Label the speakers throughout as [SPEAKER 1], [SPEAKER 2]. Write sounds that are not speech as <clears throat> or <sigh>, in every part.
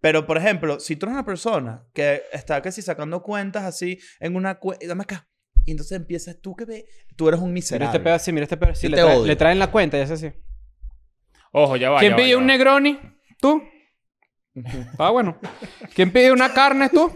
[SPEAKER 1] Pero, por ejemplo, si tú eres una persona que está casi sacando cuentas así en una cuenta, dame acá. Y entonces empiezas tú que ve, tú eres un
[SPEAKER 2] Mira
[SPEAKER 1] miserable.
[SPEAKER 2] este pedo así, mira este pedo así.
[SPEAKER 1] Yo
[SPEAKER 2] Le,
[SPEAKER 1] te
[SPEAKER 2] trae-
[SPEAKER 1] odio.
[SPEAKER 2] le traen la cuenta, ya sé así.
[SPEAKER 3] Ojo, ya va.
[SPEAKER 2] ¿Quién
[SPEAKER 3] ya va,
[SPEAKER 2] pide
[SPEAKER 3] ya
[SPEAKER 2] un
[SPEAKER 3] va.
[SPEAKER 2] Negroni? ¿Tú? Ah, bueno. ¿Quién pide una carne? ¿Tú?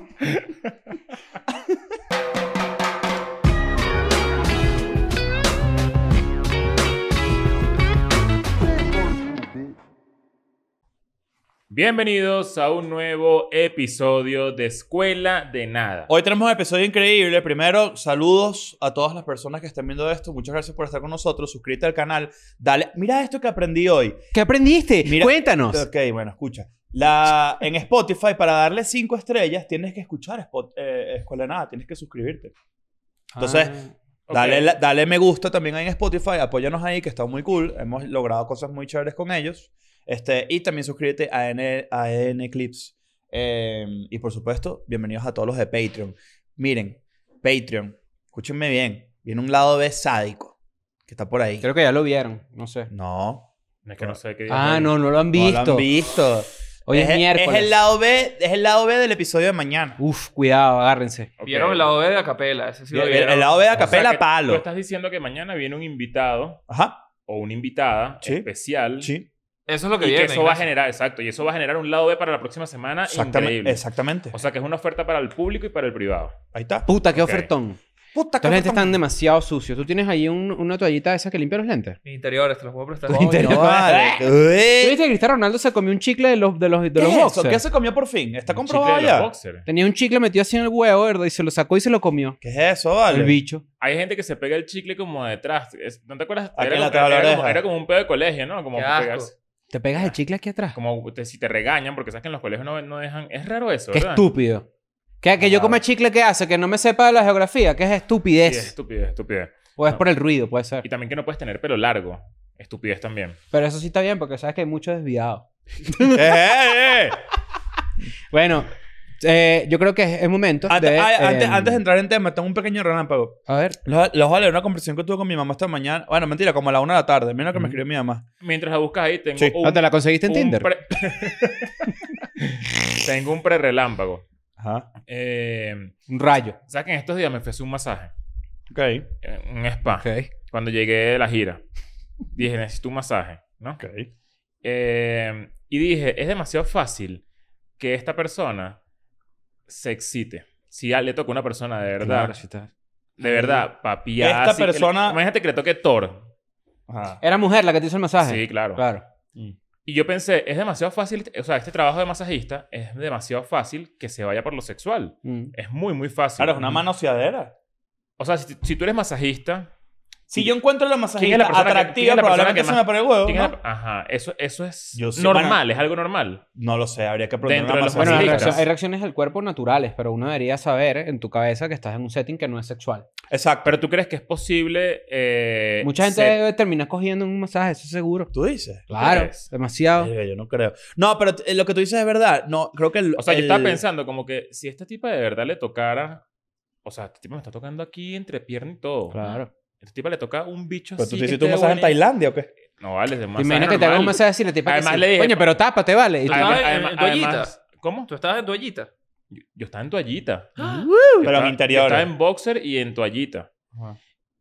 [SPEAKER 3] Bienvenidos a un nuevo episodio de Escuela de Nada.
[SPEAKER 1] Hoy tenemos un episodio increíble. Primero, saludos a todas las personas que están viendo esto. Muchas gracias por estar con nosotros. Suscríbete al canal. Dale, mira esto que aprendí hoy.
[SPEAKER 2] ¿Qué aprendiste?
[SPEAKER 1] Mira-
[SPEAKER 2] Cuéntanos.
[SPEAKER 1] Ok, bueno, escucha. La, en Spotify, para darle cinco estrellas, tienes que escuchar Spot- eh, Escuela de Nada, tienes que suscribirte. Entonces,
[SPEAKER 2] Ah,
[SPEAKER 3] Ok.
[SPEAKER 1] Dale, la- dale me gusta también ahí en Spotify, apóyanos ahí, que está muy cool. Hemos logrado cosas muy chéveres con ellos. Este, y también suscríbete a N, a N Clips. Eh, y por supuesto, bienvenidos a todos los de Patreon. Miren, Patreon, escúchenme bien. Viene un lado B sádico que está por ahí.
[SPEAKER 2] Creo que ya lo vieron. No sé.
[SPEAKER 1] No,
[SPEAKER 3] Es que no sé qué día
[SPEAKER 2] Ah,
[SPEAKER 3] es.
[SPEAKER 2] no, no lo han
[SPEAKER 1] no lo
[SPEAKER 2] visto.
[SPEAKER 1] han visto.
[SPEAKER 2] Hoy es,
[SPEAKER 1] el-
[SPEAKER 2] miércoles.
[SPEAKER 1] Es el lado B, es el lado B del episodio de mañana.
[SPEAKER 2] Uf, cuidado, agárrense.
[SPEAKER 3] Ok.
[SPEAKER 4] Vieron el lado B de Acapela. Ese sí lo
[SPEAKER 1] el,
[SPEAKER 4] vieron.
[SPEAKER 1] el lado B de
[SPEAKER 3] O sea
[SPEAKER 1] Acapela
[SPEAKER 3] que
[SPEAKER 1] Palo.
[SPEAKER 3] Tú estás diciendo que mañana viene un invitado
[SPEAKER 1] Ajá.
[SPEAKER 3] o una invitada
[SPEAKER 1] Sí.
[SPEAKER 3] especial.
[SPEAKER 1] Sí.
[SPEAKER 4] Eso es lo
[SPEAKER 3] Y
[SPEAKER 4] que
[SPEAKER 3] que
[SPEAKER 4] viene.
[SPEAKER 3] eso va a
[SPEAKER 4] Ignacio.
[SPEAKER 3] generar, exacto. Y eso va a generar un lado B para la próxima semana
[SPEAKER 1] Exactamente.
[SPEAKER 3] Ah, increíble.
[SPEAKER 1] Exactamente.
[SPEAKER 3] O sea que es una oferta para el público y para el privado.
[SPEAKER 1] Ahí está.
[SPEAKER 2] Puta, qué
[SPEAKER 3] Ok.
[SPEAKER 2] ofertón.
[SPEAKER 1] Puta
[SPEAKER 2] Estos lentes están demasiado sucios. ¿Tú tienes ahí un- una toallita esa que limpia los lentes?
[SPEAKER 4] Mis Interiores, te los puedo prestar.
[SPEAKER 1] Coño, <laughs> vale.
[SPEAKER 2] ¿Tú
[SPEAKER 1] Ué.
[SPEAKER 2] viste que Cristiano Ronaldo se comió un chicle de los, de los, de
[SPEAKER 1] Eh, ¿Qué
[SPEAKER 2] los
[SPEAKER 1] es eso?
[SPEAKER 2] boxers?
[SPEAKER 1] ¿Qué se comió por fin? ¿Está
[SPEAKER 3] Un
[SPEAKER 1] comprobado
[SPEAKER 3] chicle de los
[SPEAKER 1] ya?
[SPEAKER 3] boxers.
[SPEAKER 2] Tenía un chicle metido así en el huevo, ¿verdad? Y se lo sacó y se lo comió.
[SPEAKER 1] ¿Qué es eso, vale?
[SPEAKER 2] El bicho.
[SPEAKER 3] Hay gente que se pega el chicle como detrás. Es- ¿No te acuerdas?
[SPEAKER 1] Aquí en
[SPEAKER 3] como,
[SPEAKER 1] la tabla de
[SPEAKER 3] era, como,
[SPEAKER 1] oreja.
[SPEAKER 3] era como un pedo de colegio, ¿no? Como
[SPEAKER 4] Qué asco.
[SPEAKER 3] pegarse-
[SPEAKER 2] ¿Te pegas el chicle aquí atrás?
[SPEAKER 3] Ah. Como te- si te regañan, porque sabes que en los colegios no, no dejan. Es raro eso,
[SPEAKER 2] Qué
[SPEAKER 3] ¿verdad?
[SPEAKER 2] estúpido. Que, que yo coma chicle, ¿qué hace? Que no me sepa de la geografía. Que es
[SPEAKER 3] Sí,
[SPEAKER 2] estupidez.
[SPEAKER 3] es estupidez, estupidez.
[SPEAKER 2] O es
[SPEAKER 3] No.
[SPEAKER 2] por el ruido, puede
[SPEAKER 3] Y
[SPEAKER 2] ser.
[SPEAKER 3] también que no puedes tener pelo largo. Estupidez también.
[SPEAKER 2] Pero eso sí está bien porque sabes que hay mucho desviado.
[SPEAKER 1] Eh, eh, eh.
[SPEAKER 3] <laughs>
[SPEAKER 2] Bueno, eh, yo creo que es, es momento.
[SPEAKER 1] Antes,
[SPEAKER 2] de,
[SPEAKER 1] ay, antes-
[SPEAKER 2] em,
[SPEAKER 1] antes de entrar en tema, tengo un pequeño relámpago.
[SPEAKER 2] A ver.
[SPEAKER 1] Los, los vale, una conversación que tuve con mi mamá esta mañana. Bueno, mentira, como a la una de la tarde. Mira lo que me
[SPEAKER 2] Ujú.
[SPEAKER 1] escribió mi mamá.
[SPEAKER 3] Mientras la buscas ahí, tengo
[SPEAKER 1] Sí.
[SPEAKER 3] un.
[SPEAKER 2] Ah, ¿Te la conseguiste en
[SPEAKER 3] un
[SPEAKER 2] Tinder?
[SPEAKER 3] pre- <laughs> tengo un prerelámpago.
[SPEAKER 1] Ajá.
[SPEAKER 3] Eh,
[SPEAKER 2] Un rayo.
[SPEAKER 3] ¿Sabes que en estos días me fui a hacer un masaje?
[SPEAKER 1] Ok.
[SPEAKER 3] Eh, Un spa. Cuando llegué de la gira. Dije, necesito un masaje, ¿no?
[SPEAKER 1] Ok.
[SPEAKER 3] Eh, y dije, es demasiado fácil que esta persona se excite. Si ya le toca a una persona de verdad,
[SPEAKER 2] Claro, sí está.
[SPEAKER 3] de verdad, papi.
[SPEAKER 1] Esta
[SPEAKER 3] así que le-
[SPEAKER 1] persona-
[SPEAKER 3] imagínate que le toque Thor.
[SPEAKER 1] Ajá.
[SPEAKER 3] Eh,
[SPEAKER 2] Era mujer la que te hizo el masaje.
[SPEAKER 3] Sí, claro.
[SPEAKER 2] Claro.
[SPEAKER 3] Y yo pensé, es demasiado fácil, o sea, este trabajo de masajista es demasiado fácil que se vaya por lo sexual.
[SPEAKER 2] Mm.
[SPEAKER 3] Es muy, muy fácil.
[SPEAKER 1] Claro, es una manoseadera.
[SPEAKER 3] O sea, si, si tú eres masajista,
[SPEAKER 1] Si yo encuentro la
[SPEAKER 3] ¿Quién es
[SPEAKER 1] masajista
[SPEAKER 3] la persona que- quién
[SPEAKER 1] atractiva,
[SPEAKER 3] es la persona
[SPEAKER 1] probablemente
[SPEAKER 3] que
[SPEAKER 1] se
[SPEAKER 3] más-
[SPEAKER 1] me pone el huevo.
[SPEAKER 3] tienes-
[SPEAKER 1] ¿no?
[SPEAKER 3] ajá, eso, eso es
[SPEAKER 1] Yo sí,
[SPEAKER 3] normal, es algo normal.
[SPEAKER 1] No lo sé, habría que preguntar a
[SPEAKER 3] Dentro
[SPEAKER 1] una
[SPEAKER 3] de los
[SPEAKER 2] Bueno, las
[SPEAKER 3] Masajistas.
[SPEAKER 1] masajista.
[SPEAKER 2] reacciones- hay reacciones del cuerpo naturales, pero uno debería saber en tu cabeza que estás en un setting que no es sexual.
[SPEAKER 1] Exacto.
[SPEAKER 3] Pero tú crees que es posible. eh,
[SPEAKER 2] Mucha gente
[SPEAKER 3] ser-
[SPEAKER 2] debe terminar cogiendo en un masaje, eso seguro.
[SPEAKER 1] Tú dices.
[SPEAKER 2] Claro,
[SPEAKER 3] crees?
[SPEAKER 2] demasiado.
[SPEAKER 1] Verga, yo no creo. No, pero eh, lo que tú dices es verdad. No, creo que el-
[SPEAKER 3] O sea, yo
[SPEAKER 1] el-
[SPEAKER 3] estaba pensando como que si esta tipa de verdad le tocara. O sea, este tipo me está tocando aquí entre pierna y todo.
[SPEAKER 2] Claro.
[SPEAKER 3] Este tipo le toca un bicho
[SPEAKER 1] ¿Pero
[SPEAKER 3] así.
[SPEAKER 1] tú te
[SPEAKER 3] que
[SPEAKER 1] hiciste un
[SPEAKER 3] esté
[SPEAKER 1] masaje en
[SPEAKER 3] buenísimo.
[SPEAKER 1] Tailandia o qué?
[SPEAKER 3] No, vale, es un
[SPEAKER 2] Te
[SPEAKER 3] masaje.
[SPEAKER 2] imaginas que te haga un masaje así y la tipa que
[SPEAKER 3] Además,
[SPEAKER 2] sí.
[SPEAKER 3] le dije-
[SPEAKER 2] Coño, pero tápate, vale. Y tú-
[SPEAKER 4] Ah,
[SPEAKER 3] Además,
[SPEAKER 4] en
[SPEAKER 3] además-
[SPEAKER 4] toallita.
[SPEAKER 3] además- ¿Cómo?
[SPEAKER 4] Tú estabas en toallita.
[SPEAKER 3] Yo, yo estaba en toallita.
[SPEAKER 2] "Ah".
[SPEAKER 3] Yo
[SPEAKER 1] Pero
[SPEAKER 3] estaba-
[SPEAKER 1] en interior.
[SPEAKER 3] Yo estaba en boxer y en toallita.
[SPEAKER 2] Ajá.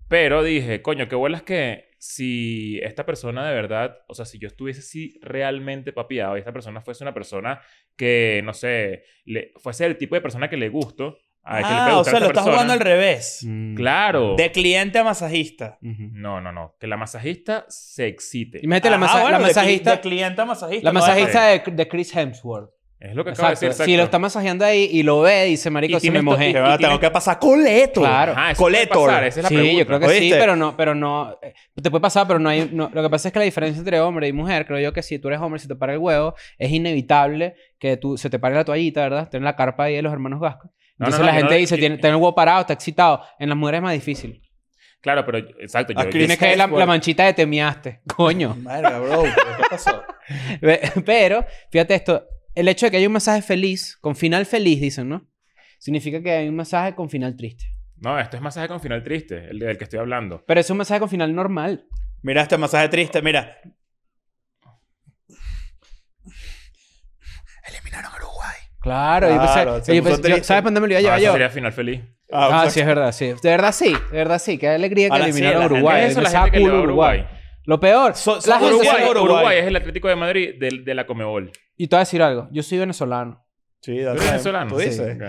[SPEAKER 3] Pero dije, coño, qué bolas que si esta persona de verdad, o sea, si yo estuviese así realmente papiado y esta persona fuese una persona que, no sé, le, fuese el tipo de persona que le gusto. A que le puede
[SPEAKER 1] Ah, o
[SPEAKER 3] gustar
[SPEAKER 1] sea,
[SPEAKER 3] a
[SPEAKER 1] lo
[SPEAKER 3] esta
[SPEAKER 1] estás
[SPEAKER 3] persona.
[SPEAKER 1] jugando al revés.
[SPEAKER 2] Mm.
[SPEAKER 3] Claro.
[SPEAKER 1] De cliente a masajista.
[SPEAKER 2] Ujú.
[SPEAKER 3] No, no, no. Que la masajista se excite.
[SPEAKER 2] Imagínate la,
[SPEAKER 1] Ah,
[SPEAKER 2] masa-
[SPEAKER 1] bueno,
[SPEAKER 2] la
[SPEAKER 1] de cli-
[SPEAKER 2] masajista.
[SPEAKER 1] De cliente a masajista.
[SPEAKER 2] La
[SPEAKER 1] ¿no?
[SPEAKER 2] masajista de, de Chris Hemsworth.
[SPEAKER 3] Es lo que acabo de
[SPEAKER 2] Exacto.
[SPEAKER 3] decir.
[SPEAKER 2] Si lo está masajeando ahí y lo ve, dice, marico,
[SPEAKER 3] Y
[SPEAKER 2] si me
[SPEAKER 3] tienes to-
[SPEAKER 2] mojé.
[SPEAKER 1] Que va, tengo que pasar coleto.
[SPEAKER 2] Claro.
[SPEAKER 1] Coletor.
[SPEAKER 3] Coletor. Esa es la
[SPEAKER 2] sí,
[SPEAKER 3] pregunta.
[SPEAKER 2] yo creo que sí,
[SPEAKER 1] ¿Oíste?
[SPEAKER 2] pero no, pero no. eh, Te puede pasar, pero no hay. no- lo que pasa es que la diferencia entre hombre y mujer, creo yo que si tú eres hombre, si te para el huevo, es inevitable que tú se te pare la toallita, ¿verdad? Tener la carpa ahí de los hermanos Gasco.
[SPEAKER 3] No,
[SPEAKER 2] Entonces
[SPEAKER 3] no, no,
[SPEAKER 2] la
[SPEAKER 3] yo
[SPEAKER 2] gente
[SPEAKER 3] no-
[SPEAKER 2] dice,
[SPEAKER 3] yo-
[SPEAKER 2] tiene, tener el huevo parado, está excitado. En las mujeres es más difícil.
[SPEAKER 3] Claro, pero exacto. Yo,
[SPEAKER 1] Ah,
[SPEAKER 3] yo-
[SPEAKER 1] Chris-
[SPEAKER 2] Tienes que ver la,
[SPEAKER 1] Hemsworth.
[SPEAKER 2] la manchita de te miaste. <laughs> Coño.
[SPEAKER 1] Verga, bro. ¿Qué pasó?
[SPEAKER 2] Ve- Pero, fíjate esto. El hecho de que haya un masaje feliz, con final feliz, dicen, ¿no? Significa que hay un masaje con final triste.
[SPEAKER 3] no, esto es masaje con final triste, el del que estoy hablando.
[SPEAKER 2] Pero es un masaje con final normal.
[SPEAKER 1] Mira este masaje triste, mira. Eliminaron a Uruguay.
[SPEAKER 2] Claro, yo
[SPEAKER 1] Claro,
[SPEAKER 2] pensé,
[SPEAKER 1] se
[SPEAKER 2] yo
[SPEAKER 1] puso
[SPEAKER 2] pensé- yo-
[SPEAKER 1] triste.
[SPEAKER 2] ¿sabes dónde me lo iba a llevar
[SPEAKER 3] Ah, eso
[SPEAKER 2] yo?
[SPEAKER 3] sería final feliz.
[SPEAKER 2] Ah,
[SPEAKER 1] o sea,
[SPEAKER 2] sí, es verdad, sí. De verdad sí, de verdad sí. Qué alegría que
[SPEAKER 1] Ahora sí, la
[SPEAKER 2] eliminaron a
[SPEAKER 1] gente-
[SPEAKER 2] Uruguay.
[SPEAKER 3] Eso
[SPEAKER 2] Me
[SPEAKER 3] la
[SPEAKER 2] saca
[SPEAKER 3] gente que le
[SPEAKER 2] culo
[SPEAKER 3] va a Uruguay.
[SPEAKER 2] Lo peor,
[SPEAKER 1] So- so
[SPEAKER 2] la gente
[SPEAKER 3] Uruguay,
[SPEAKER 1] Sí,
[SPEAKER 2] se-
[SPEAKER 1] Uruguay.
[SPEAKER 3] Uruguay es el Atlético de Madrid del- de, la Comebol.
[SPEAKER 2] Y te voy a decir algo. Yo soy venezolano.
[SPEAKER 1] Sí,
[SPEAKER 3] ¿Tú
[SPEAKER 1] dale.
[SPEAKER 3] eres venezolano?
[SPEAKER 1] Tú dices.
[SPEAKER 3] Ok.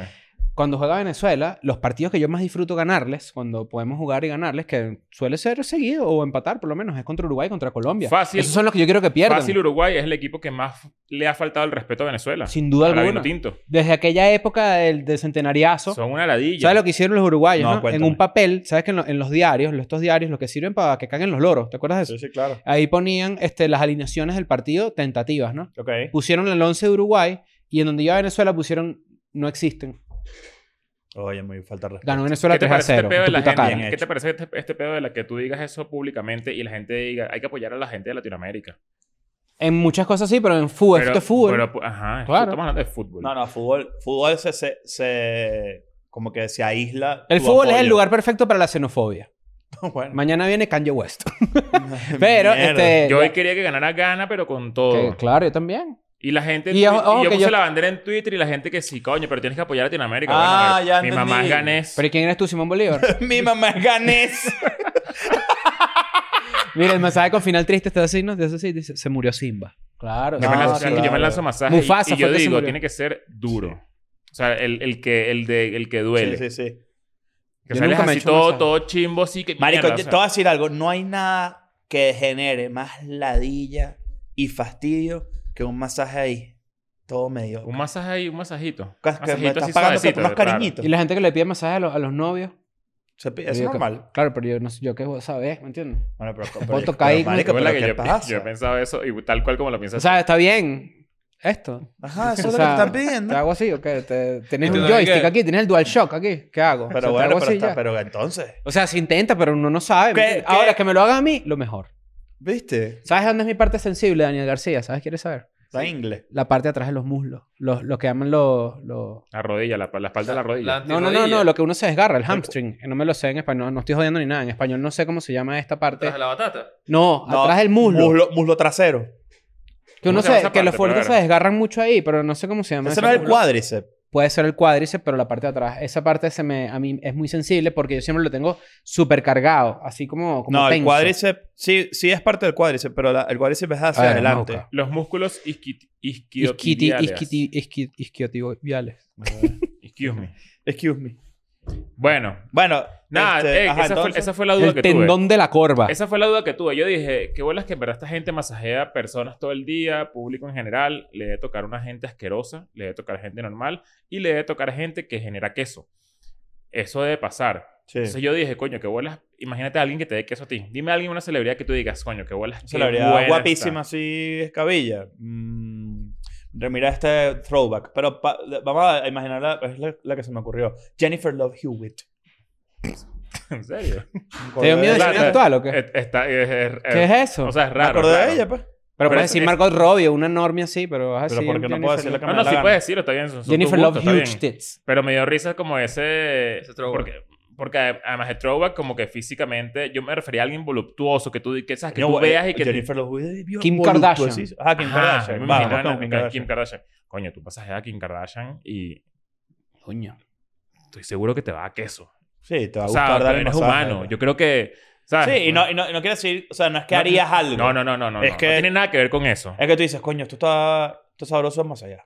[SPEAKER 2] Cuando juega Venezuela, los partidos que yo más disfruto ganarles, cuando podemos jugar y ganarles, que suele ser seguido o empatar por lo menos, es contra Uruguay, contra Colombia.
[SPEAKER 3] Fácil.
[SPEAKER 2] Esos son los que yo quiero que pierdan.
[SPEAKER 3] Fácil Uruguay es el equipo que más le ha faltado el respeto a Venezuela.
[SPEAKER 2] Sin duda
[SPEAKER 3] A la
[SPEAKER 2] alguna.
[SPEAKER 3] Vinotinto.
[SPEAKER 2] Desde aquella época del, del centenariazo,
[SPEAKER 3] Son una ladilla.
[SPEAKER 2] ¿Sabes lo que hicieron los uruguayos?
[SPEAKER 1] No,
[SPEAKER 2] No, En
[SPEAKER 1] cuéntame.
[SPEAKER 2] un papel, ¿sabes que en, lo- en los diarios, lo- estos diarios, lo que sirven para que caguen los loros? ¿Te acuerdas de eso?
[SPEAKER 1] Sí, sí, claro.
[SPEAKER 2] Ahí ponían este, las alineaciones del partido tentativas, ¿no?
[SPEAKER 1] Ok.
[SPEAKER 2] Pusieron el 11 de Uruguay y en donde iba Venezuela pusieron no existen.
[SPEAKER 1] Oye, me falta respeto.
[SPEAKER 2] Ganó Venezuela
[SPEAKER 3] ¿Qué te
[SPEAKER 2] 3 a
[SPEAKER 3] parece este
[SPEAKER 2] 0.
[SPEAKER 3] pedo
[SPEAKER 2] en
[SPEAKER 3] de
[SPEAKER 2] tu
[SPEAKER 3] la
[SPEAKER 2] puta
[SPEAKER 3] gente?
[SPEAKER 2] cara.
[SPEAKER 1] Bien
[SPEAKER 3] ¿Qué
[SPEAKER 1] hecho.
[SPEAKER 3] te parece este, este pedo de la que tú digas eso públicamente y la gente diga, hay que apoyar a la gente de Latinoamérica?
[SPEAKER 2] En muchas cosas sí, pero en fútbol, esto
[SPEAKER 3] Pero-
[SPEAKER 2] Pues, es fútbol.
[SPEAKER 3] pero, pu- ajá, esto-
[SPEAKER 2] Claro.
[SPEAKER 3] estamos hablando de fútbol.
[SPEAKER 1] No, no, fútbol, fútbol se, se, se- como que se aísla.
[SPEAKER 2] el
[SPEAKER 1] tu
[SPEAKER 2] fútbol es el
[SPEAKER 1] apoyo.
[SPEAKER 2] lugar perfecto para la xenofobia.
[SPEAKER 1] <laughs> bueno.
[SPEAKER 2] Mañana viene Kanye
[SPEAKER 3] <laughs>
[SPEAKER 2] West. <laughs> Pero,
[SPEAKER 1] Mierda.
[SPEAKER 2] este...
[SPEAKER 3] Yo hoy
[SPEAKER 2] ya-
[SPEAKER 3] quería que ganara Gana, pero con todo.
[SPEAKER 2] que- claro, yo también.
[SPEAKER 3] Y la gente.
[SPEAKER 2] Y
[SPEAKER 3] Y,
[SPEAKER 2] ojo-
[SPEAKER 3] y
[SPEAKER 2] ojo
[SPEAKER 3] yo
[SPEAKER 2] que
[SPEAKER 3] puse
[SPEAKER 2] yo-
[SPEAKER 3] la bandera en Twitter y la gente que sí, coño, pero tienes que apoyar a Latinoamérica.
[SPEAKER 1] Ah,
[SPEAKER 3] Bueno,
[SPEAKER 1] ya
[SPEAKER 3] Mi
[SPEAKER 1] entendí.
[SPEAKER 3] mamá es ganés.
[SPEAKER 2] ¿Pero ¿y quién eres tú, Simón Bolívar?
[SPEAKER 1] <laughs>
[SPEAKER 3] <laughs>
[SPEAKER 1] Mi mamá es ganés.
[SPEAKER 2] Mira, el mensaje con final triste está así, ¿no? Dice así, dice, se murió Simba. Claro.
[SPEAKER 3] Yo me
[SPEAKER 1] No,
[SPEAKER 3] lanzo,
[SPEAKER 1] claro.
[SPEAKER 3] yo me lanzo masaje y-
[SPEAKER 2] ah, Mufasa
[SPEAKER 3] y, yo
[SPEAKER 2] fue que se
[SPEAKER 3] digo,
[SPEAKER 2] murió.
[SPEAKER 3] tiene que ser duro. O sea, el, el que, el de, el que <laughs> duele.
[SPEAKER 1] sí, sí, sí.
[SPEAKER 3] Que
[SPEAKER 2] Yo
[SPEAKER 3] sales
[SPEAKER 2] nunca me he
[SPEAKER 3] así
[SPEAKER 2] hecho
[SPEAKER 3] todo,
[SPEAKER 2] masaje.
[SPEAKER 3] todo chimbo, así que...
[SPEAKER 1] Marico,
[SPEAKER 3] mierda,
[SPEAKER 1] yo-
[SPEAKER 3] o sea,
[SPEAKER 1] te voy a decir algo. No hay nada que genere más ladilla y fastidio que un masaje ahí. Todo medio.
[SPEAKER 3] Un masaje ahí, un masajito.
[SPEAKER 1] Que- que me estás pagando que por unos
[SPEAKER 3] claro.
[SPEAKER 1] cariñitos.
[SPEAKER 2] Y la gente que le pide masajes a los, a los novios.
[SPEAKER 1] Se pi- es
[SPEAKER 2] Yo digo que-
[SPEAKER 1] normal.
[SPEAKER 2] Claro, pero yo, no, sé- yo qué sabes, ¿me entiendes?
[SPEAKER 1] Bueno, pero, pero,
[SPEAKER 2] puedo tocar ahí,
[SPEAKER 1] marico,
[SPEAKER 3] Yo, la
[SPEAKER 1] pero
[SPEAKER 3] que
[SPEAKER 1] ¿qué
[SPEAKER 3] yo, pi-
[SPEAKER 1] pasa?
[SPEAKER 3] yo he pensado eso y tal cual como lo
[SPEAKER 2] O
[SPEAKER 3] piensas.
[SPEAKER 2] sea, está bien esto.
[SPEAKER 1] Ajá, eso
[SPEAKER 2] <laughs> O
[SPEAKER 1] es lo que
[SPEAKER 2] sea,
[SPEAKER 1] están
[SPEAKER 2] ¿Te
[SPEAKER 1] pidiendo.
[SPEAKER 2] hago así o qué? ¿Te- ¿Tienes
[SPEAKER 4] ¿Y tú
[SPEAKER 2] un
[SPEAKER 4] de
[SPEAKER 2] joystick
[SPEAKER 4] qué?
[SPEAKER 2] aquí? ¿Tienes el DualShock aquí? ¿Qué hago? O sea,
[SPEAKER 1] Pero
[SPEAKER 2] ¿te
[SPEAKER 1] bueno,
[SPEAKER 2] hago
[SPEAKER 1] pero,
[SPEAKER 2] así
[SPEAKER 1] está-
[SPEAKER 2] ya?
[SPEAKER 1] pero entonces,
[SPEAKER 2] O sea, se intenta, pero uno no sabe. ¿me
[SPEAKER 1] ¿Qué-
[SPEAKER 2] entiendes?
[SPEAKER 1] qué?
[SPEAKER 2] Ahora, que me lo haga a mí, lo mejor.
[SPEAKER 1] ¿viste?
[SPEAKER 2] ¿Sabes dónde es mi parte sensible, Daniel García? ¿Sabes? ¿Quieres saber?
[SPEAKER 1] La ingle.
[SPEAKER 2] La parte de atrás de los muslos. Los, lo que llaman los... los-
[SPEAKER 3] La rodilla, la, la espalda de la rodilla.
[SPEAKER 4] La
[SPEAKER 2] No, no, no,
[SPEAKER 4] antirrodilla.
[SPEAKER 2] no. Lo que uno se desgarra, el hamstring. No me lo sé en español. No estoy jodiendo ni nada. En español no sé cómo se llama esta parte.
[SPEAKER 4] Tras de la batata.
[SPEAKER 2] No,
[SPEAKER 1] No,
[SPEAKER 2] atrás del muslo.
[SPEAKER 1] Muslo, muslo trasero.
[SPEAKER 2] Que uno
[SPEAKER 3] ¿Cómo se llama
[SPEAKER 2] se,
[SPEAKER 3] esa
[SPEAKER 2] que los
[SPEAKER 3] parte? Pero
[SPEAKER 2] futbolistas se
[SPEAKER 3] bueno.
[SPEAKER 2] desgarran mucho ahí, pero no sé cómo se llama.
[SPEAKER 1] Ese
[SPEAKER 2] esa
[SPEAKER 1] no es el
[SPEAKER 2] muslo.
[SPEAKER 1] cuádriceps.
[SPEAKER 2] Puede ser el cuádriceps, pero la parte de atrás. Esa parte se me, a mí es muy sensible porque yo siempre lo tengo súper cargado, así como, como
[SPEAKER 1] No, el
[SPEAKER 2] tenso.
[SPEAKER 1] cuádriceps sí, sí es parte del cuádriceps, pero Ah, la- el cuádriceps es hacia
[SPEAKER 2] A ver,
[SPEAKER 1] adelante.
[SPEAKER 2] vamos
[SPEAKER 3] Los músculos isqui-
[SPEAKER 2] Isquiti,
[SPEAKER 3] isquiotibiales.
[SPEAKER 2] isquiti, isqui- isquiotibiales.
[SPEAKER 3] Excuse me.
[SPEAKER 1] Excuse me.
[SPEAKER 3] Bueno,
[SPEAKER 1] Bueno,
[SPEAKER 3] nada,
[SPEAKER 1] este,
[SPEAKER 3] eh,
[SPEAKER 1] ajá,
[SPEAKER 3] esa, fue,
[SPEAKER 1] entonces-
[SPEAKER 3] esa fue la duda
[SPEAKER 2] El
[SPEAKER 3] que tuve.
[SPEAKER 2] tendón de la corva.
[SPEAKER 3] Esa fue la duda que tuve. Yo dije, qué bolas que en verdad esta gente masajea personas todo el día, público en general, le debe tocar una gente asquerosa, le debe tocar gente normal y le debe tocar gente que genera queso. Eso debe pasar.
[SPEAKER 1] Sí.
[SPEAKER 3] Entonces yo dije, coño, qué bolas. Imagínate a alguien que te dé queso a ti. Dime a alguien, una celebridad que tú digas, coño, qué bolas. qué
[SPEAKER 1] Celebridad
[SPEAKER 3] buena
[SPEAKER 1] guapísima,
[SPEAKER 3] está".
[SPEAKER 1] así, escabilla. Mm, mira este throwback. Pero pa- vamos a imaginarla, es la, la que se me ocurrió. Jennifer Love Hewitt.
[SPEAKER 3] <laughs> en serio.
[SPEAKER 2] ¿Te dio miedo
[SPEAKER 1] Me
[SPEAKER 2] decir
[SPEAKER 3] Claro.
[SPEAKER 2] actual o <laughs> qué?
[SPEAKER 3] Eh, está- es- es- es-
[SPEAKER 2] ¿Qué es eso?
[SPEAKER 3] O sea, es raro.
[SPEAKER 1] acordé
[SPEAKER 3] claro.
[SPEAKER 1] de ella, pues.
[SPEAKER 2] pero
[SPEAKER 3] pero
[SPEAKER 2] puedes
[SPEAKER 3] es-
[SPEAKER 2] decir
[SPEAKER 3] es-
[SPEAKER 2] Margot Robbie, una normie así, pero vas
[SPEAKER 1] Pero
[SPEAKER 2] así.
[SPEAKER 1] ¿por qué no puedo decir lo que me
[SPEAKER 3] No,
[SPEAKER 1] da
[SPEAKER 3] no,
[SPEAKER 1] la
[SPEAKER 3] sí
[SPEAKER 1] gana.
[SPEAKER 3] puedes decirlo, está bien. son- son
[SPEAKER 2] Jennifer
[SPEAKER 3] tus
[SPEAKER 2] Love
[SPEAKER 3] gustos, está bien.
[SPEAKER 2] Huge Tits.
[SPEAKER 3] Pero me dio risa como ese...
[SPEAKER 4] Ese throwback.
[SPEAKER 3] porque, porque además el throwback como que físicamente... Yo me refería a alguien voluptuoso que tú, di- que, sabes, que
[SPEAKER 1] Yo,
[SPEAKER 3] tú
[SPEAKER 1] eh,
[SPEAKER 3] veas y que...
[SPEAKER 1] Jennifer Love Hewitt. vio
[SPEAKER 2] Kim
[SPEAKER 1] voluptuosis-
[SPEAKER 2] Kardashian.
[SPEAKER 1] Ah, Kim
[SPEAKER 3] Ajá, me
[SPEAKER 1] Kardashian. Vamos,
[SPEAKER 3] imaginaba
[SPEAKER 1] vamos,
[SPEAKER 3] a
[SPEAKER 1] Kim
[SPEAKER 3] Kim
[SPEAKER 1] Kardashian.
[SPEAKER 3] Kardashian. Coño, tú pasas a Kim Kardashian y
[SPEAKER 2] Coño.
[SPEAKER 3] estoy seguro que te va a queso.
[SPEAKER 1] Sí, te va a
[SPEAKER 3] O
[SPEAKER 1] gustar
[SPEAKER 3] sea,
[SPEAKER 1] dar
[SPEAKER 3] tú
[SPEAKER 1] el
[SPEAKER 3] eres
[SPEAKER 1] masaje,
[SPEAKER 3] humano.
[SPEAKER 1] ¿no?
[SPEAKER 3] Yo creo que... ¿sabes?
[SPEAKER 1] Sí, y no, y no, y no quiere decir, o sea, no es que
[SPEAKER 3] Ah, No,
[SPEAKER 1] harías algo.
[SPEAKER 3] No, no, no, no. no,
[SPEAKER 1] Es
[SPEAKER 3] no.
[SPEAKER 1] que-
[SPEAKER 3] No tiene nada que ver con eso.
[SPEAKER 1] Es que tú dices, coño, esto está, esto es sabroso más allá.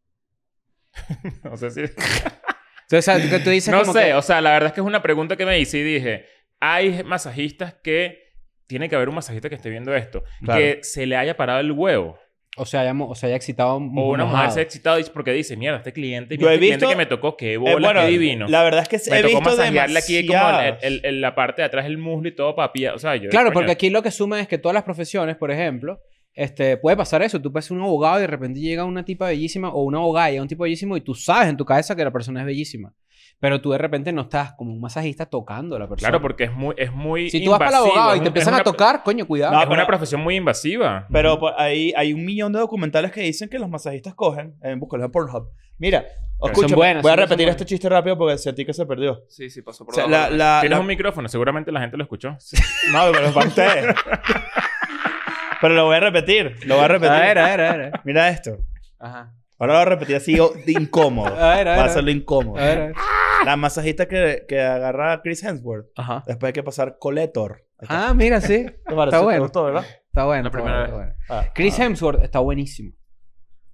[SPEAKER 3] <laughs> No
[SPEAKER 1] <laughs>
[SPEAKER 3] sé si...
[SPEAKER 2] Entonces, o sea, que tú dices
[SPEAKER 3] No
[SPEAKER 2] como
[SPEAKER 3] sé,
[SPEAKER 2] que-
[SPEAKER 3] o sea, la verdad es que es una pregunta que me hice y dije, hay masajistas que tiene que haber un masajista que esté viendo esto,
[SPEAKER 1] Claro.
[SPEAKER 3] que se le haya parado el huevo
[SPEAKER 2] O sea, ya, mo- o sea, ya excitado.
[SPEAKER 3] o una mujer
[SPEAKER 2] mojado.
[SPEAKER 3] se ha excitado y- porque dice, mierda, este cliente,
[SPEAKER 1] Yo he
[SPEAKER 3] mira, este cliente
[SPEAKER 1] visto-
[SPEAKER 3] que me tocó, qué
[SPEAKER 1] Eh,
[SPEAKER 3] bola, qué divino.
[SPEAKER 1] La verdad es que
[SPEAKER 3] me
[SPEAKER 1] he
[SPEAKER 3] tocó
[SPEAKER 1] visto
[SPEAKER 3] masajearle aquí como el-
[SPEAKER 1] demasiadas.
[SPEAKER 3] el- el- la parte de atrás del muslo y todo papilla, o sea, yo
[SPEAKER 2] Claro,
[SPEAKER 3] coño,
[SPEAKER 2] porque aquí lo que suma es que todas las profesiones, por ejemplo, este, puede pasar eso. Tú puedes ser un abogado y de repente llega una tipa bellísima o una abogada llega un tipo bellísimo y tú sabes en tu cabeza que la persona es bellísima. Pero tú de repente no estás como un masajista tocando a la persona.
[SPEAKER 3] Claro, porque es muy es muy
[SPEAKER 2] Si tú vas para el
[SPEAKER 3] invasivo,
[SPEAKER 2] abogado
[SPEAKER 3] es
[SPEAKER 2] y
[SPEAKER 3] un-
[SPEAKER 2] te empiezan
[SPEAKER 3] es
[SPEAKER 2] a
[SPEAKER 3] una-
[SPEAKER 2] tocar, coño, cuidado.
[SPEAKER 1] No,
[SPEAKER 3] es
[SPEAKER 1] pero-
[SPEAKER 3] una profesión muy invasiva.
[SPEAKER 1] Pero por ahí hay un millón de documentales que dicen que los masajistas cogen, en búsquelos en Pornhub. Mira,
[SPEAKER 3] son
[SPEAKER 1] escúchame,
[SPEAKER 2] buenas,
[SPEAKER 1] voy a
[SPEAKER 2] son- son
[SPEAKER 1] repetir
[SPEAKER 2] buenas.
[SPEAKER 1] este chiste rápido porque sentí que se perdió.
[SPEAKER 4] Sí, sí, pasó
[SPEAKER 1] O
[SPEAKER 4] por
[SPEAKER 1] sea,
[SPEAKER 4] la,
[SPEAKER 1] la, la,
[SPEAKER 3] Tienes
[SPEAKER 1] Ah, la-
[SPEAKER 3] un micrófono, seguramente la gente lo escuchó.
[SPEAKER 1] No, pero es para ustedes. Pero lo voy a repetir, lo voy a repetir.
[SPEAKER 2] a ver, a ver, a ver.
[SPEAKER 1] Mira esto.
[SPEAKER 2] Ajá.
[SPEAKER 1] Ahora lo voy a repetir así o- de incómodo.
[SPEAKER 2] A ver, a
[SPEAKER 1] Va a
[SPEAKER 2] ver. A
[SPEAKER 1] hacerlo
[SPEAKER 2] ver,
[SPEAKER 1] incómodo.
[SPEAKER 2] a ver.
[SPEAKER 1] La masajista que, que agarra a Chris Hemsworth.
[SPEAKER 2] Ajá.
[SPEAKER 1] Después hay que pasar Coletor. Ahí está.
[SPEAKER 2] Ah, mira, sí.
[SPEAKER 1] ¿Te pareció?
[SPEAKER 2] está bueno.
[SPEAKER 1] ¿Te gustó, verdad?
[SPEAKER 2] Está bueno.
[SPEAKER 4] La
[SPEAKER 2] está
[SPEAKER 4] primera
[SPEAKER 2] bueno, está bueno.
[SPEAKER 1] Ah,
[SPEAKER 2] Chris
[SPEAKER 1] ah.
[SPEAKER 2] Hemsworth está buenísimo.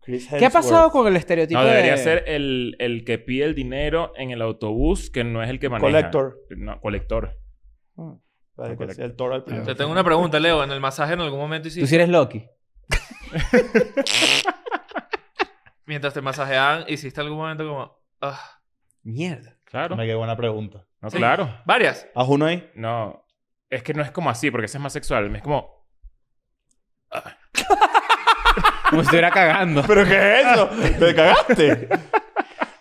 [SPEAKER 1] Chris
[SPEAKER 2] ¿Qué ha
[SPEAKER 1] Hemsworth.
[SPEAKER 2] pasado con el estereotipo
[SPEAKER 3] No, debería
[SPEAKER 2] de-
[SPEAKER 3] ser el, el que pide el dinero en el autobús, que no es el que maneja.
[SPEAKER 1] Collector.
[SPEAKER 3] No, colector.
[SPEAKER 1] Para que sea
[SPEAKER 3] Colector.
[SPEAKER 1] pues, El toro al primero.
[SPEAKER 4] Te tengo una pregunta, Leo. En el masaje en algún momento
[SPEAKER 2] Tú
[SPEAKER 4] hiciste...
[SPEAKER 2] sí eres Loki.
[SPEAKER 4] Mientras te masajeaban, hiciste algún momento como... "Ah".
[SPEAKER 2] Mierda.
[SPEAKER 3] Claro.
[SPEAKER 1] Me quedó buena pregunta.
[SPEAKER 3] No,
[SPEAKER 4] Sí.
[SPEAKER 3] claro.
[SPEAKER 4] Varias.
[SPEAKER 1] ¿Haz uno
[SPEAKER 2] <laughs>
[SPEAKER 1] ahí?
[SPEAKER 3] No. Es que no es como así, porque ese es más sexual. Es como...
[SPEAKER 2] Como si estuviera cagando.
[SPEAKER 1] ¿Pero qué es eso? ¿Te <laughs> cagaste?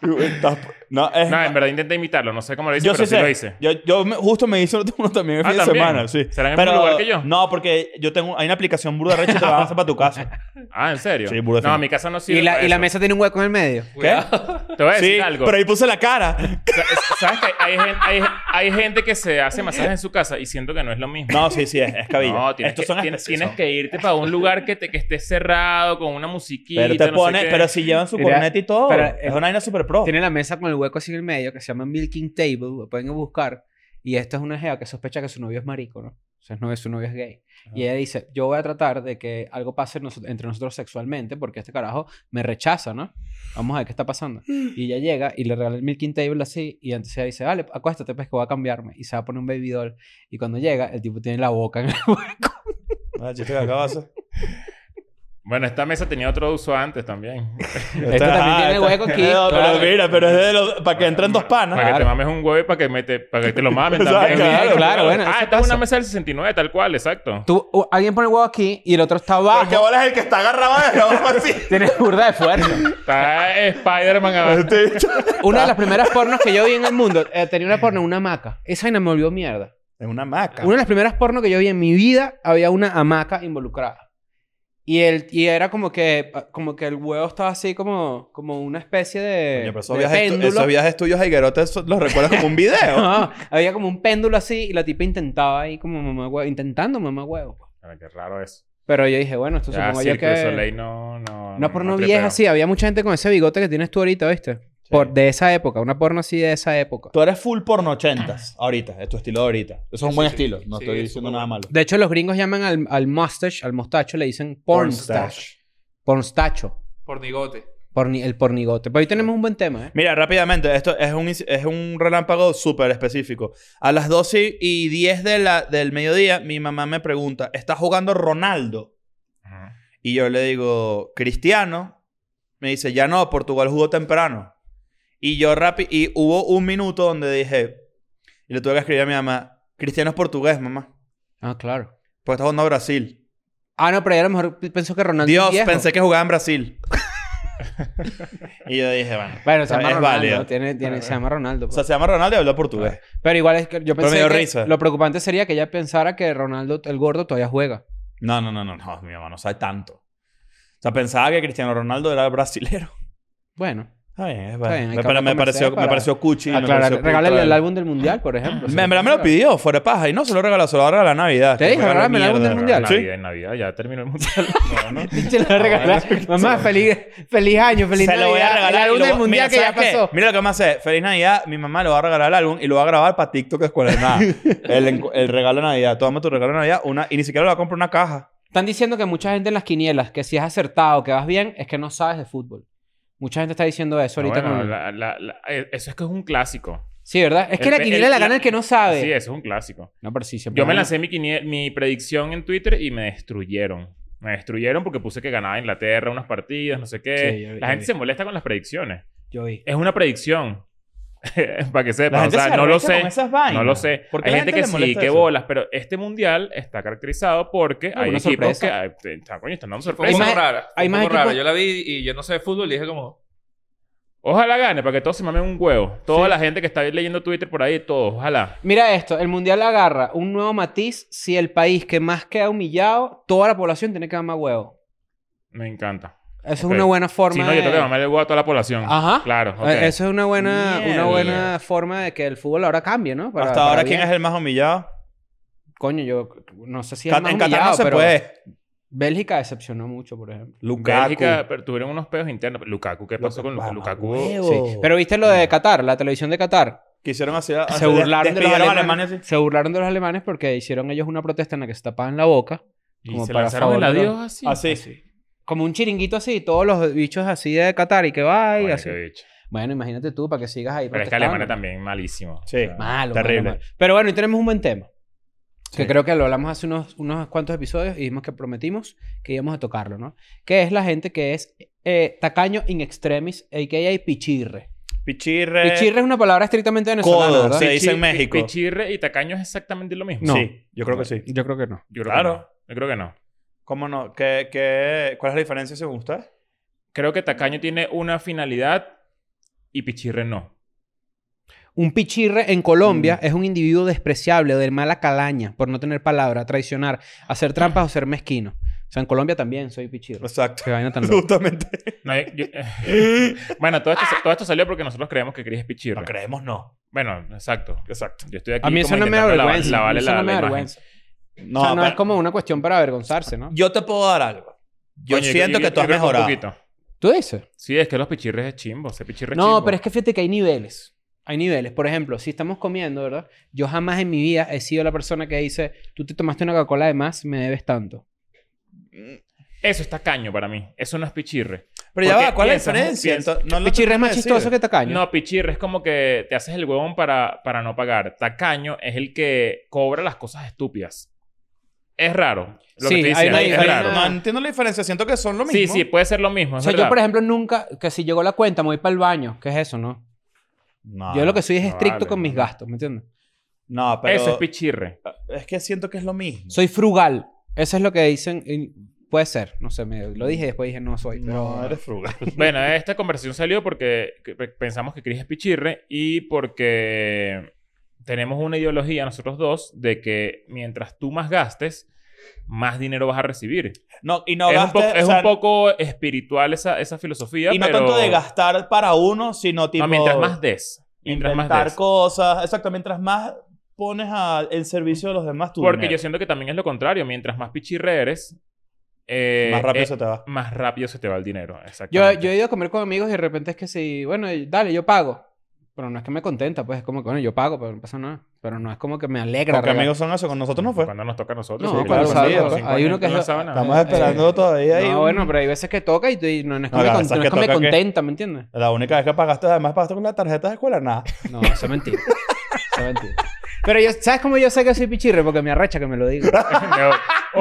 [SPEAKER 1] Estás- no, es...
[SPEAKER 3] No, en verdad intenté imitarlo. No sé cómo lo hice,
[SPEAKER 1] yo
[SPEAKER 3] pero
[SPEAKER 1] sí
[SPEAKER 3] sí
[SPEAKER 1] sé.
[SPEAKER 3] lo hice.
[SPEAKER 1] Yo, yo me- justo me hice uno también el
[SPEAKER 3] Ah,
[SPEAKER 1] fin de
[SPEAKER 3] ¿también?
[SPEAKER 1] semana, sí.
[SPEAKER 3] ¿Será en el mismo lugar que yo?
[SPEAKER 1] No, porque yo tengo... Hay una aplicación burda recha que te la van a hacer para tu casa.
[SPEAKER 3] <laughs> Ah, ¿en serio?
[SPEAKER 1] Sí, burda
[SPEAKER 3] no,
[SPEAKER 1] fino.
[SPEAKER 3] a mi casa no sirve
[SPEAKER 2] y, la,
[SPEAKER 3] para
[SPEAKER 2] y la
[SPEAKER 3] eso.
[SPEAKER 2] mesa tiene un hueco en el medio.
[SPEAKER 4] Cuidado.
[SPEAKER 3] Te voy a decir
[SPEAKER 1] Sí,
[SPEAKER 3] algo.
[SPEAKER 1] pero ahí puse la cara.
[SPEAKER 3] Sa- es- ¿Sabes que hay, gen- hay, hay gente que se hace masajes en su casa y siento que no es lo mismo?
[SPEAKER 1] No, sí, sí, es, es cabilla.
[SPEAKER 3] No, tienes,
[SPEAKER 1] Estos
[SPEAKER 3] que,
[SPEAKER 1] son
[SPEAKER 3] tienes,
[SPEAKER 1] especies,
[SPEAKER 3] tienes
[SPEAKER 1] son.
[SPEAKER 3] que irte para un lugar que, te, que esté cerrado, con una musiquita.
[SPEAKER 1] Pero te
[SPEAKER 3] no sé
[SPEAKER 1] pones...
[SPEAKER 3] qué.
[SPEAKER 1] Pero si llevan su
[SPEAKER 2] Mira,
[SPEAKER 1] corneta y todo.
[SPEAKER 2] pero, eh,
[SPEAKER 1] es una vaina super pro.
[SPEAKER 2] Tiene la mesa con el hueco así en el medio que se llama Milking Table. Lo pueden buscar. Y esta es una jeva que sospecha que su novio es marico, ¿no? O sea, no es su novio es gay. Y ella dice, yo voy a tratar de que algo pase nos- entre nosotros sexualmente porque este carajo me rechaza, ¿no? Vamos a ver qué está pasando. Y ella llega y le regala el Milking Table así y entonces ella dice, vale, acuéstate, pues que voy a cambiarme. Y se va a poner un baby doll. Y cuando llega, el tipo tiene la boca en el <laughs> hueco.
[SPEAKER 1] Ah, chiste que acabas de hacer.
[SPEAKER 3] Bueno, esta mesa tenía otro uso antes también.
[SPEAKER 2] Este también tiene hueco aquí.
[SPEAKER 1] ah, <laughs> No,
[SPEAKER 2] Claro.
[SPEAKER 1] pero mira, pero es de los... Para que entren dos panas.
[SPEAKER 3] Para que te
[SPEAKER 2] Claro.
[SPEAKER 3] mames un huevo y para que, me te- para que te lo
[SPEAKER 1] <laughs>
[SPEAKER 3] mamen
[SPEAKER 1] Exacto,
[SPEAKER 3] también.
[SPEAKER 1] claro,
[SPEAKER 2] claro, bueno,
[SPEAKER 3] Ah,
[SPEAKER 2] eso
[SPEAKER 3] esta es
[SPEAKER 2] pasa.
[SPEAKER 3] una mesa del 69, tal cual, exacto.
[SPEAKER 2] Tú, u- alguien pone el huevo aquí y el otro está
[SPEAKER 1] Porque este
[SPEAKER 2] abajo.
[SPEAKER 1] bola es el que está agarrado de abajo <laughs> así.
[SPEAKER 2] Tiene burda de fuerza.
[SPEAKER 3] Está Spider-Man abajo.
[SPEAKER 1] Este
[SPEAKER 2] Una de las primeras pornos que yo vi en el mundo, eh, tenía una porno, una hamaca. Esa vaina me volvió mierda.
[SPEAKER 1] Es una maca.
[SPEAKER 2] Una de las primeras pornos que yo vi en mi vida, había una hamaca involucrada. Y, el, y era como que, como que el huevo estaba así como, como una especie de,
[SPEAKER 1] Coño, pero esos
[SPEAKER 2] de
[SPEAKER 1] viajes, tu-
[SPEAKER 2] péndulo.
[SPEAKER 1] esos
[SPEAKER 2] <laughs>
[SPEAKER 1] viajes tuyos a Higuerote eso- los recuerdas como un video.
[SPEAKER 2] No, había como un péndulo así y la tipa intentaba ahí como mamá huevo, intentando mamá huevo. pues.
[SPEAKER 3] Ah, Qué raro eso.
[SPEAKER 2] Pero yo dije, bueno, esto
[SPEAKER 3] Ya,
[SPEAKER 2] supongo
[SPEAKER 3] sí,
[SPEAKER 2] yo
[SPEAKER 3] el Cruz
[SPEAKER 2] que...
[SPEAKER 3] Soleil no... No,
[SPEAKER 2] Una porno
[SPEAKER 3] tripeó.
[SPEAKER 2] vieja así, había mucha gente con ese bigote que tienes tú ahorita, ¿viste? Por, de esa época, una porno así de esa época.
[SPEAKER 1] Tú eres full porno ochentas ahorita, es tu estilo de ahorita. Eso es un buen
[SPEAKER 4] sí,
[SPEAKER 1] estilo, no
[SPEAKER 4] sí,
[SPEAKER 1] estoy
[SPEAKER 4] es
[SPEAKER 1] diciendo
[SPEAKER 4] súper
[SPEAKER 1] nada malo.
[SPEAKER 4] bueno.
[SPEAKER 2] De hecho, los gringos llaman al, al mustache, al mostacho, le dicen pornstache. Pornstacho.
[SPEAKER 4] Pornigote.
[SPEAKER 2] Porni- el pornigote. Pero hoy tenemos un buen tema, ¿eh?
[SPEAKER 1] Mira, rápidamente, esto es un, es un relámpago súper específico. A las 12 y 10 de la, del mediodía, mi mamá me pregunta, ¿estás jugando Ronaldo?
[SPEAKER 3] Ajá.
[SPEAKER 1] Y yo le digo, Cristiano. Me dice, ya no, Portugal jugó temprano. Y yo rápido, y hubo un minuto donde dije, y le tuve que escribir a mi mamá, Cristiano es portugués, mamá.
[SPEAKER 2] Ah, claro.
[SPEAKER 1] Pues está jugando a Brasil.
[SPEAKER 2] Ah, no, pero yo a lo mejor pensó que Ronaldo
[SPEAKER 1] Dios,
[SPEAKER 2] es viejo.
[SPEAKER 1] pensé que jugaba en
[SPEAKER 2] <laughs>
[SPEAKER 1] Brasil. y yo dije, bueno.
[SPEAKER 2] Bueno, se llama
[SPEAKER 1] Ah, es
[SPEAKER 2] Ronaldo.
[SPEAKER 1] válido.
[SPEAKER 2] Tiene, tiene, se llama Ronaldo.
[SPEAKER 1] O
[SPEAKER 2] pues.
[SPEAKER 1] sea, se llama Ronaldo y habla portugués.
[SPEAKER 2] pero igual es que
[SPEAKER 1] Pero
[SPEAKER 2] yo
[SPEAKER 1] me
[SPEAKER 2] pensé
[SPEAKER 1] dio
[SPEAKER 2] que
[SPEAKER 1] risa.
[SPEAKER 2] lo preocupante sería que ella pensara que Ronaldo, el gordo, todavía juega.
[SPEAKER 1] No, no, no, no, no, mi mamá no sabe tanto. O sea, pensaba que Cristiano Ronaldo era brasilero. <laughs>
[SPEAKER 2] Bueno.
[SPEAKER 1] Está bien, es
[SPEAKER 2] bien,
[SPEAKER 1] verdad.
[SPEAKER 2] hay que
[SPEAKER 1] Pero me
[SPEAKER 2] convencer
[SPEAKER 1] pareció, me
[SPEAKER 2] para
[SPEAKER 1] pareció cuchi. me
[SPEAKER 2] aclarar,
[SPEAKER 1] pareció
[SPEAKER 2] regálale
[SPEAKER 1] puta.
[SPEAKER 2] el álbum del mundial, por ejemplo.
[SPEAKER 1] Me, en verdad me lo pidió, fuera de paja. Y no se lo regaló, se lo regaló a Navidad.
[SPEAKER 2] Te
[SPEAKER 1] Que
[SPEAKER 2] dije,
[SPEAKER 1] regalo de
[SPEAKER 2] regálame el álbum
[SPEAKER 1] mierda.
[SPEAKER 2] del Mundial.
[SPEAKER 1] Sí.
[SPEAKER 3] Navidad, Ah, en Navidad, ya terminó el mundial.
[SPEAKER 2] <laughs> Se
[SPEAKER 1] <laughs>
[SPEAKER 2] lo regalé. Mamá, feliz, feliz año, feliz
[SPEAKER 1] se lo voy a
[SPEAKER 2] Navidad.
[SPEAKER 1] regalar.
[SPEAKER 2] El álbum
[SPEAKER 1] y lo
[SPEAKER 2] del
[SPEAKER 1] voy- mira,
[SPEAKER 2] mundial que ya
[SPEAKER 1] ¿sabes qué?
[SPEAKER 2] pasó.
[SPEAKER 1] Mira lo que me hace. Feliz Navidad. Mi mamá le va a regalar el álbum y lo va a grabar para TikTok Escuela de
[SPEAKER 2] <laughs>
[SPEAKER 1] Nada. el, encu- el regalo de Navidad. Toma tu regalo de Navidad. Una, y ni siquiera lo va a comprar una caja.
[SPEAKER 2] Están diciendo que mucha gente en las quinielas, que si es acertado, que vas bien, es que no sabes de fútbol. Mucha gente está diciendo eso ahorita.
[SPEAKER 3] Ah, Bueno,
[SPEAKER 2] con-
[SPEAKER 3] la- la- la- eh, eso es que es un clásico.
[SPEAKER 2] Sí, ¿verdad? Es que
[SPEAKER 3] El
[SPEAKER 2] la
[SPEAKER 3] pe-
[SPEAKER 2] quiniela
[SPEAKER 3] el-
[SPEAKER 2] la gana
[SPEAKER 3] la-
[SPEAKER 2] el que no
[SPEAKER 1] Ah,
[SPEAKER 2] sabe.
[SPEAKER 3] Sí, eso es un clásico.
[SPEAKER 2] No, pero sí, siempre
[SPEAKER 3] Yo me
[SPEAKER 2] gana.
[SPEAKER 3] lancé mi, quinie- mi predicción en Twitter y me destruyeron. Me destruyeron porque puse que ganaba Inglaterra unas partidas, no sé qué.
[SPEAKER 2] Sí, yo vi, yo
[SPEAKER 3] la gente
[SPEAKER 2] vi.
[SPEAKER 3] se molesta con las predicciones.
[SPEAKER 2] Yo vi.
[SPEAKER 3] Es una predicción. <laughs> Para que
[SPEAKER 1] La
[SPEAKER 3] sepas. O
[SPEAKER 1] gente se
[SPEAKER 3] sea, no lo
[SPEAKER 1] arrecha
[SPEAKER 3] sé.
[SPEAKER 1] con esas vainas.
[SPEAKER 3] No lo sé.
[SPEAKER 1] ¿Por qué
[SPEAKER 3] Hay
[SPEAKER 1] la
[SPEAKER 3] gente,
[SPEAKER 1] gente le
[SPEAKER 3] que sí,
[SPEAKER 1] molesta
[SPEAKER 3] que
[SPEAKER 1] eso?
[SPEAKER 3] bolas, pero este mundial está caracterizado porque hay
[SPEAKER 2] una
[SPEAKER 3] equipos
[SPEAKER 2] sorpresa.
[SPEAKER 3] que. ah, te- está, coño, están dando
[SPEAKER 4] Fue un
[SPEAKER 3] sorpresas.
[SPEAKER 4] poco
[SPEAKER 2] más-
[SPEAKER 4] rara. Fue
[SPEAKER 2] hay
[SPEAKER 4] un
[SPEAKER 2] más
[SPEAKER 4] poco rara.
[SPEAKER 2] equipos-
[SPEAKER 4] Yo la vi y yo no sé de fútbol y dije como...
[SPEAKER 3] Ojalá gane para que todos se mamen un huevo. Toda la gente que está leyendo Twitter por ahí, todos, ojalá.
[SPEAKER 2] Mira esto, el mundial agarra un nuevo matiz si el país que más queda humillado, toda la población tiene que mamar huevo.
[SPEAKER 3] Me encanta.
[SPEAKER 2] Eso
[SPEAKER 3] Ok.
[SPEAKER 2] es una buena forma
[SPEAKER 3] Si no,
[SPEAKER 2] de...
[SPEAKER 3] yo tengo que mamar el huevo a toda la población.
[SPEAKER 2] Ajá.
[SPEAKER 3] Claro. ok.
[SPEAKER 2] Eh, Eso es una buena, una
[SPEAKER 1] Mierda.
[SPEAKER 2] buena forma de que el fútbol ahora cambie, ¿no? Para-
[SPEAKER 1] Hasta
[SPEAKER 2] para
[SPEAKER 1] ahora,
[SPEAKER 2] bien.
[SPEAKER 1] ¿quién es el más humillado?
[SPEAKER 2] Coño, yo no sé si es
[SPEAKER 1] Cat-
[SPEAKER 2] más
[SPEAKER 1] en Qatar no
[SPEAKER 2] humillado,
[SPEAKER 1] se
[SPEAKER 2] pero
[SPEAKER 1] puede.
[SPEAKER 2] Bélgica decepcionó mucho, por ejemplo.
[SPEAKER 1] Lukaku.
[SPEAKER 3] Bélgica pero tuvieron unos pedos internos. Lukaku, ¿qué pasó con Lukaku? Lukaku?
[SPEAKER 2] Sí.
[SPEAKER 1] Oh,
[SPEAKER 2] Pero viste lo de Qatar, la televisión de Qatar.
[SPEAKER 1] Quisieron hacer...
[SPEAKER 2] Se burlaron de los
[SPEAKER 1] despidieron a
[SPEAKER 2] alemanes.
[SPEAKER 1] Alemania, sí.
[SPEAKER 2] Se burlaron de los alemanes porque hicieron ellos una protesta en la que se tapaban la boca.
[SPEAKER 3] Y
[SPEAKER 2] como
[SPEAKER 3] se
[SPEAKER 2] para
[SPEAKER 3] lanzaron el
[SPEAKER 2] favorecer-
[SPEAKER 3] adiós así.
[SPEAKER 1] Así.
[SPEAKER 2] Como un chiringuito así, todos los bichos así de Qatar y que va y
[SPEAKER 3] Ay,
[SPEAKER 2] así.
[SPEAKER 3] qué bicho.
[SPEAKER 2] Bueno, imagínate tú para que sigas ahí.
[SPEAKER 3] Pero es que
[SPEAKER 2] protestando.
[SPEAKER 3] Alemania también malísimo.
[SPEAKER 1] Sí.
[SPEAKER 3] O sea,
[SPEAKER 2] Malo.
[SPEAKER 1] Terrible.
[SPEAKER 2] malo, malo. Pero bueno, y tenemos un buen tema.
[SPEAKER 1] Sí.
[SPEAKER 2] Que creo que lo hablamos hace unos, unos cuantos episodios y dijimos que prometimos que íbamos a tocarlo, ¿no? Que es la gente que es eh, tacaño in extremis, a.k.a. pichirre.
[SPEAKER 1] Pichirre.
[SPEAKER 2] Pichirre es una palabra estrictamente venezolana,
[SPEAKER 1] Eh, Codo,
[SPEAKER 2] ¿verdad?
[SPEAKER 1] Se dice en
[SPEAKER 3] Pichi-
[SPEAKER 1] México.
[SPEAKER 3] Pichirre y tacaño es exactamente lo mismo.
[SPEAKER 2] No.
[SPEAKER 1] Sí, yo creo que sí.
[SPEAKER 2] Yo creo que no.
[SPEAKER 3] Yo creo
[SPEAKER 1] Claro.
[SPEAKER 3] que no. Yo creo que no.
[SPEAKER 1] ¿Cómo no? ¿Qué, qué, ¿Cuál es la diferencia según usted?
[SPEAKER 3] Creo que tacaño tiene una finalidad y pichirre no.
[SPEAKER 2] Un pichirre en Colombia
[SPEAKER 1] Mm.
[SPEAKER 2] es un individuo despreciable o de mala calaña por no tener palabra, traicionar, hacer trampas o ser mezquino. O sea, en Colombia también soy pichirre.
[SPEAKER 1] Exacto.
[SPEAKER 2] Qué vaina <laughs> tan loca.
[SPEAKER 1] Justamente.
[SPEAKER 3] <laughs> No, yo- eh, bueno, todo esto, todo esto salió porque nosotros creemos que Chris es pichirre.
[SPEAKER 1] No creemos, no. Bueno,
[SPEAKER 3] Bueno, exacto.
[SPEAKER 1] exacto.
[SPEAKER 3] Yo estoy aquí
[SPEAKER 2] A mí eso
[SPEAKER 3] como
[SPEAKER 2] no me
[SPEAKER 3] intentando
[SPEAKER 2] avergüenza.
[SPEAKER 3] lavar- lavarle
[SPEAKER 2] eso
[SPEAKER 3] la-
[SPEAKER 2] no me
[SPEAKER 3] la imagen.
[SPEAKER 2] avergüenza.
[SPEAKER 1] No,
[SPEAKER 2] o sea, no
[SPEAKER 1] pero-
[SPEAKER 2] es como una cuestión para avergonzarse, ¿no?
[SPEAKER 1] Yo te puedo dar algo. Yo
[SPEAKER 3] Coño,
[SPEAKER 1] siento
[SPEAKER 3] yo-
[SPEAKER 1] que tú
[SPEAKER 3] yo
[SPEAKER 1] has
[SPEAKER 3] creo un
[SPEAKER 1] mejorado.
[SPEAKER 3] poquito.
[SPEAKER 2] ¿Tú dices?
[SPEAKER 3] Sí, es que los pichirres es chimbo. Ese pichirre es
[SPEAKER 2] No,
[SPEAKER 3] chimbo.
[SPEAKER 2] pero es que fíjate que hay niveles. Hay niveles. Por ejemplo, si estamos comiendo, ¿verdad? Yo jamás en mi vida he sido la persona que dice, tú te tomaste una Coca-Cola de más, me debes tanto.
[SPEAKER 3] Eso es tacaño para mí. Eso no es pichirre.
[SPEAKER 1] Pero ya
[SPEAKER 3] Porque
[SPEAKER 1] va, ¿cuál es
[SPEAKER 3] piensas,
[SPEAKER 1] la diferencia?
[SPEAKER 3] piensas-
[SPEAKER 1] Entonces, no lo
[SPEAKER 2] Pichirre es más
[SPEAKER 1] terminé de
[SPEAKER 2] chistoso
[SPEAKER 1] decir.
[SPEAKER 2] que tacaño.
[SPEAKER 3] No, pichirre es como que te haces el huevón para, para no pagar. Tacaño es el que cobra las cosas estúpidas. Es raro. Lo
[SPEAKER 2] Sí,
[SPEAKER 3] que
[SPEAKER 2] hay
[SPEAKER 3] estoy diciendo.
[SPEAKER 2] una
[SPEAKER 3] Es
[SPEAKER 2] diferencia.
[SPEAKER 3] raro.
[SPEAKER 1] No entiendo la diferencia. Siento que son lo mismo.
[SPEAKER 3] Sí, sí, puede ser lo mismo.
[SPEAKER 2] o
[SPEAKER 3] Es
[SPEAKER 2] sea, yo,
[SPEAKER 3] verdad.
[SPEAKER 2] por ejemplo, nunca, que si llegó la cuenta, me voy para el baño. ¿Qué es eso, no?
[SPEAKER 1] No,
[SPEAKER 2] yo lo que soy es
[SPEAKER 3] no
[SPEAKER 2] estricto
[SPEAKER 3] vale,
[SPEAKER 2] con
[SPEAKER 3] no,
[SPEAKER 2] mis
[SPEAKER 3] no.
[SPEAKER 2] gastos, ¿me entiendes?
[SPEAKER 1] No, pero...
[SPEAKER 3] Eso
[SPEAKER 1] <laughs>
[SPEAKER 3] es pichirre.
[SPEAKER 1] Es que siento que es lo mismo.
[SPEAKER 2] Soy frugal. Eso es lo que dicen. y puede ser. No sé, me, lo dije y después dije, no soy. pero-
[SPEAKER 1] No, eres frugal.
[SPEAKER 3] Bueno, esta conversación salió porque que- pe- pensamos que Chris es pichirre y porque tenemos una ideología nosotros dos de que mientras tú más gastes, más dinero vas a recibir.
[SPEAKER 1] No, y no
[SPEAKER 3] es, un
[SPEAKER 1] gastes...
[SPEAKER 3] poco, es
[SPEAKER 1] o sea,
[SPEAKER 3] un poco espiritual esa, esa filosofía,
[SPEAKER 1] Y no
[SPEAKER 3] pero...
[SPEAKER 1] tanto de gastar para uno, sino tipo...
[SPEAKER 3] No, mientras más des. Mientras más
[SPEAKER 1] inventar
[SPEAKER 3] des.
[SPEAKER 1] cosas. Exacto, mientras más pones a- el servicio de los demás tú.
[SPEAKER 3] Porque yo siento que también es lo contrario. Mientras más pichirre eres... eh,
[SPEAKER 1] Más rápido
[SPEAKER 3] eh,
[SPEAKER 1] se te va.
[SPEAKER 3] más rápido se te va el dinero.
[SPEAKER 2] Yo,
[SPEAKER 3] Exactamente.
[SPEAKER 2] yo he ido a comer con amigos y de repente es que si, bueno, y- dale, yo pago. Pero no es que me contenta, pues es como que, bueno, yo pago, pero no pasa nada. Pero no es como que me alegra.
[SPEAKER 1] Porque
[SPEAKER 2] regalar.
[SPEAKER 1] amigos son eso, con nosotros no fue.
[SPEAKER 3] Cuando nos toca a nosotros.
[SPEAKER 2] No, pues.
[SPEAKER 3] sí,
[SPEAKER 1] claro,
[SPEAKER 3] cuando
[SPEAKER 1] claro,
[SPEAKER 3] nosotros,
[SPEAKER 1] claro.
[SPEAKER 3] cinco
[SPEAKER 2] Hay
[SPEAKER 3] años,
[SPEAKER 2] uno que
[SPEAKER 3] tú
[SPEAKER 2] es-
[SPEAKER 3] no sabes nada.
[SPEAKER 1] Estamos
[SPEAKER 3] eh.
[SPEAKER 1] esperando todavía ahí.
[SPEAKER 2] No,
[SPEAKER 1] un-
[SPEAKER 2] bueno, pero hay veces que toca y, tú- y no, no es como
[SPEAKER 1] No,
[SPEAKER 2] que,
[SPEAKER 1] la
[SPEAKER 2] con-
[SPEAKER 1] verdad
[SPEAKER 2] no
[SPEAKER 1] es que
[SPEAKER 2] es que me
[SPEAKER 1] toca que-
[SPEAKER 2] contenta, ¿me entiendes?
[SPEAKER 1] La única vez que pagaste, además pagaste con la tarjeta de escuela,
[SPEAKER 3] <laughs>
[SPEAKER 1] nada.
[SPEAKER 2] No, eso es mentira. eso es mentira. Pero yo, ¿sabes cómo yo sé que soy pichirre? Porque me arrecha que me lo diga.
[SPEAKER 3] <laughs> No,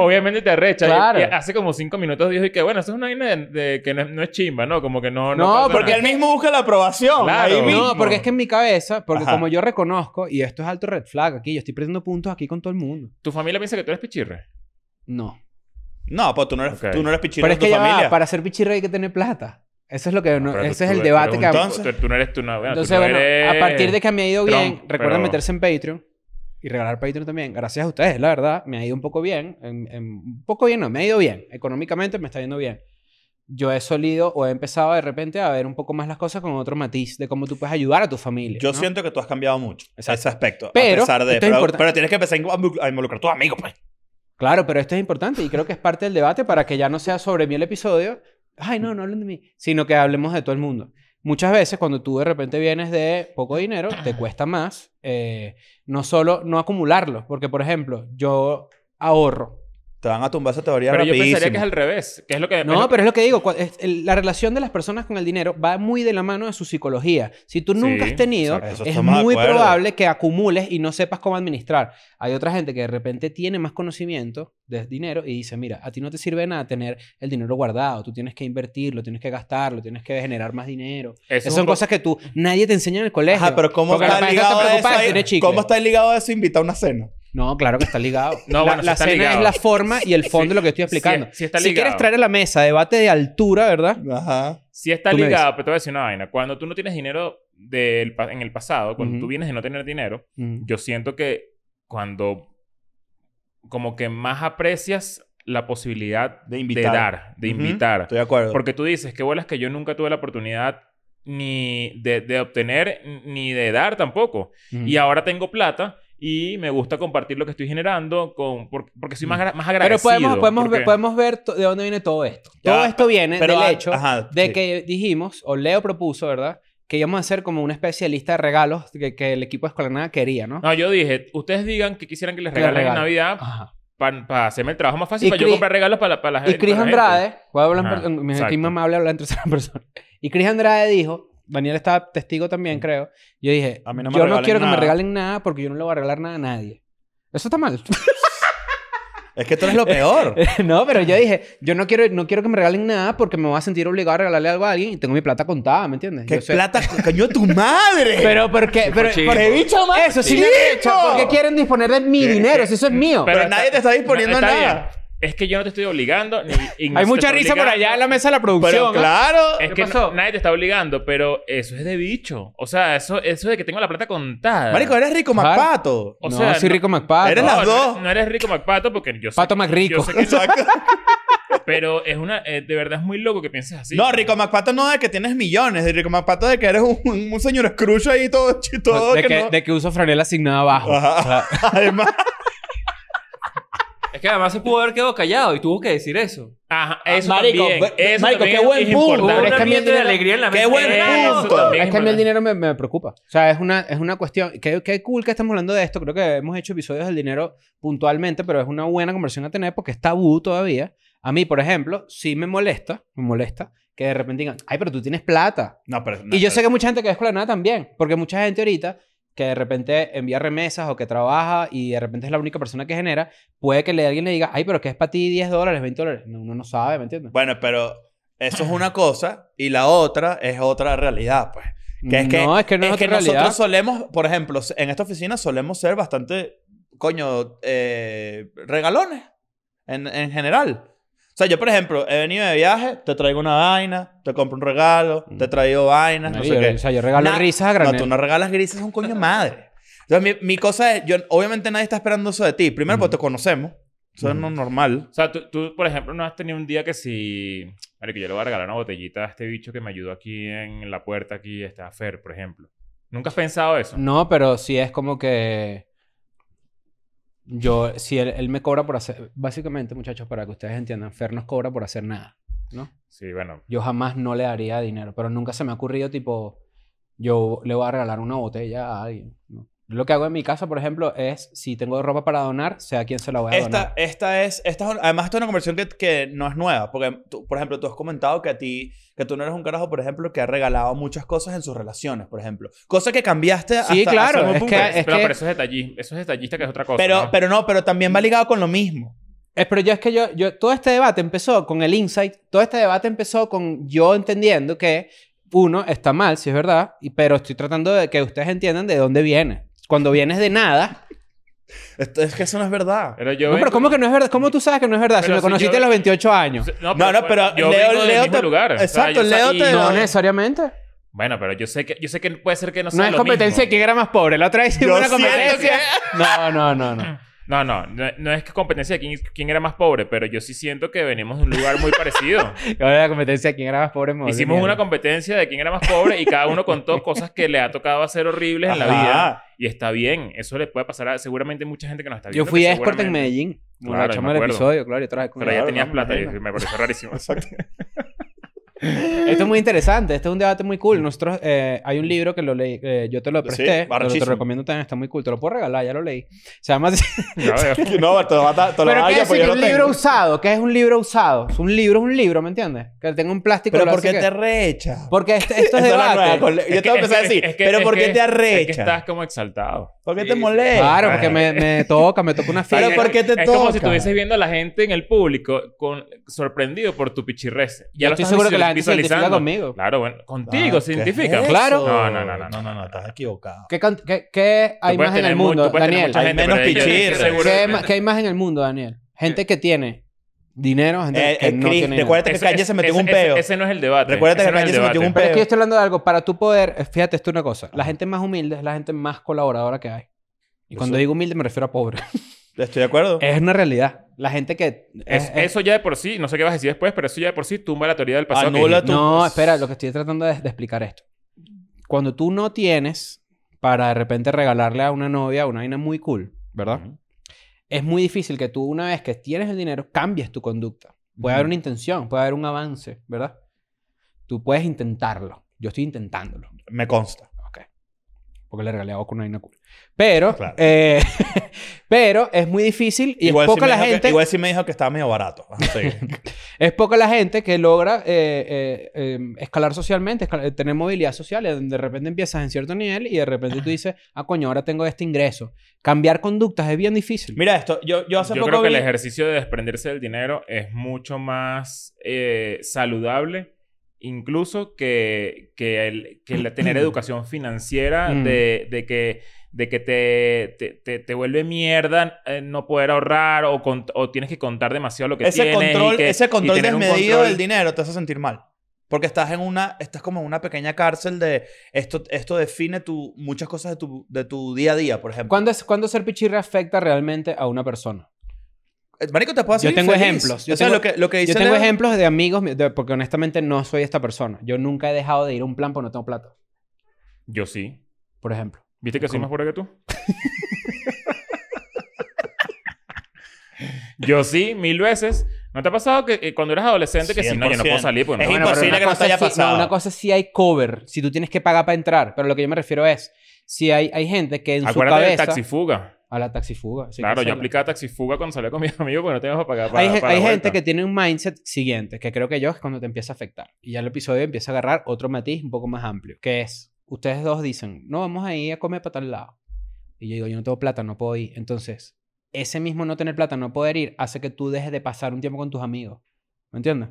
[SPEAKER 3] obviamente te arrecha. Y-
[SPEAKER 2] Claro.
[SPEAKER 3] y hace como cinco minutos dijo y que bueno, eso es una vaina de, de que no, es- no es chimba, ¿no? Como que no.
[SPEAKER 2] No,
[SPEAKER 3] pasa
[SPEAKER 1] Porque
[SPEAKER 3] nada.
[SPEAKER 1] él mismo busca la aprobación.
[SPEAKER 3] Claro.
[SPEAKER 1] ahí mismo.
[SPEAKER 2] No, porque es que en mi cabeza, porque
[SPEAKER 1] Ajá.
[SPEAKER 2] como yo reconozco, y esto es alto red flag aquí, yo estoy perdiendo puntos aquí con todo el mundo.
[SPEAKER 3] Tu familia piensa que tú eres pichirre.
[SPEAKER 2] No.
[SPEAKER 1] No, pues tú no eres,
[SPEAKER 3] Ok.
[SPEAKER 1] tú no eres pichirre
[SPEAKER 2] Pero es
[SPEAKER 1] de
[SPEAKER 2] que
[SPEAKER 1] tu
[SPEAKER 2] ya va,
[SPEAKER 1] familia.
[SPEAKER 2] para ser pichirre hay que tener plata. Eso es lo que no-
[SPEAKER 3] Pero tú-
[SPEAKER 2] ese es
[SPEAKER 3] tú-
[SPEAKER 2] el
[SPEAKER 3] tú
[SPEAKER 2] debate
[SPEAKER 3] eres
[SPEAKER 2] que
[SPEAKER 3] un
[SPEAKER 1] a-
[SPEAKER 3] tonto, Tú, tú no eres tú, no. bueno, tú
[SPEAKER 2] Entonces,
[SPEAKER 3] no
[SPEAKER 2] bueno,
[SPEAKER 3] eres-
[SPEAKER 2] a partir de que me ha ido
[SPEAKER 3] Trump,
[SPEAKER 2] bien, recuerden
[SPEAKER 3] pero-
[SPEAKER 2] meterse en Patreon y regalar Patreon también. Gracias a ustedes, la verdad, me ha ido un poco bien. En, en- un poco bien, no, me ha ido bien. Económicamente me está yendo bien. Yo he solido o he empezado de repente a ver un poco más las cosas con otro matiz de cómo tú puedes ayudar a tu familia.
[SPEAKER 1] Yo
[SPEAKER 2] ¿no?
[SPEAKER 1] siento que tú has cambiado mucho
[SPEAKER 2] Exacto.
[SPEAKER 1] ese aspecto.
[SPEAKER 2] Pero,
[SPEAKER 1] a pesar de,
[SPEAKER 2] esto es
[SPEAKER 1] pero,
[SPEAKER 2] importante.
[SPEAKER 1] pero tienes que empezar a involuc- a involucrar a tus amigos, pues.
[SPEAKER 2] Claro, pero esto es importante y creo que es parte del debate para que ya no sea sobre mí el episodio. Ay, no, no hablen de mí. Sino que hablemos de todo el mundo. Muchas veces cuando tú de repente vienes de poco dinero, te cuesta más eh, no solo no acumularlo. Porque, por ejemplo, yo ahorro.
[SPEAKER 1] Te van a tumbar esa teoría
[SPEAKER 3] Pero yo
[SPEAKER 1] rapidísimo.
[SPEAKER 3] pensaría que es al revés. Que es lo que. es
[SPEAKER 2] No,
[SPEAKER 3] lo-
[SPEAKER 2] pero es lo que digo. cua- es- el- La relación de las personas con el dinero va muy de la mano de su psicología. Si tú nunca
[SPEAKER 3] Sí,
[SPEAKER 2] has tenido,
[SPEAKER 1] exacto. Eso
[SPEAKER 2] es
[SPEAKER 1] estamos de
[SPEAKER 2] muy
[SPEAKER 1] acuerdo.
[SPEAKER 2] probable que acumules y no sepas cómo administrar. Hay otra gente que de repente tiene más conocimiento de dinero y dice, mira, a ti no te sirve de nada tener el dinero guardado. Tú tienes que invertirlo, tienes que gastarlo, tienes que generar más dinero.
[SPEAKER 3] eso es
[SPEAKER 2] Esas
[SPEAKER 3] un
[SPEAKER 2] son
[SPEAKER 3] po-
[SPEAKER 2] cosas que tú, nadie te enseña en el colegio.
[SPEAKER 1] Ajá, pero ¿cómo
[SPEAKER 2] Porque
[SPEAKER 1] está,
[SPEAKER 2] capaz no te
[SPEAKER 1] ligado a eso
[SPEAKER 2] preocupas de
[SPEAKER 1] ahí-
[SPEAKER 2] tener chicle.
[SPEAKER 1] ¿Cómo está ligado a eso invitar a una cena?
[SPEAKER 2] No, claro que
[SPEAKER 1] <laughs>
[SPEAKER 2] está ligado.
[SPEAKER 3] No,
[SPEAKER 2] la,
[SPEAKER 3] bueno, sí
[SPEAKER 2] la
[SPEAKER 3] está
[SPEAKER 2] cena
[SPEAKER 3] ligado.
[SPEAKER 2] es la forma y el fondo de lo que estoy explicando.
[SPEAKER 3] Sí, sí está
[SPEAKER 2] si quieres
[SPEAKER 3] ligado.
[SPEAKER 2] traer a la mesa debate de altura, ¿verdad?
[SPEAKER 1] Ajá.
[SPEAKER 3] Sí está
[SPEAKER 2] Tú me
[SPEAKER 3] ligado,
[SPEAKER 2] dices.
[SPEAKER 3] pero te voy a decir una vaina. Cuando tú no tienes dinero del pa- en el pasado, cuando
[SPEAKER 2] Ujú.
[SPEAKER 3] tú vienes de no tener dinero,
[SPEAKER 2] Mm.
[SPEAKER 3] yo siento que cuando como que más aprecias la posibilidad
[SPEAKER 1] De invitar.
[SPEAKER 3] de dar, de
[SPEAKER 1] Ujú.
[SPEAKER 3] invitar.
[SPEAKER 1] Estoy de acuerdo.
[SPEAKER 3] Porque tú dices que bolas que yo nunca tuve la oportunidad ni de, de obtener ni de dar tampoco.
[SPEAKER 2] Mm.
[SPEAKER 3] Y ahora tengo plata Y me gusta compartir lo que estoy generando con, por- porque soy más, gra- más agradecido.
[SPEAKER 2] Pero podemos, podemos,
[SPEAKER 3] porque-
[SPEAKER 2] ver, podemos ver to- de dónde viene todo esto.
[SPEAKER 1] Ya,
[SPEAKER 2] todo esto viene
[SPEAKER 1] pero
[SPEAKER 2] del
[SPEAKER 1] a-
[SPEAKER 2] hecho
[SPEAKER 1] ajá,
[SPEAKER 2] de
[SPEAKER 1] sí.
[SPEAKER 2] que dijimos, o Leo propuso, ¿verdad? Que íbamos a hacer como una especie de lista de regalos que, que el equipo de Escuela de Nada quería, ¿no?
[SPEAKER 3] No, yo dije, ustedes digan que quisieran que les
[SPEAKER 2] Que
[SPEAKER 3] regalen en
[SPEAKER 2] regalen.
[SPEAKER 3] Navidad
[SPEAKER 2] Ajá.
[SPEAKER 3] para hacerme el trabajo
[SPEAKER 2] Y
[SPEAKER 3] más fácil, para yo
[SPEAKER 2] Chris-
[SPEAKER 3] comprar regalos para, la- para la
[SPEAKER 2] Y
[SPEAKER 3] gente.
[SPEAKER 2] Chris
[SPEAKER 3] para la gente.
[SPEAKER 2] Andrade, voy a hablar en
[SPEAKER 3] Ah, Ajá,
[SPEAKER 2] per- en- mi-
[SPEAKER 3] exacto.
[SPEAKER 2] aquí me habla hablar en tercera persona. <laughs> Y Chris Andrade dijo, Daniel estaba testigo también, creo. Yo dije,
[SPEAKER 1] Mm. A mí no me
[SPEAKER 2] yo no
[SPEAKER 1] regalen
[SPEAKER 2] quiero que me
[SPEAKER 1] nada".
[SPEAKER 2] regalen nada porque yo no le voy a regalar nada a nadie. Eso está mal.
[SPEAKER 1] Es que tú
[SPEAKER 2] <laughs>
[SPEAKER 1] eres lo peor.
[SPEAKER 2] no, pero yo dije, yo no quiero, no quiero que me regalen nada porque me voy a sentir obligado a regalarle algo a alguien y tengo mi plata contada, ¿me entiendes?
[SPEAKER 1] ¡Qué
[SPEAKER 2] Yo sé-
[SPEAKER 1] plata, coño, tu madre!
[SPEAKER 2] <laughs> Pero porque, pero,
[SPEAKER 4] chico.
[SPEAKER 2] porque-
[SPEAKER 4] ¡Qué
[SPEAKER 1] bicho más
[SPEAKER 2] eso sí me
[SPEAKER 1] chico!
[SPEAKER 2] arrecha, porque quieren disponer de mi
[SPEAKER 1] ¿Qué-
[SPEAKER 2] dinero,
[SPEAKER 1] qué-
[SPEAKER 2] si eso es mío.
[SPEAKER 1] Pero nadie te está disponiendo
[SPEAKER 3] no,
[SPEAKER 1] nada.
[SPEAKER 3] bien. Es que yo no te estoy obligando. ni- y no
[SPEAKER 2] Hay
[SPEAKER 3] se te
[SPEAKER 2] mucha
[SPEAKER 3] está
[SPEAKER 2] risa por
[SPEAKER 3] obligando.
[SPEAKER 2] allá en la mesa de la producción.
[SPEAKER 1] Pero
[SPEAKER 2] ¿ah?
[SPEAKER 1] claro.
[SPEAKER 3] Es
[SPEAKER 2] ¿Qué
[SPEAKER 3] que no-
[SPEAKER 2] pasó?
[SPEAKER 3] nadie te está obligando, pero eso es de bicho. O sea, eso, eso de que tengo la plata contada.
[SPEAKER 1] Marico, eres rico
[SPEAKER 2] Claro.
[SPEAKER 1] MacPato.
[SPEAKER 3] o
[SPEAKER 2] no,
[SPEAKER 3] sea,
[SPEAKER 2] sí,
[SPEAKER 3] no-
[SPEAKER 2] Rico McPato.
[SPEAKER 1] Eres
[SPEAKER 3] no,
[SPEAKER 1] las
[SPEAKER 3] no
[SPEAKER 1] dos.
[SPEAKER 3] eres- No eres rico McPato porque yo sé.
[SPEAKER 2] Pato MacRico.
[SPEAKER 3] yo sé que-
[SPEAKER 1] Exacto.
[SPEAKER 3] <laughs> pero es una. eh, de verdad es muy loco que pienses así.
[SPEAKER 1] No, Rico MacPato no de que tienes millones. de Rico MacPato de que eres un, un señor Scrooge ahí todo... chi- todo
[SPEAKER 2] de, que,
[SPEAKER 1] no-
[SPEAKER 2] de que uso franela asignada abajo.
[SPEAKER 1] Ajá.
[SPEAKER 2] O sea,
[SPEAKER 1] <laughs> Además,
[SPEAKER 4] Es que además se pudo haber quedado callado y tuvo que decir eso.
[SPEAKER 3] Ajá, eso
[SPEAKER 2] Ah, Marico,
[SPEAKER 3] también.
[SPEAKER 2] ve-
[SPEAKER 3] Eso
[SPEAKER 1] marico,
[SPEAKER 3] también
[SPEAKER 1] qué
[SPEAKER 3] es-
[SPEAKER 1] buen
[SPEAKER 3] es
[SPEAKER 1] punto.
[SPEAKER 3] importante.
[SPEAKER 4] Hubo un
[SPEAKER 2] es que a mí el
[SPEAKER 4] ambiente de
[SPEAKER 2] dinero-
[SPEAKER 4] alegría en la
[SPEAKER 1] ¡Qué
[SPEAKER 4] mesa.
[SPEAKER 1] buen
[SPEAKER 4] Eso
[SPEAKER 1] punto!
[SPEAKER 4] también
[SPEAKER 2] es que a mí el
[SPEAKER 3] importante.
[SPEAKER 2] dinero me, me preocupa. O sea, es una, es una cuestión. Qué, qué cool que estamos hablando de esto. Creo que hemos hecho episodios del dinero puntualmente, pero es una buena conversión a tener porque es tabú todavía. A mí, por ejemplo, sí me molesta, me molesta que de repente digan, ay, pero tú tienes plata.
[SPEAKER 1] No, pero...
[SPEAKER 2] Y yo sé que mucha gente que es escuela de nada también, porque mucha gente ahorita que de repente envía remesas o que trabaja y de repente es la única persona que genera, puede que le, alguien le diga, ay, pero que es para ti 10 dólares, 20 dólares. No, Uno no sabe, ¿me entiendes?
[SPEAKER 1] Bueno, pero eso es una cosa y la otra es otra realidad, pues. Que es que,
[SPEAKER 2] no, es que no es,
[SPEAKER 1] es que
[SPEAKER 2] otra realidad.
[SPEAKER 1] nosotros solemos, por ejemplo, en esta oficina solemos ser bastante, coño, eh, regalones en, en general. O sea, yo, por ejemplo, he venido de viaje, te traigo una vaina, te compro un regalo,
[SPEAKER 2] Mm.
[SPEAKER 1] te he traído vainas, no,
[SPEAKER 2] Marico,
[SPEAKER 1] sé qué.
[SPEAKER 2] O sea, yo regalo
[SPEAKER 1] Na-
[SPEAKER 2] risas
[SPEAKER 1] No,
[SPEAKER 2] a granel.
[SPEAKER 1] tú no regalas grises a un coño de madre. Entonces, mi, mi cosa es, yo, obviamente nadie está esperando eso de ti. Primero, porque te conocemos. Eso es no normal.
[SPEAKER 3] O sea, tú, tú, por ejemplo, no has tenido un día que si... Marico, yo le voy a regalar una botellita a este bicho que me ayudó aquí en la puerta, aquí está Fer, por ejemplo. ¿Nunca has pensado eso?
[SPEAKER 2] No, pero sí es como que. Yo, si él, él me cobra por hacer. Básicamente, muchachos, para que ustedes entiendan, Fer nos cobra por hacer nada.
[SPEAKER 3] Sí, bueno.
[SPEAKER 2] Yo jamás no le daría dinero, pero nunca se me ha ocurrido, tipo, yo le voy a regalar una botella a alguien. ¿no? Lo que hago en mi casa, por ejemplo, es si tengo ropa para donar, sé a quién se la voy a
[SPEAKER 1] Esta,
[SPEAKER 2] donar.
[SPEAKER 1] esta es, esta es- además, esta es una conversión que, que no es nueva. Porque, tú- por ejemplo, tú has comentado que a ti, que tú no eres un carajo, por ejemplo, que ha regalado muchas cosas en sus relaciones, por ejemplo. Cosa que cambiaste
[SPEAKER 2] Sí,
[SPEAKER 1] hasta
[SPEAKER 2] claro,
[SPEAKER 1] hace muy
[SPEAKER 2] es
[SPEAKER 1] poco.
[SPEAKER 2] que-
[SPEAKER 3] Pero, pero-
[SPEAKER 2] que-
[SPEAKER 3] pero eso es detallista, eso es detallista que es otra cosa.
[SPEAKER 1] pero,
[SPEAKER 3] ¿no?
[SPEAKER 1] pero no, pero también va ligado con lo mismo.
[SPEAKER 2] Es, pero yo es que yo, yo, todo este debate empezó con el insight, todo este debate empezó con yo entendiendo que uno está mal, si es verdad, y, pero estoy tratando de que ustedes entiendan de dónde viene. Cuando vienes de nada.
[SPEAKER 1] Esto- es que eso no es verdad.
[SPEAKER 3] Pero yo
[SPEAKER 2] No, pero
[SPEAKER 3] vengo-
[SPEAKER 2] ¿cómo que no es verdad? ¿Cómo tú sabes que no es verdad? si
[SPEAKER 3] Pero
[SPEAKER 2] me
[SPEAKER 3] si
[SPEAKER 2] conociste
[SPEAKER 3] yo-
[SPEAKER 2] a los 28 años.
[SPEAKER 1] No, no, pero
[SPEAKER 3] yo
[SPEAKER 1] Leo-
[SPEAKER 3] vengo del
[SPEAKER 1] Leo
[SPEAKER 3] mismo
[SPEAKER 1] te-
[SPEAKER 3] lugar. O sea,
[SPEAKER 1] Exacto,
[SPEAKER 3] yo sa-
[SPEAKER 1] Leo te-
[SPEAKER 3] y-
[SPEAKER 2] No necesariamente.
[SPEAKER 3] Bueno, pero yo sé que, yo sé que puede ser que no sea
[SPEAKER 2] No es
[SPEAKER 3] lo
[SPEAKER 2] competencia de
[SPEAKER 3] mismo.
[SPEAKER 2] quién era más pobre. La otra vez
[SPEAKER 1] Yo
[SPEAKER 2] hicimos una
[SPEAKER 1] siento
[SPEAKER 2] competencia. No, no, no, no.
[SPEAKER 3] No, no, no, no es que competencia de quién, quién era más pobre, pero yo sí siento que venimos de un lugar muy parecido.
[SPEAKER 2] Ahora la competencia de quién era más pobre. me volvió
[SPEAKER 3] Hicimos
[SPEAKER 2] mierda.
[SPEAKER 3] una competencia de quién era más pobre y cada uno contó cosas que le ha tocado hacer horribles en la
[SPEAKER 1] Ajá.
[SPEAKER 3] vida. Y está bien, eso le puede pasar a seguramente mucha gente que nos está viendo.
[SPEAKER 2] Yo fui
[SPEAKER 3] que
[SPEAKER 2] a Sport en
[SPEAKER 3] seguramente-
[SPEAKER 2] Medellín. Como
[SPEAKER 3] Claro,
[SPEAKER 2] la
[SPEAKER 3] yo
[SPEAKER 2] chama
[SPEAKER 3] me
[SPEAKER 2] del
[SPEAKER 3] acuerdo.
[SPEAKER 2] episodio, claro. Yo traje con
[SPEAKER 3] Pero ya
[SPEAKER 1] Claro,
[SPEAKER 3] tenías
[SPEAKER 1] no,
[SPEAKER 3] plata y
[SPEAKER 1] imagino.
[SPEAKER 3] me pareció rarísimo. <laughs>
[SPEAKER 2] Esto es muy interesante, este es un debate muy cool. Nosotros, eh, hay un libro que lo leí, eh, yo te lo
[SPEAKER 1] Sí,
[SPEAKER 2] presté, pero te
[SPEAKER 1] arrechísimo.
[SPEAKER 2] lo recomiendo también, está muy cool, te lo puedo regalar, ya lo leí. Se llama así.
[SPEAKER 3] Ya veo.
[SPEAKER 1] <laughs> No, te lo va a dar- te lo
[SPEAKER 2] pero
[SPEAKER 1] va a
[SPEAKER 2] ¿qué
[SPEAKER 1] dar
[SPEAKER 2] es
[SPEAKER 1] pues yo
[SPEAKER 2] que
[SPEAKER 1] lo
[SPEAKER 2] un
[SPEAKER 1] tengo.
[SPEAKER 2] libro usado? ¿Qué es un libro usado? Es un libro, es un libro, ¿me entiendes? Que tengo un plástico.
[SPEAKER 1] Pero
[SPEAKER 2] lo
[SPEAKER 1] ¿por
[SPEAKER 2] hace
[SPEAKER 1] qué
[SPEAKER 2] que-
[SPEAKER 1] te arrecha?
[SPEAKER 2] Porque este, esto es
[SPEAKER 1] Esa es la nueva,
[SPEAKER 2] debate.
[SPEAKER 1] con- Yo
[SPEAKER 3] Es
[SPEAKER 1] te
[SPEAKER 3] que-
[SPEAKER 1] voy a
[SPEAKER 3] es
[SPEAKER 1] empezar a
[SPEAKER 3] que-
[SPEAKER 1] decir,
[SPEAKER 3] es que-
[SPEAKER 1] pero
[SPEAKER 3] es
[SPEAKER 1] ¿por qué
[SPEAKER 3] que-
[SPEAKER 1] te
[SPEAKER 3] Es que estás
[SPEAKER 1] arrecha?
[SPEAKER 3] como exaltado.
[SPEAKER 1] ¿Por qué
[SPEAKER 4] Sí,
[SPEAKER 1] te
[SPEAKER 4] sí.
[SPEAKER 1] molesta?
[SPEAKER 2] Claro, porque me, me toca, me toca una
[SPEAKER 1] Pero
[SPEAKER 2] fila.
[SPEAKER 1] ¿por qué te
[SPEAKER 3] es como si
[SPEAKER 1] toca?
[SPEAKER 3] estuvieses viendo a la gente en el público con, sorprendido por tu pichirrese.
[SPEAKER 2] Yo
[SPEAKER 3] Ya lo
[SPEAKER 2] estoy
[SPEAKER 3] estás
[SPEAKER 2] seguro que
[SPEAKER 3] visual-
[SPEAKER 2] la gente se identifica
[SPEAKER 3] visualizando.
[SPEAKER 2] conmigo.
[SPEAKER 3] Claro, bueno, contigo
[SPEAKER 1] Ah,
[SPEAKER 3] se
[SPEAKER 1] ¿qué
[SPEAKER 3] identifica.
[SPEAKER 1] es
[SPEAKER 2] Claro.
[SPEAKER 1] eso?
[SPEAKER 3] No, no, no, no,
[SPEAKER 1] No, no, no, estás equivocado.
[SPEAKER 2] ¿Qué, can- qué- qué
[SPEAKER 3] Tú
[SPEAKER 2] hay
[SPEAKER 3] puedes
[SPEAKER 2] más en
[SPEAKER 3] tener
[SPEAKER 2] el
[SPEAKER 3] mu- tú
[SPEAKER 2] mundo,
[SPEAKER 3] puedes tener
[SPEAKER 2] Daniel?
[SPEAKER 3] mucha
[SPEAKER 1] Hay
[SPEAKER 3] gente,
[SPEAKER 1] menos
[SPEAKER 3] pero yo- yo
[SPEAKER 1] pichirres.
[SPEAKER 3] seguro
[SPEAKER 2] ¿Qué,
[SPEAKER 3] que-
[SPEAKER 2] hay ma- qué hay más en el mundo, Daniel? Gente que tiene dinero, gente
[SPEAKER 1] Eh,
[SPEAKER 2] que
[SPEAKER 1] eh,
[SPEAKER 2] no
[SPEAKER 1] Chris, recuerda-
[SPEAKER 2] tiene dinero.
[SPEAKER 1] Fíjate que
[SPEAKER 3] Ese-
[SPEAKER 1] Kanye se metió
[SPEAKER 3] ese-
[SPEAKER 1] un peo.
[SPEAKER 3] Ese, ese no es el debate.
[SPEAKER 1] Recuérdate
[SPEAKER 3] Ese
[SPEAKER 1] que
[SPEAKER 3] no es el
[SPEAKER 1] Kanye se metió
[SPEAKER 3] debate.
[SPEAKER 1] un
[SPEAKER 2] Pero es
[SPEAKER 1] peo.
[SPEAKER 2] que yo estoy hablando de algo. Para tú poder, eh, fíjate, esto es una cosa. La gente más humilde es la gente más colaboradora que hay. Y
[SPEAKER 1] Yo
[SPEAKER 2] cuando
[SPEAKER 1] sé.
[SPEAKER 2] digo humilde me refiero
[SPEAKER 1] <laughs>
[SPEAKER 2] a pobre.
[SPEAKER 1] Estoy de acuerdo.
[SPEAKER 2] es una realidad. La gente que...
[SPEAKER 3] Es-
[SPEAKER 2] es- es-
[SPEAKER 3] eso ya de por sí, no sé qué vas a decir después, pero eso ya de por sí tumba la teoría del
[SPEAKER 1] Ah,
[SPEAKER 3] pasado. que
[SPEAKER 1] Anula
[SPEAKER 3] dijiste.
[SPEAKER 1] tú-
[SPEAKER 2] No, espera, lo que estoy tratando de, de explicar esto. Cuando tú no tienes para de repente regalarle a una novia una vaina muy cool, ¿verdad?
[SPEAKER 1] Ujú.
[SPEAKER 2] Es muy difícil que tú, una vez que tienes el dinero, cambies tu conducta. Puede haber
[SPEAKER 1] Ujú.
[SPEAKER 2] una intención, puede haber un avance, ¿verdad? Tú puedes intentarlo. Yo estoy intentándolo.
[SPEAKER 1] Me consta.
[SPEAKER 2] Porque le regalé a Boca una vaina cool. Pero,
[SPEAKER 1] Claro.
[SPEAKER 2] eh, <laughs> pero es muy difícil y es
[SPEAKER 1] sí
[SPEAKER 2] poca
[SPEAKER 1] me
[SPEAKER 2] la
[SPEAKER 1] dijo que-
[SPEAKER 2] gente.
[SPEAKER 1] igual sí me dijo que estaba medio barato. Ajá, <laughs> sí.
[SPEAKER 2] Es poca la gente que logra eh, eh, eh, escalar socialmente, escal- eh, tener movilidad social. y De repente empiezas en cierto nivel y de repente tú dices, ah, coño, ahora tengo este ingreso. Cambiar conductas es bien difícil.
[SPEAKER 1] Mira esto, yo, yo hace
[SPEAKER 3] Yo
[SPEAKER 1] poco
[SPEAKER 3] creo que el
[SPEAKER 1] vi-
[SPEAKER 3] ejercicio de desprenderse del dinero es mucho más eh, saludable, incluso que, que el, que el tener educación financiera,
[SPEAKER 2] Mm.
[SPEAKER 3] de, de que, de que te, te, te- te vuelve mierda eh, no poder ahorrar o, cont- o tienes que contar demasiado lo que
[SPEAKER 1] ese
[SPEAKER 3] tienes. y
[SPEAKER 1] control,
[SPEAKER 3] que-
[SPEAKER 1] ese
[SPEAKER 3] y
[SPEAKER 1] control
[SPEAKER 3] tener un
[SPEAKER 1] desmedido
[SPEAKER 3] control-
[SPEAKER 1] del dinero te hace sentir mal. Porque estás en una, estás como en una pequeña cárcel de esto, esto define tu, muchas cosas de tu, de tu día a día, por ejemplo.
[SPEAKER 2] ¿Cuándo, es- cuándo ser pichirre afecta realmente a una persona?
[SPEAKER 1] Eh, Marico, te puedo hacer
[SPEAKER 2] Yo tengo
[SPEAKER 1] infeliz.
[SPEAKER 2] ejemplos, yo
[SPEAKER 1] o sea,
[SPEAKER 2] tengo-
[SPEAKER 1] lo que, lo que dice
[SPEAKER 2] Yo tengo
[SPEAKER 1] Leo-
[SPEAKER 2] ejemplos de amigos, mi- de- porque honestamente no soy esta persona. Yo nunca he dejado de ir a un plan porque no tengo plata,
[SPEAKER 3] Yo sí.
[SPEAKER 2] por ejemplo.
[SPEAKER 3] ¿Viste que soy
[SPEAKER 2] ¿Cómo?
[SPEAKER 3] más pobre
[SPEAKER 2] <laughs>
[SPEAKER 3] que tú? Yo sí, mil veces. ¿No te ha pasado que eh, cuando eras adolescente que si no, yo no puedo
[SPEAKER 1] 100%.
[SPEAKER 3] salir? Pues,
[SPEAKER 1] Es
[SPEAKER 3] no,
[SPEAKER 2] Bueno, pero
[SPEAKER 1] imposible
[SPEAKER 2] una
[SPEAKER 1] que no te
[SPEAKER 2] cosa
[SPEAKER 1] haya
[SPEAKER 2] es si-
[SPEAKER 1] pasado.
[SPEAKER 2] una cosa es si hay cover, si tú tienes que pagar para entrar. Pero lo que yo me refiero es, si hay, hay gente que en
[SPEAKER 3] Acuérdate
[SPEAKER 2] su
[SPEAKER 3] del
[SPEAKER 2] cabeza...
[SPEAKER 3] taxifuga.
[SPEAKER 2] A la taxifuga. sí,
[SPEAKER 3] claro,
[SPEAKER 2] que
[SPEAKER 3] yo
[SPEAKER 2] sea la-
[SPEAKER 3] aplicaba taxifuga cuando salía con mis amigos porque no teníamos para pagar para,
[SPEAKER 2] hay gen-
[SPEAKER 3] para la
[SPEAKER 2] hay gente que
[SPEAKER 3] vuelta.
[SPEAKER 2] tiene un mindset siguiente, que creo que yo es cuando te empieza a afectar. Y ya el episodio empieza a agarrar otro matiz un poco más amplio, que es, ustedes dos dicen, no, vamos a ir a comer para tal lado. Y yo digo, yo no tengo plata, no puedo ir. Entonces, ese mismo no tener plata, no poder ir, hace que tú dejes de pasar un tiempo con tus amigos. ¿Me entiendes?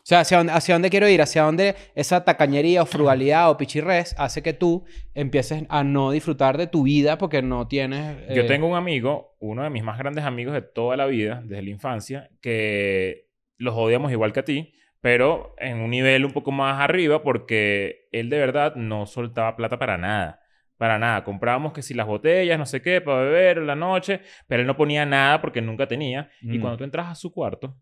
[SPEAKER 2] O sea, hacia dónde, hacia dónde quiero ir, hacia dónde esa tacañería o frugalidad o pichirres hace que tú empieces a no disfrutar de tu vida porque no tienes...
[SPEAKER 3] Yo
[SPEAKER 2] eh,
[SPEAKER 3] tengo un amigo, uno de mis más grandes amigos de toda la vida, desde la infancia, que los odiamos igual que a ti, pero en un nivel un poco más arriba porque él de verdad no soltaba plata para nada. Para nada. Comprábamos que si las botellas, no sé qué, para beber en la noche, pero él no ponía nada porque nunca tenía. Y
[SPEAKER 1] Mm.
[SPEAKER 3] cuando tú entras a su cuarto,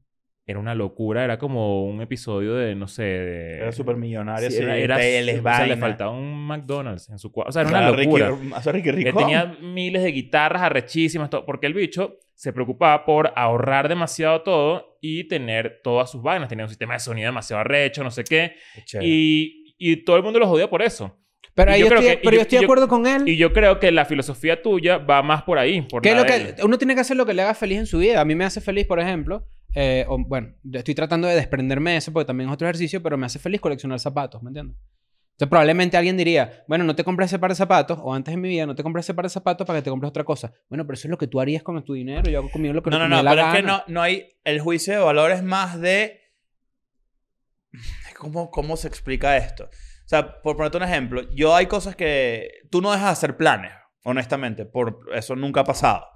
[SPEAKER 3] era una locura, era como un episodio de, no sé, de...
[SPEAKER 1] Era súper millonario,
[SPEAKER 3] Sí, era, era su- o sea, le faltaba un McDonald's en su cuarto. O sea, era una locura. Él tenía miles de guitarras arrechísimas, todo, porque el bicho se preocupaba por ahorrar demasiado todo y tener todas sus vainas. Tenía un sistema de sonido demasiado arrecho, no sé qué. Y, y todo el mundo lo jodía por eso.
[SPEAKER 2] Pero,
[SPEAKER 3] y
[SPEAKER 2] ahí
[SPEAKER 3] yo
[SPEAKER 2] yo
[SPEAKER 3] creo
[SPEAKER 2] estoy,
[SPEAKER 3] que- y
[SPEAKER 2] pero
[SPEAKER 3] yo-
[SPEAKER 2] yo estoy
[SPEAKER 3] y
[SPEAKER 2] de
[SPEAKER 3] yo-
[SPEAKER 2] acuerdo con él.
[SPEAKER 3] Y yo creo que la filosofía tuya va más por ahí. Por
[SPEAKER 2] ¿Qué es
[SPEAKER 3] la
[SPEAKER 2] lo
[SPEAKER 3] de
[SPEAKER 2] que
[SPEAKER 3] él.
[SPEAKER 2] uno tiene que hacer lo que le haga feliz en su vida? A mí me hace feliz, por ejemplo, eh, o, bueno, yo estoy tratando de desprenderme de eso porque también es otro ejercicio, pero me hace feliz coleccionar zapatos, ¿me entiendes? Entonces probablemente alguien diría, bueno, no te compres ese par de zapatos, o antes en mi vida, no te compres ese par de zapatos para que te compres otra cosa. Bueno, pero eso es lo que tú harías con tu dinero, yo hago conmigo lo que
[SPEAKER 1] No, no,
[SPEAKER 2] me dé
[SPEAKER 1] no,
[SPEAKER 2] la
[SPEAKER 1] pero es que
[SPEAKER 2] gana.
[SPEAKER 1] no, no hay. El juicio de valor es más de. ¿Cómo, ¿Cómo se explica esto? O sea, por ponerte un ejemplo, yo hay cosas que. Tú no dejas de hacer planes, honestamente, por eso nunca ha pasado.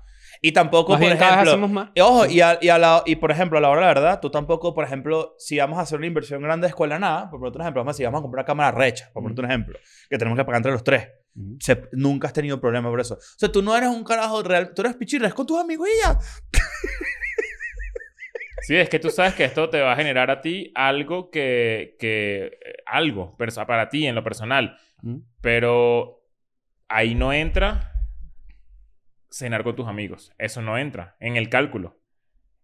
[SPEAKER 1] Y tampoco,
[SPEAKER 2] Más
[SPEAKER 1] por
[SPEAKER 2] bien, cada vez
[SPEAKER 1] ejemplo.
[SPEAKER 2] hacemos más.
[SPEAKER 1] Y Ojo, y, a, y, a la- y por ejemplo, a la hora de la verdad, tú tampoco, por ejemplo, si vamos a hacer una inversión grande de escuela nada, por otro ejemplo, vamos a decir, vamos a comprar cámara recha, por
[SPEAKER 2] Mm.
[SPEAKER 1] otro ejemplo, que tenemos que pagar entre los tres.
[SPEAKER 2] Ujú.
[SPEAKER 1] Se- nunca has tenido problema por eso. O sea, tú no eres un carajo real, tú eres pichirres con tus amigos y ya.
[SPEAKER 3] Sí, es que tú sabes que esto te va a generar a ti algo que... que eh, algo perso- para ti en lo personal.
[SPEAKER 2] Mm.
[SPEAKER 3] Pero ahí no entra cenar con tus amigos. Eso no entra en el cálculo.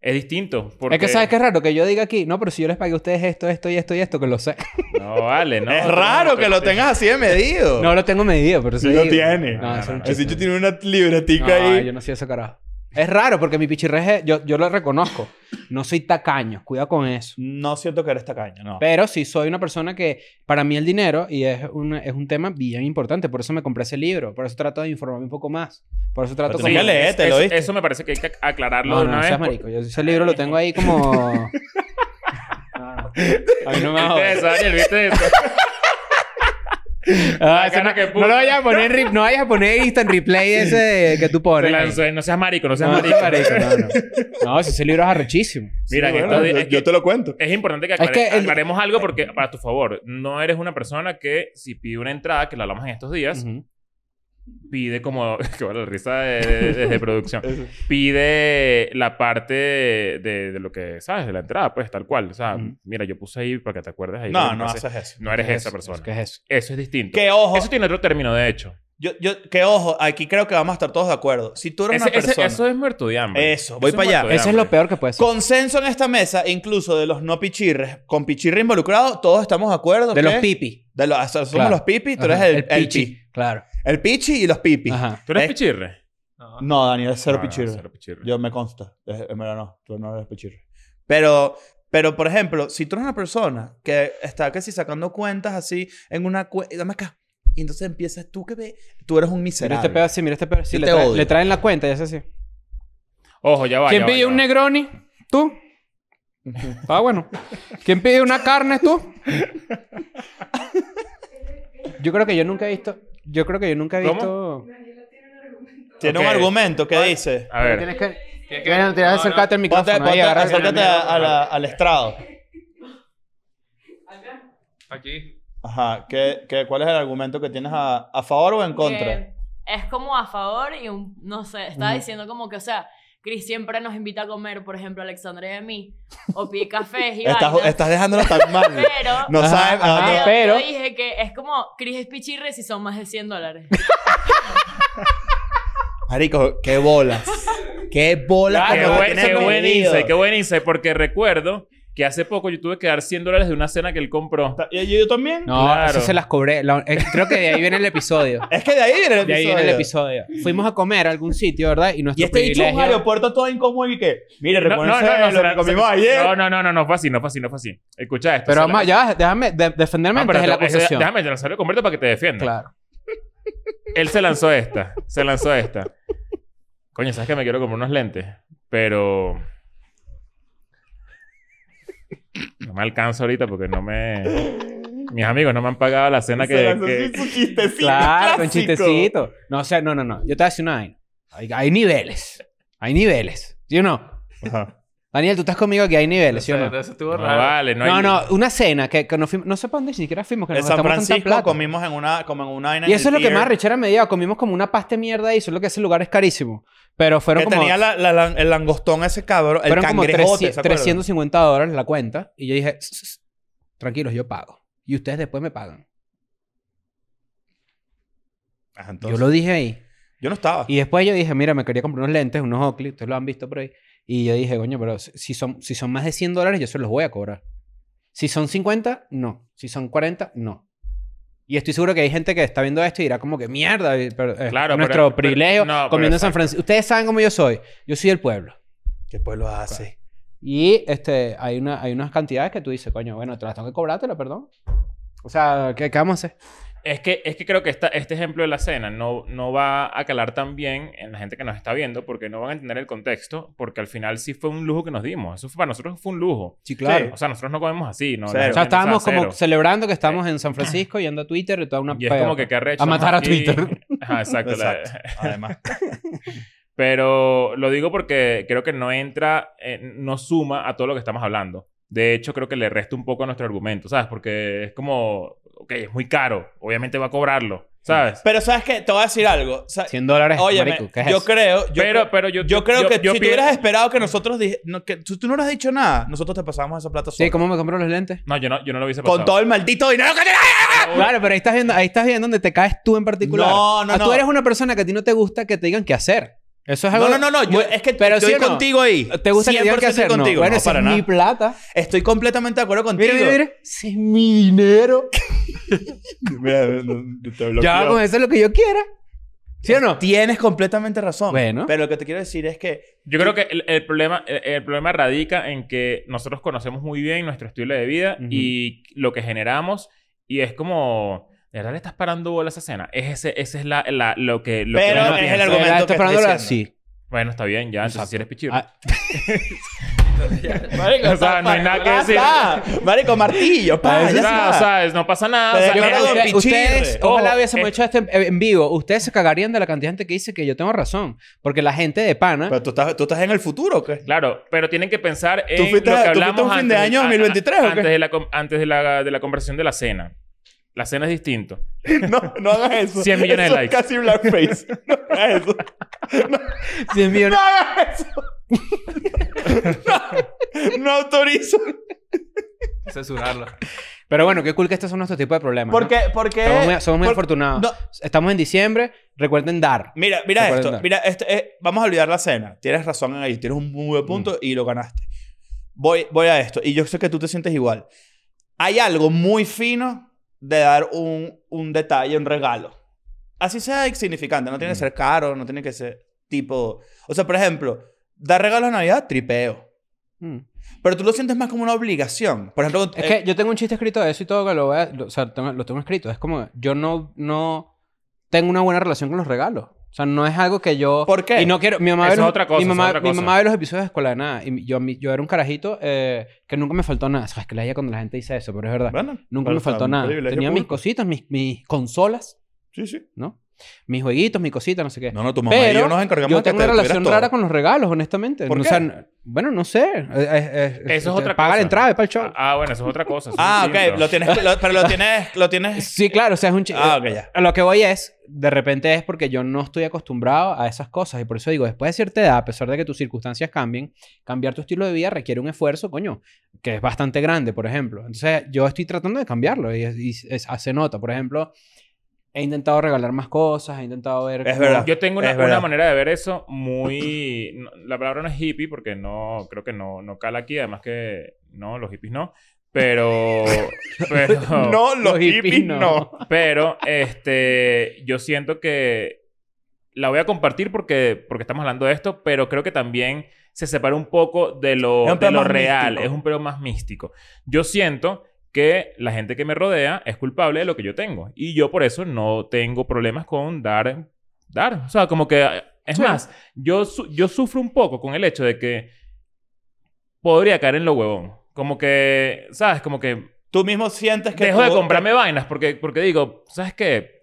[SPEAKER 3] Es distinto. Porque...
[SPEAKER 2] Es que sabes que es raro que yo diga aquí, no, pero si yo les pagué a ustedes esto, esto y esto y esto, que lo sé.
[SPEAKER 3] <laughs>
[SPEAKER 2] <laughs>
[SPEAKER 3] No, vale, no.
[SPEAKER 1] es
[SPEAKER 3] tú no-
[SPEAKER 1] raro
[SPEAKER 3] tú-
[SPEAKER 1] que lo
[SPEAKER 3] tú-
[SPEAKER 1] tengas así de medido.
[SPEAKER 2] No lo tengo medido, pero sí.
[SPEAKER 1] Sí lo tiene.
[SPEAKER 3] Ah,
[SPEAKER 2] No, eso es un
[SPEAKER 1] el
[SPEAKER 2] chiste.
[SPEAKER 1] sitio tiene una libretica
[SPEAKER 2] No,
[SPEAKER 1] ahí.
[SPEAKER 2] yo no soy ese carajo. Es raro porque mi pichirreje, yo, yo lo reconozco. No soy tacaño, cuidado con eso.
[SPEAKER 1] No siento que eres tacaño, no.
[SPEAKER 2] Pero sí soy una persona que, para mí el dinero, y es un, es un tema bien importante, por eso me compré ese libro, por eso trato de informarme un poco más, por eso trato
[SPEAKER 1] Pero
[SPEAKER 2] como...
[SPEAKER 1] tenía que leer,
[SPEAKER 3] es-
[SPEAKER 1] te lo
[SPEAKER 3] eso-
[SPEAKER 1] diste.
[SPEAKER 3] Eso me parece que hay que aclararlo
[SPEAKER 2] No,
[SPEAKER 3] de
[SPEAKER 2] no,
[SPEAKER 3] una
[SPEAKER 2] no
[SPEAKER 3] vez. pues.
[SPEAKER 2] seas
[SPEAKER 3] por-
[SPEAKER 2] marico, yo ese libro lo tengo ahí como...
[SPEAKER 3] <laughs>
[SPEAKER 2] No, no. A mí no me
[SPEAKER 3] ¿Viste
[SPEAKER 2] jodas.
[SPEAKER 3] eso, Daniel? ¿Viste eso?
[SPEAKER 2] Ah,
[SPEAKER 3] la
[SPEAKER 2] eso
[SPEAKER 3] cara
[SPEAKER 2] no,
[SPEAKER 3] que puso.
[SPEAKER 2] no lo vayas a poner en rip- no vayas a poner Insta en replay ese de- que tú
[SPEAKER 3] Te
[SPEAKER 2] pones.
[SPEAKER 3] lanzó, eh, no seas marico, no seas
[SPEAKER 2] No, no,
[SPEAKER 3] marico.
[SPEAKER 2] marico, no, no. No, si ese libro es arrechísimo.
[SPEAKER 3] Mira,
[SPEAKER 1] Sí,
[SPEAKER 3] que
[SPEAKER 1] bueno,
[SPEAKER 3] esto-
[SPEAKER 1] yo,
[SPEAKER 3] es
[SPEAKER 1] yo
[SPEAKER 3] que-
[SPEAKER 1] te lo cuento.
[SPEAKER 3] es importante que,
[SPEAKER 2] Es que
[SPEAKER 3] aclare-
[SPEAKER 2] el-
[SPEAKER 3] aclaremos algo porque, para tu favor, no eres una persona que si pide una entrada, que la hablamos en estos días,
[SPEAKER 2] Ujú.
[SPEAKER 3] pide como... <laughs> que bueno, la risa de, de- de- de producción.
[SPEAKER 1] <laughs>
[SPEAKER 3] pide la parte de, de- de lo que, ¿sabes? De la entrada, pues, tal cual. O sea,
[SPEAKER 2] Ujú.
[SPEAKER 3] mira, yo puse ahí para que te acuerdes ahí.
[SPEAKER 1] No,
[SPEAKER 3] Lo que
[SPEAKER 1] no
[SPEAKER 3] pasa es-
[SPEAKER 1] haces eso.
[SPEAKER 3] no eres
[SPEAKER 2] ¿Qué es
[SPEAKER 3] esa
[SPEAKER 2] eso?
[SPEAKER 3] persona.
[SPEAKER 2] ¿Qué es eso?
[SPEAKER 3] Eso es distinto.
[SPEAKER 1] Que ojo,
[SPEAKER 3] Eso tiene otro término, de hecho.
[SPEAKER 1] Yo, yo, que ojo, aquí creo que vamos a estar todos de acuerdo. Si tú eres
[SPEAKER 3] Ese-
[SPEAKER 1] una
[SPEAKER 3] ese-
[SPEAKER 1] persona.
[SPEAKER 3] eso es muerto de hambre.
[SPEAKER 1] Eso, voy
[SPEAKER 3] es
[SPEAKER 1] pa' allá.
[SPEAKER 3] muerto de
[SPEAKER 2] Eso es lo
[SPEAKER 3] hambre.
[SPEAKER 2] peor que puede ser.
[SPEAKER 1] Consenso en esta mesa, incluso de los no pichirres, con pichirre involucrado, todos estamos de acuerdo.
[SPEAKER 2] De
[SPEAKER 1] que-
[SPEAKER 2] los pipi.
[SPEAKER 1] De los, somos
[SPEAKER 2] Claro.
[SPEAKER 1] los pipi, tú
[SPEAKER 2] Ajá,
[SPEAKER 1] eres el, el,
[SPEAKER 2] pichi.
[SPEAKER 1] pi.
[SPEAKER 2] Claro.
[SPEAKER 1] El pichi y los pipi.
[SPEAKER 2] Ajá.
[SPEAKER 3] ¿Tú eres
[SPEAKER 1] Eh,
[SPEAKER 3] pichirre?
[SPEAKER 4] No.
[SPEAKER 1] No, Daniel, es cero
[SPEAKER 3] No, no,
[SPEAKER 1] pichirre.
[SPEAKER 3] cero pichirre.
[SPEAKER 1] Yo me consta. Es- En verdad no, tú no eres pichirre. Pero, pero, por ejemplo, si tú eres una persona que está casi sacando cuentas así en una cuenta, dame acá. Y entonces empiezas tú que ve, tú eres un
[SPEAKER 2] Mira
[SPEAKER 1] miserable.
[SPEAKER 2] este pedo así, mira este pedo así.
[SPEAKER 1] Yo
[SPEAKER 2] Le,
[SPEAKER 1] te
[SPEAKER 2] trae-
[SPEAKER 1] odio.
[SPEAKER 2] le traen la cuenta, ya sé así.
[SPEAKER 3] Ojo, ya va.
[SPEAKER 2] ¿Quién
[SPEAKER 3] ya va,
[SPEAKER 2] pide
[SPEAKER 3] ya
[SPEAKER 2] un
[SPEAKER 3] va.
[SPEAKER 2] Negroni? <laughs> ¿Tú? Ah, bueno. ¿Quién pide una carne? ¿Tú? Yo creo que yo nunca he visto... Yo creo que yo nunca he
[SPEAKER 3] ¿Cómo?
[SPEAKER 2] visto...
[SPEAKER 1] Tiene
[SPEAKER 3] Ok.
[SPEAKER 1] un argumento que dice.
[SPEAKER 3] A ver.
[SPEAKER 2] Tienes que...
[SPEAKER 4] Tienes que-
[SPEAKER 2] Bueno, tienes que
[SPEAKER 4] no,
[SPEAKER 2] acercarte al
[SPEAKER 1] Ponte,
[SPEAKER 2] micrófono. ahí,
[SPEAKER 1] ponte-
[SPEAKER 2] agarra-
[SPEAKER 1] acércate a- a la- al estrado.
[SPEAKER 4] no. Aquí.
[SPEAKER 1] Ajá. ¿Qué, qué, cuál es el argumento que tienes a, a favor o en contra?
[SPEAKER 5] que Eh, es como a favor y un, no sé, estaba diciendo como que, o sea, Chris siempre nos invita a comer, por ejemplo, Alexandra y a mí, o pide cafés y
[SPEAKER 1] <laughs> Estás,
[SPEAKER 5] vainas,
[SPEAKER 1] estás dejándolo tan
[SPEAKER 5] <laughs>
[SPEAKER 1] mal.
[SPEAKER 5] pero...
[SPEAKER 1] No
[SPEAKER 2] Ajá,
[SPEAKER 1] sabes.
[SPEAKER 2] ajá.
[SPEAKER 1] ah,
[SPEAKER 5] pero,
[SPEAKER 2] pero-
[SPEAKER 5] yo dije que es como Chris es pichirre si son más de 100 dólares.
[SPEAKER 1] no. Marico, qué bolas. Qué bolas.
[SPEAKER 3] Qué
[SPEAKER 1] como lo
[SPEAKER 3] buen,
[SPEAKER 1] tienes
[SPEAKER 3] qué buen
[SPEAKER 1] medido.
[SPEAKER 3] insight, qué buen insight, porque recuerdo que hace poco yo tuve que dar 100 dólares de una cena que él compró.
[SPEAKER 1] ¿Y yo, yo también?
[SPEAKER 2] No,
[SPEAKER 3] Claro.
[SPEAKER 2] eso se las cobré. La- eh, creo que de ahí viene el episodio.
[SPEAKER 1] Es que de ahí viene el episodio.
[SPEAKER 2] De ahí viene el episodio. Fuimos a comer a algún sitio, ¿verdad? Y
[SPEAKER 1] Y
[SPEAKER 2] nuestro
[SPEAKER 1] este bicho en un
[SPEAKER 2] privilegio...
[SPEAKER 1] aeropuerto todo incómodo y que... Mire,
[SPEAKER 3] No, no, no,
[SPEAKER 1] reconoce
[SPEAKER 3] no,
[SPEAKER 1] lo
[SPEAKER 3] será-
[SPEAKER 1] que comimos
[SPEAKER 3] será-
[SPEAKER 1] ayer.
[SPEAKER 3] no, no, no, no, no, fue así, no fue así, no fue así. Escucha esto.
[SPEAKER 2] Pero
[SPEAKER 3] sale-
[SPEAKER 2] vamos, ya, va, déjame de- defenderme
[SPEAKER 3] Ah,
[SPEAKER 2] antes
[SPEAKER 3] pero
[SPEAKER 2] de la
[SPEAKER 3] te- ese-
[SPEAKER 2] acusación.
[SPEAKER 3] Déjame, te lanzaré completo para que te defienda.
[SPEAKER 2] Claro.
[SPEAKER 3] Él se lanzó esta, se lanzó esta. Coño, ¿sabes que me quiero comprar unos lentes? Pero... No me alcanzo ahorita porque no me... Mis amigos no me han pagado la cena
[SPEAKER 1] Se
[SPEAKER 3] que...
[SPEAKER 1] lanzó
[SPEAKER 3] que-
[SPEAKER 1] así su chistecito
[SPEAKER 2] Claro, con
[SPEAKER 1] clásico.
[SPEAKER 2] chistecito. No, o sea, no, no, no. Yo te voy a decir una vaina. Hay, hay niveles. Hay niveles. ¿Sí o no?
[SPEAKER 1] Ajá.
[SPEAKER 2] Daniel, tú estás conmigo que hay niveles, ¿sí o no?
[SPEAKER 4] Eso estuvo
[SPEAKER 3] No
[SPEAKER 4] raro.
[SPEAKER 3] vale, no hay...
[SPEAKER 2] No, no, una cena que, que no fuimos... No sé para dónde ni siquiera fuimos, que
[SPEAKER 1] En
[SPEAKER 2] nos
[SPEAKER 1] San
[SPEAKER 2] gastamos tanta
[SPEAKER 1] Francisco
[SPEAKER 2] plata.
[SPEAKER 1] comimos en una... Como en una vaina
[SPEAKER 2] Y
[SPEAKER 1] en
[SPEAKER 2] eso
[SPEAKER 1] el
[SPEAKER 2] es lo que
[SPEAKER 1] pier
[SPEAKER 2] más Richera me dio. Comimos como una pasta de mierda ahí. Eso es lo que ese lugar es carísimo. Pero
[SPEAKER 1] Que
[SPEAKER 2] fueron como...
[SPEAKER 1] tenía la- la- la- el langostón ese cabrón. El
[SPEAKER 2] fueron como
[SPEAKER 1] cangrejote,
[SPEAKER 2] 300
[SPEAKER 1] ¿se acuerdan?
[SPEAKER 2] 350 dólares la cuenta. Y yo dije, "S- s- tranquilos, yo pago. Y ustedes después me pagan.
[SPEAKER 1] Ajá,
[SPEAKER 2] Yo
[SPEAKER 1] entonces,
[SPEAKER 2] lo dije ahí.
[SPEAKER 1] yo no estaba.
[SPEAKER 2] Y después yo dije, mira, me quería comprar unos lentes, unos Oakley. Ustedes lo han visto por ahí. Y yo dije, coño, pero si si son, si son más de 100 dólares, yo se los voy a cobrar. Si son 50, no. Si son 40, no. Y estoy seguro que hay gente que está viendo esto y dirá como que mierda, eh, pero, eh,
[SPEAKER 3] Claro,
[SPEAKER 2] nuestro
[SPEAKER 3] pero- pero-
[SPEAKER 2] privilegio
[SPEAKER 3] no, pero
[SPEAKER 2] comiendo en San Francisco. Ustedes saben cómo yo soy. Yo soy del pueblo.
[SPEAKER 1] ¿Qué pueblo pues hace?
[SPEAKER 2] Y este, hay, una, hay unas cantidades que tú dices, coño, bueno, te las tengo que cobrártela, perdón. O sea, ¿qué, qué vamos a hacer?
[SPEAKER 3] Es que, es que creo que esta, este ejemplo de la cena no, no va a calar tan bien en la gente que nos está viendo porque no van a entender el contexto porque al final sí fue un lujo que nos dimos. Eso fue- para nosotros fue un lujo.
[SPEAKER 2] Sí,
[SPEAKER 1] claro.
[SPEAKER 3] O sea, nosotros no comemos así. No,
[SPEAKER 1] Cero.
[SPEAKER 2] O
[SPEAKER 3] La gente
[SPEAKER 2] sea,
[SPEAKER 3] no
[SPEAKER 2] estábamos
[SPEAKER 3] sabe,
[SPEAKER 2] como
[SPEAKER 3] cero.
[SPEAKER 2] celebrando que estamos en San Francisco yendo a Twitter y toda una...
[SPEAKER 3] Y es
[SPEAKER 2] peda.
[SPEAKER 3] como que qué arrecho,
[SPEAKER 2] A matar a
[SPEAKER 3] estamos aquí.
[SPEAKER 2] Twitter.
[SPEAKER 3] <laughs> Ajá, exacto. la-
[SPEAKER 1] Exacto.
[SPEAKER 2] <laughs>
[SPEAKER 1] Además.
[SPEAKER 3] Pero lo digo porque creo que no entra, eh, no suma a todo lo que estamos hablando. De hecho, creo que le resta un poco a nuestro argumento, ¿sabes? Porque es como, ok, es muy caro. Obviamente va a cobrarlo, ¿sabes?
[SPEAKER 1] Pero ¿sabes qué? Te voy a decir algo. O sea,
[SPEAKER 2] 100 dólares,
[SPEAKER 1] Oye,
[SPEAKER 2] marico, ¿qué es
[SPEAKER 1] yo
[SPEAKER 2] eso?
[SPEAKER 1] creo... Yo
[SPEAKER 3] pero,
[SPEAKER 1] creo-
[SPEAKER 3] pero yo,
[SPEAKER 1] Yo creo que si tú
[SPEAKER 3] pienso-
[SPEAKER 1] hubieras esperado que nosotros dij- no, que tú, tú no hubieras dicho nada, nosotros te pasábamos esa plata
[SPEAKER 2] Sí,
[SPEAKER 1] sola.
[SPEAKER 2] ¿cómo me compro los lentes?
[SPEAKER 3] No, yo no, yo no lo hubiese pasado.
[SPEAKER 1] con todo el maldito dinero que tenés.
[SPEAKER 2] Claro, pero ahí estás viendo, ahí estás viendo donde te caes tú en particular.
[SPEAKER 1] No, no,
[SPEAKER 2] Ah, Tú
[SPEAKER 1] no.
[SPEAKER 2] eres una persona que a ti no te gusta que te digan qué hacer. Eso es algo...
[SPEAKER 1] No, no, no, no. yo-
[SPEAKER 2] muy-
[SPEAKER 1] es que
[SPEAKER 2] pero
[SPEAKER 1] estoy
[SPEAKER 2] sí o no.
[SPEAKER 1] contigo ahí.
[SPEAKER 2] ¿Te gusta que te digan qué
[SPEAKER 1] 100% estoy
[SPEAKER 2] hacer? No.
[SPEAKER 1] contigo.
[SPEAKER 2] Bueno,
[SPEAKER 1] No,
[SPEAKER 2] esa
[SPEAKER 1] para
[SPEAKER 2] es mi
[SPEAKER 1] nada.
[SPEAKER 2] plata.
[SPEAKER 1] Estoy completamente de acuerdo contigo.
[SPEAKER 2] Mira, mira, mira. Ese es mi dinero.
[SPEAKER 1] Mira, no, no, te
[SPEAKER 2] Ya,
[SPEAKER 1] bloqueo.
[SPEAKER 2] con eso es lo que yo quiera. ¿Sí o no?
[SPEAKER 1] Tienes completamente razón.
[SPEAKER 2] Bueno.
[SPEAKER 1] Pero lo que te quiero decir es que
[SPEAKER 3] Yo creo que el, el problema, el, el problema radica en que nosotros conocemos muy bien nuestro estilo de vida
[SPEAKER 2] Ujú.
[SPEAKER 3] y lo que generamos. Y es como, ¿de verdad le estás parando bola a esa cena? Ese, ese- ese es la, la- lo que... Lo
[SPEAKER 1] Pero
[SPEAKER 3] que uno
[SPEAKER 1] es el
[SPEAKER 3] piensa.
[SPEAKER 1] argumento.
[SPEAKER 2] Ahora
[SPEAKER 1] que
[SPEAKER 2] está
[SPEAKER 1] estoy
[SPEAKER 2] esperando la-
[SPEAKER 1] diciendo.
[SPEAKER 2] sí.
[SPEAKER 3] Bueno, está bien, ya. Entonces, si eres pichirro.
[SPEAKER 2] Ah,
[SPEAKER 1] <laughs>
[SPEAKER 3] <laughs> o sea, no hay nada que decir.
[SPEAKER 1] Ah, marico, martillo, pa,
[SPEAKER 3] Ah,
[SPEAKER 1] ya está.
[SPEAKER 3] o sea, no pasa nada. o
[SPEAKER 1] Pero
[SPEAKER 3] sea,
[SPEAKER 2] yo
[SPEAKER 1] Era
[SPEAKER 2] creo
[SPEAKER 1] don
[SPEAKER 2] que
[SPEAKER 1] Pichirre.
[SPEAKER 2] ustedes,
[SPEAKER 3] Ojo,
[SPEAKER 2] ojalá hubiésemos
[SPEAKER 3] eh.
[SPEAKER 2] hecho esto en, en vivo. Ustedes se cagarían de la cantidad de gente que dice que yo tengo razón. Porque la gente de pana...
[SPEAKER 1] Pero tú estás, tú estás en el futuro, ¿o qué?
[SPEAKER 2] <laughs>
[SPEAKER 3] Claro, pero tienen que pensar
[SPEAKER 1] fuiste-
[SPEAKER 3] en lo que
[SPEAKER 1] tú fuiste
[SPEAKER 3] hablamos
[SPEAKER 1] un fin de
[SPEAKER 3] antes
[SPEAKER 1] año
[SPEAKER 3] a- a-
[SPEAKER 1] 2023 o qué?
[SPEAKER 3] antes de la com- antes de la de la conversación de la cena. La cena es distinto.
[SPEAKER 1] No, no hagas eso.
[SPEAKER 3] 100 millones de
[SPEAKER 1] Eso es
[SPEAKER 3] likes.
[SPEAKER 1] Casi blackface. No hagas eso.
[SPEAKER 2] <laughs> 100 millones. <laughs>
[SPEAKER 1] No autorizo.
[SPEAKER 4] Censurarlo.
[SPEAKER 2] Pero bueno, qué cool que estos son nuestros tipos de problemas. ¿no?
[SPEAKER 1] Porque, porque...
[SPEAKER 2] Estamos muy, somos muy
[SPEAKER 1] por-
[SPEAKER 2] afortunados.
[SPEAKER 1] no.
[SPEAKER 2] Estamos en diciembre, recuerden dar.
[SPEAKER 1] Mira, mira
[SPEAKER 2] Recuerden
[SPEAKER 1] esto.
[SPEAKER 2] dar.
[SPEAKER 1] Mira, este, eh, vamos a olvidar la cena. Tienes razón en ahí. Tienes un muy
[SPEAKER 2] Mm.
[SPEAKER 1] buen punto y lo ganaste. Voy, voy a esto. Y yo sé que tú te sientes igual. Hay algo muy fino de dar un, un detalle, un regalo. Así sea insignificante. No tiene
[SPEAKER 2] Mm.
[SPEAKER 1] que ser caro, no tiene que ser tipo... O sea, por ejemplo, dar regalos a Navidad, tripeo.
[SPEAKER 2] Mm.
[SPEAKER 1] Pero tú lo sientes más como una obligación. Por ejemplo,
[SPEAKER 2] Es
[SPEAKER 1] eh,
[SPEAKER 2] que yo tengo un chiste escrito de eso y todo que lo voy a- lo- o sea, tengo- lo tengo escrito. Es como, yo no, no tengo una buena relación con los regalos. O sea, no es algo que yo...
[SPEAKER 1] ¿Por qué?
[SPEAKER 2] Y no quiero... Mi mamá,
[SPEAKER 3] Eso
[SPEAKER 2] ve
[SPEAKER 3] es
[SPEAKER 2] los,
[SPEAKER 3] otra cosa,
[SPEAKER 2] mi mamá,
[SPEAKER 3] eso es otra
[SPEAKER 2] mi
[SPEAKER 3] cosa.
[SPEAKER 2] mamá ve los episodios de Escuela de Nada. Y yo, mi- yo era un carajito eh, que nunca me faltó nada. Sabes que la idea cuando la gente dice eso, pero es verdad.
[SPEAKER 1] bueno,
[SPEAKER 2] Nunca
[SPEAKER 1] pero
[SPEAKER 2] me
[SPEAKER 1] está
[SPEAKER 2] faltó
[SPEAKER 1] un
[SPEAKER 2] nada.
[SPEAKER 1] privilegio
[SPEAKER 2] Tenía mis
[SPEAKER 1] público.
[SPEAKER 2] cositas, mis, mis consolas,
[SPEAKER 1] Sí, sí.
[SPEAKER 2] ¿no? Mis jueguitos, mis cositas, no sé qué.
[SPEAKER 1] No, no, tu mamá y
[SPEAKER 2] Pero
[SPEAKER 1] yo nos encargamos
[SPEAKER 2] Yo
[SPEAKER 1] de que
[SPEAKER 2] tengo una
[SPEAKER 1] te tuvieras
[SPEAKER 2] relación
[SPEAKER 1] todo.
[SPEAKER 2] rara con los regalos, honestamente.
[SPEAKER 1] ¿Por
[SPEAKER 2] No,
[SPEAKER 1] qué?
[SPEAKER 2] o sea, n- bueno, no sé. Eh, eh, eh,
[SPEAKER 3] Eso es
[SPEAKER 2] eh,
[SPEAKER 3] otra
[SPEAKER 2] Paga
[SPEAKER 3] cosa.
[SPEAKER 2] la entrada, es para el show.
[SPEAKER 3] Ah, bueno, eso es otra cosa. eso es
[SPEAKER 1] Ah, ok.
[SPEAKER 3] distinto.
[SPEAKER 1] Lo tienes, lo-
[SPEAKER 2] <laughs>
[SPEAKER 1] pero lo tienes... Lo tienes
[SPEAKER 2] Sí, claro, o sea, es un chiste.
[SPEAKER 1] Ah, ok, ya.
[SPEAKER 2] A lo que voy es, de repente es porque yo no estoy acostumbrado a esas cosas. Y por eso digo, después de cierta edad, a pesar de que tus circunstancias cambien, cambiar tu estilo de vida requiere un esfuerzo, coño, que es bastante grande, por ejemplo. Entonces, yo estoy tratando de cambiarlo y, es- y es- hace nota. Por ejemplo, he intentado regalar más cosas, he intentado ver.
[SPEAKER 1] Es
[SPEAKER 2] cómo-
[SPEAKER 1] verdad.
[SPEAKER 3] Yo tengo una,
[SPEAKER 1] Es verdad.
[SPEAKER 3] una manera de ver eso muy... no- La palabra no es hippie porque no... Creo que no, no cala aquí. Además que... No, los hippies no. Pero...
[SPEAKER 1] <laughs>
[SPEAKER 3] pero
[SPEAKER 1] No, los, hippies,
[SPEAKER 3] <laughs>
[SPEAKER 1] no.
[SPEAKER 3] Pero, este, yo siento que la voy a compartir porque, porque estamos hablando de esto, pero creo que también se separa un poco de
[SPEAKER 1] Es
[SPEAKER 3] lo,
[SPEAKER 1] un
[SPEAKER 3] de
[SPEAKER 1] pelo
[SPEAKER 3] lo
[SPEAKER 1] más
[SPEAKER 3] real.
[SPEAKER 1] místico.
[SPEAKER 3] Es un pelo más místico. Yo siento que la gente que me rodea es culpable de lo que yo tengo. Y yo por eso no tengo problemas con dar... Dar. O sea, como que... Es
[SPEAKER 2] Sí.
[SPEAKER 3] más, yo, su- yo sufro un poco con el hecho de que podría caer en lo huevón. Como que, ¿sabes? Como que
[SPEAKER 1] Tú mismo sientes que.
[SPEAKER 3] dejo
[SPEAKER 1] tú-
[SPEAKER 3] de comprarme vainas porque, porque digo, ¿sabes qué?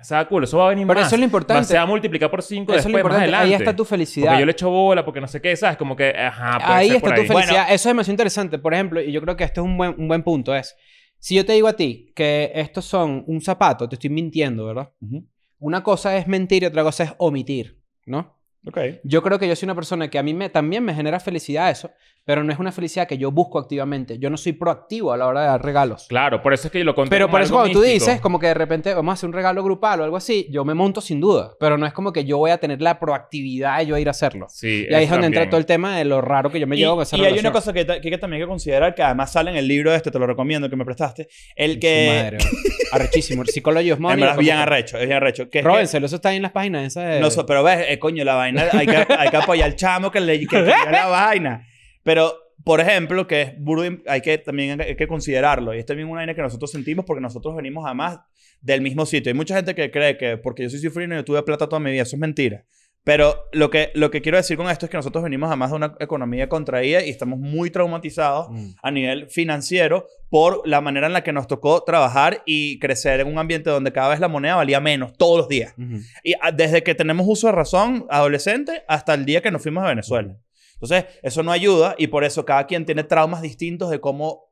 [SPEAKER 3] Se da culo, eso va a venir
[SPEAKER 2] Pero
[SPEAKER 3] más.
[SPEAKER 2] eso es lo
[SPEAKER 3] Va-
[SPEAKER 2] importante.
[SPEAKER 3] se va a multiplicar por 5
[SPEAKER 2] Eso es
[SPEAKER 3] después,
[SPEAKER 2] lo
[SPEAKER 3] más
[SPEAKER 2] importante.
[SPEAKER 3] adelante.
[SPEAKER 2] Ahí está tu felicidad.
[SPEAKER 3] Porque yo le echo bola, porque no sé qué, ¿sabes? Como que, ajá, puede
[SPEAKER 2] ahí
[SPEAKER 3] ser
[SPEAKER 2] está
[SPEAKER 3] por
[SPEAKER 2] tu
[SPEAKER 3] ahí.
[SPEAKER 2] felicidad. Eso es demasiado interesante. Por ejemplo, y yo creo que este es un buen, un buen punto, es... Si yo te digo a ti que estos son un zapato, te estoy mintiendo, ¿verdad?
[SPEAKER 1] Ujú.
[SPEAKER 2] Una cosa es mentir y otra cosa es omitir, ¿no?
[SPEAKER 1] Ok.
[SPEAKER 2] Yo creo que yo soy una persona que a mí me, también me genera felicidad eso, pero no es una felicidad que yo busco activamente. Yo no soy proactivo a la hora de dar regalos.
[SPEAKER 3] Claro, por eso es que yo lo conté
[SPEAKER 2] Pero
[SPEAKER 3] como
[SPEAKER 2] por eso
[SPEAKER 3] algo
[SPEAKER 2] cuando tú
[SPEAKER 3] místico.
[SPEAKER 2] dices, como que de repente vamos a hacer un regalo grupal o algo así, yo me monto sin duda, pero no es como que yo voy a tener la proactividad de yo ir a hacerlo.
[SPEAKER 3] Sí,
[SPEAKER 2] Y ahí es
[SPEAKER 3] eso
[SPEAKER 2] donde entra
[SPEAKER 3] también.
[SPEAKER 2] todo el tema de lo raro que yo me
[SPEAKER 1] Y,
[SPEAKER 2] llevo con esa
[SPEAKER 1] y hay
[SPEAKER 2] relación.
[SPEAKER 1] una cosa que, ta- que hay que también hay que considerar, que además sale en el libro este, te lo recomiendo, que me prestaste. El
[SPEAKER 2] Su
[SPEAKER 1] que.
[SPEAKER 2] madre, bro. arrechísimo. El psicólogo y
[SPEAKER 1] En
[SPEAKER 2] Osmani.
[SPEAKER 1] verdad Eh, <laughs> es bien arrecho, es bien arrecho. Que es que-
[SPEAKER 2] Róbenselo, eso está ahí en las páginas esas de...
[SPEAKER 1] no so- pero ves, eh, coño, la vaina, hay que, hay que apoyar al chamo que le que, que le da la vaina. Pero, por ejemplo, que es burdo, im- hay que también hay que considerarlo. Y es también una vaina que nosotros sentimos porque nosotros venimos además del mismo sitio. Hay mucha gente que cree que porque yo soy cifrino yo tuve plata toda mi vida. Eso es mentira. Pero lo que, lo que quiero decir con esto es que nosotros venimos además de una economía contraída y estamos muy traumatizados
[SPEAKER 2] Mm.
[SPEAKER 1] a nivel financiero por la manera en la que nos tocó trabajar y crecer en un ambiente donde cada vez la moneda valía menos todos los días.
[SPEAKER 2] Ujú. Eh,
[SPEAKER 1] Y ah, desde que tenemos uso de razón, adolescente, hasta el día que nos fuimos a Venezuela. Entonces, eso no ayuda y por eso cada quien tiene traumas distintos de cómo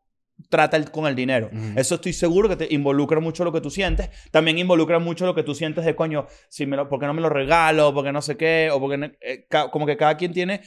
[SPEAKER 1] trata el- con el dinero.
[SPEAKER 2] Ujú.
[SPEAKER 1] Eso estoy seguro que te involucra mucho lo que tú sientes. También involucra mucho lo que tú sientes de, coño, si me lo, ¿por qué no me lo regalo? ¿Por qué no sé qué? O porque no- eh, ca- como que cada quien tiene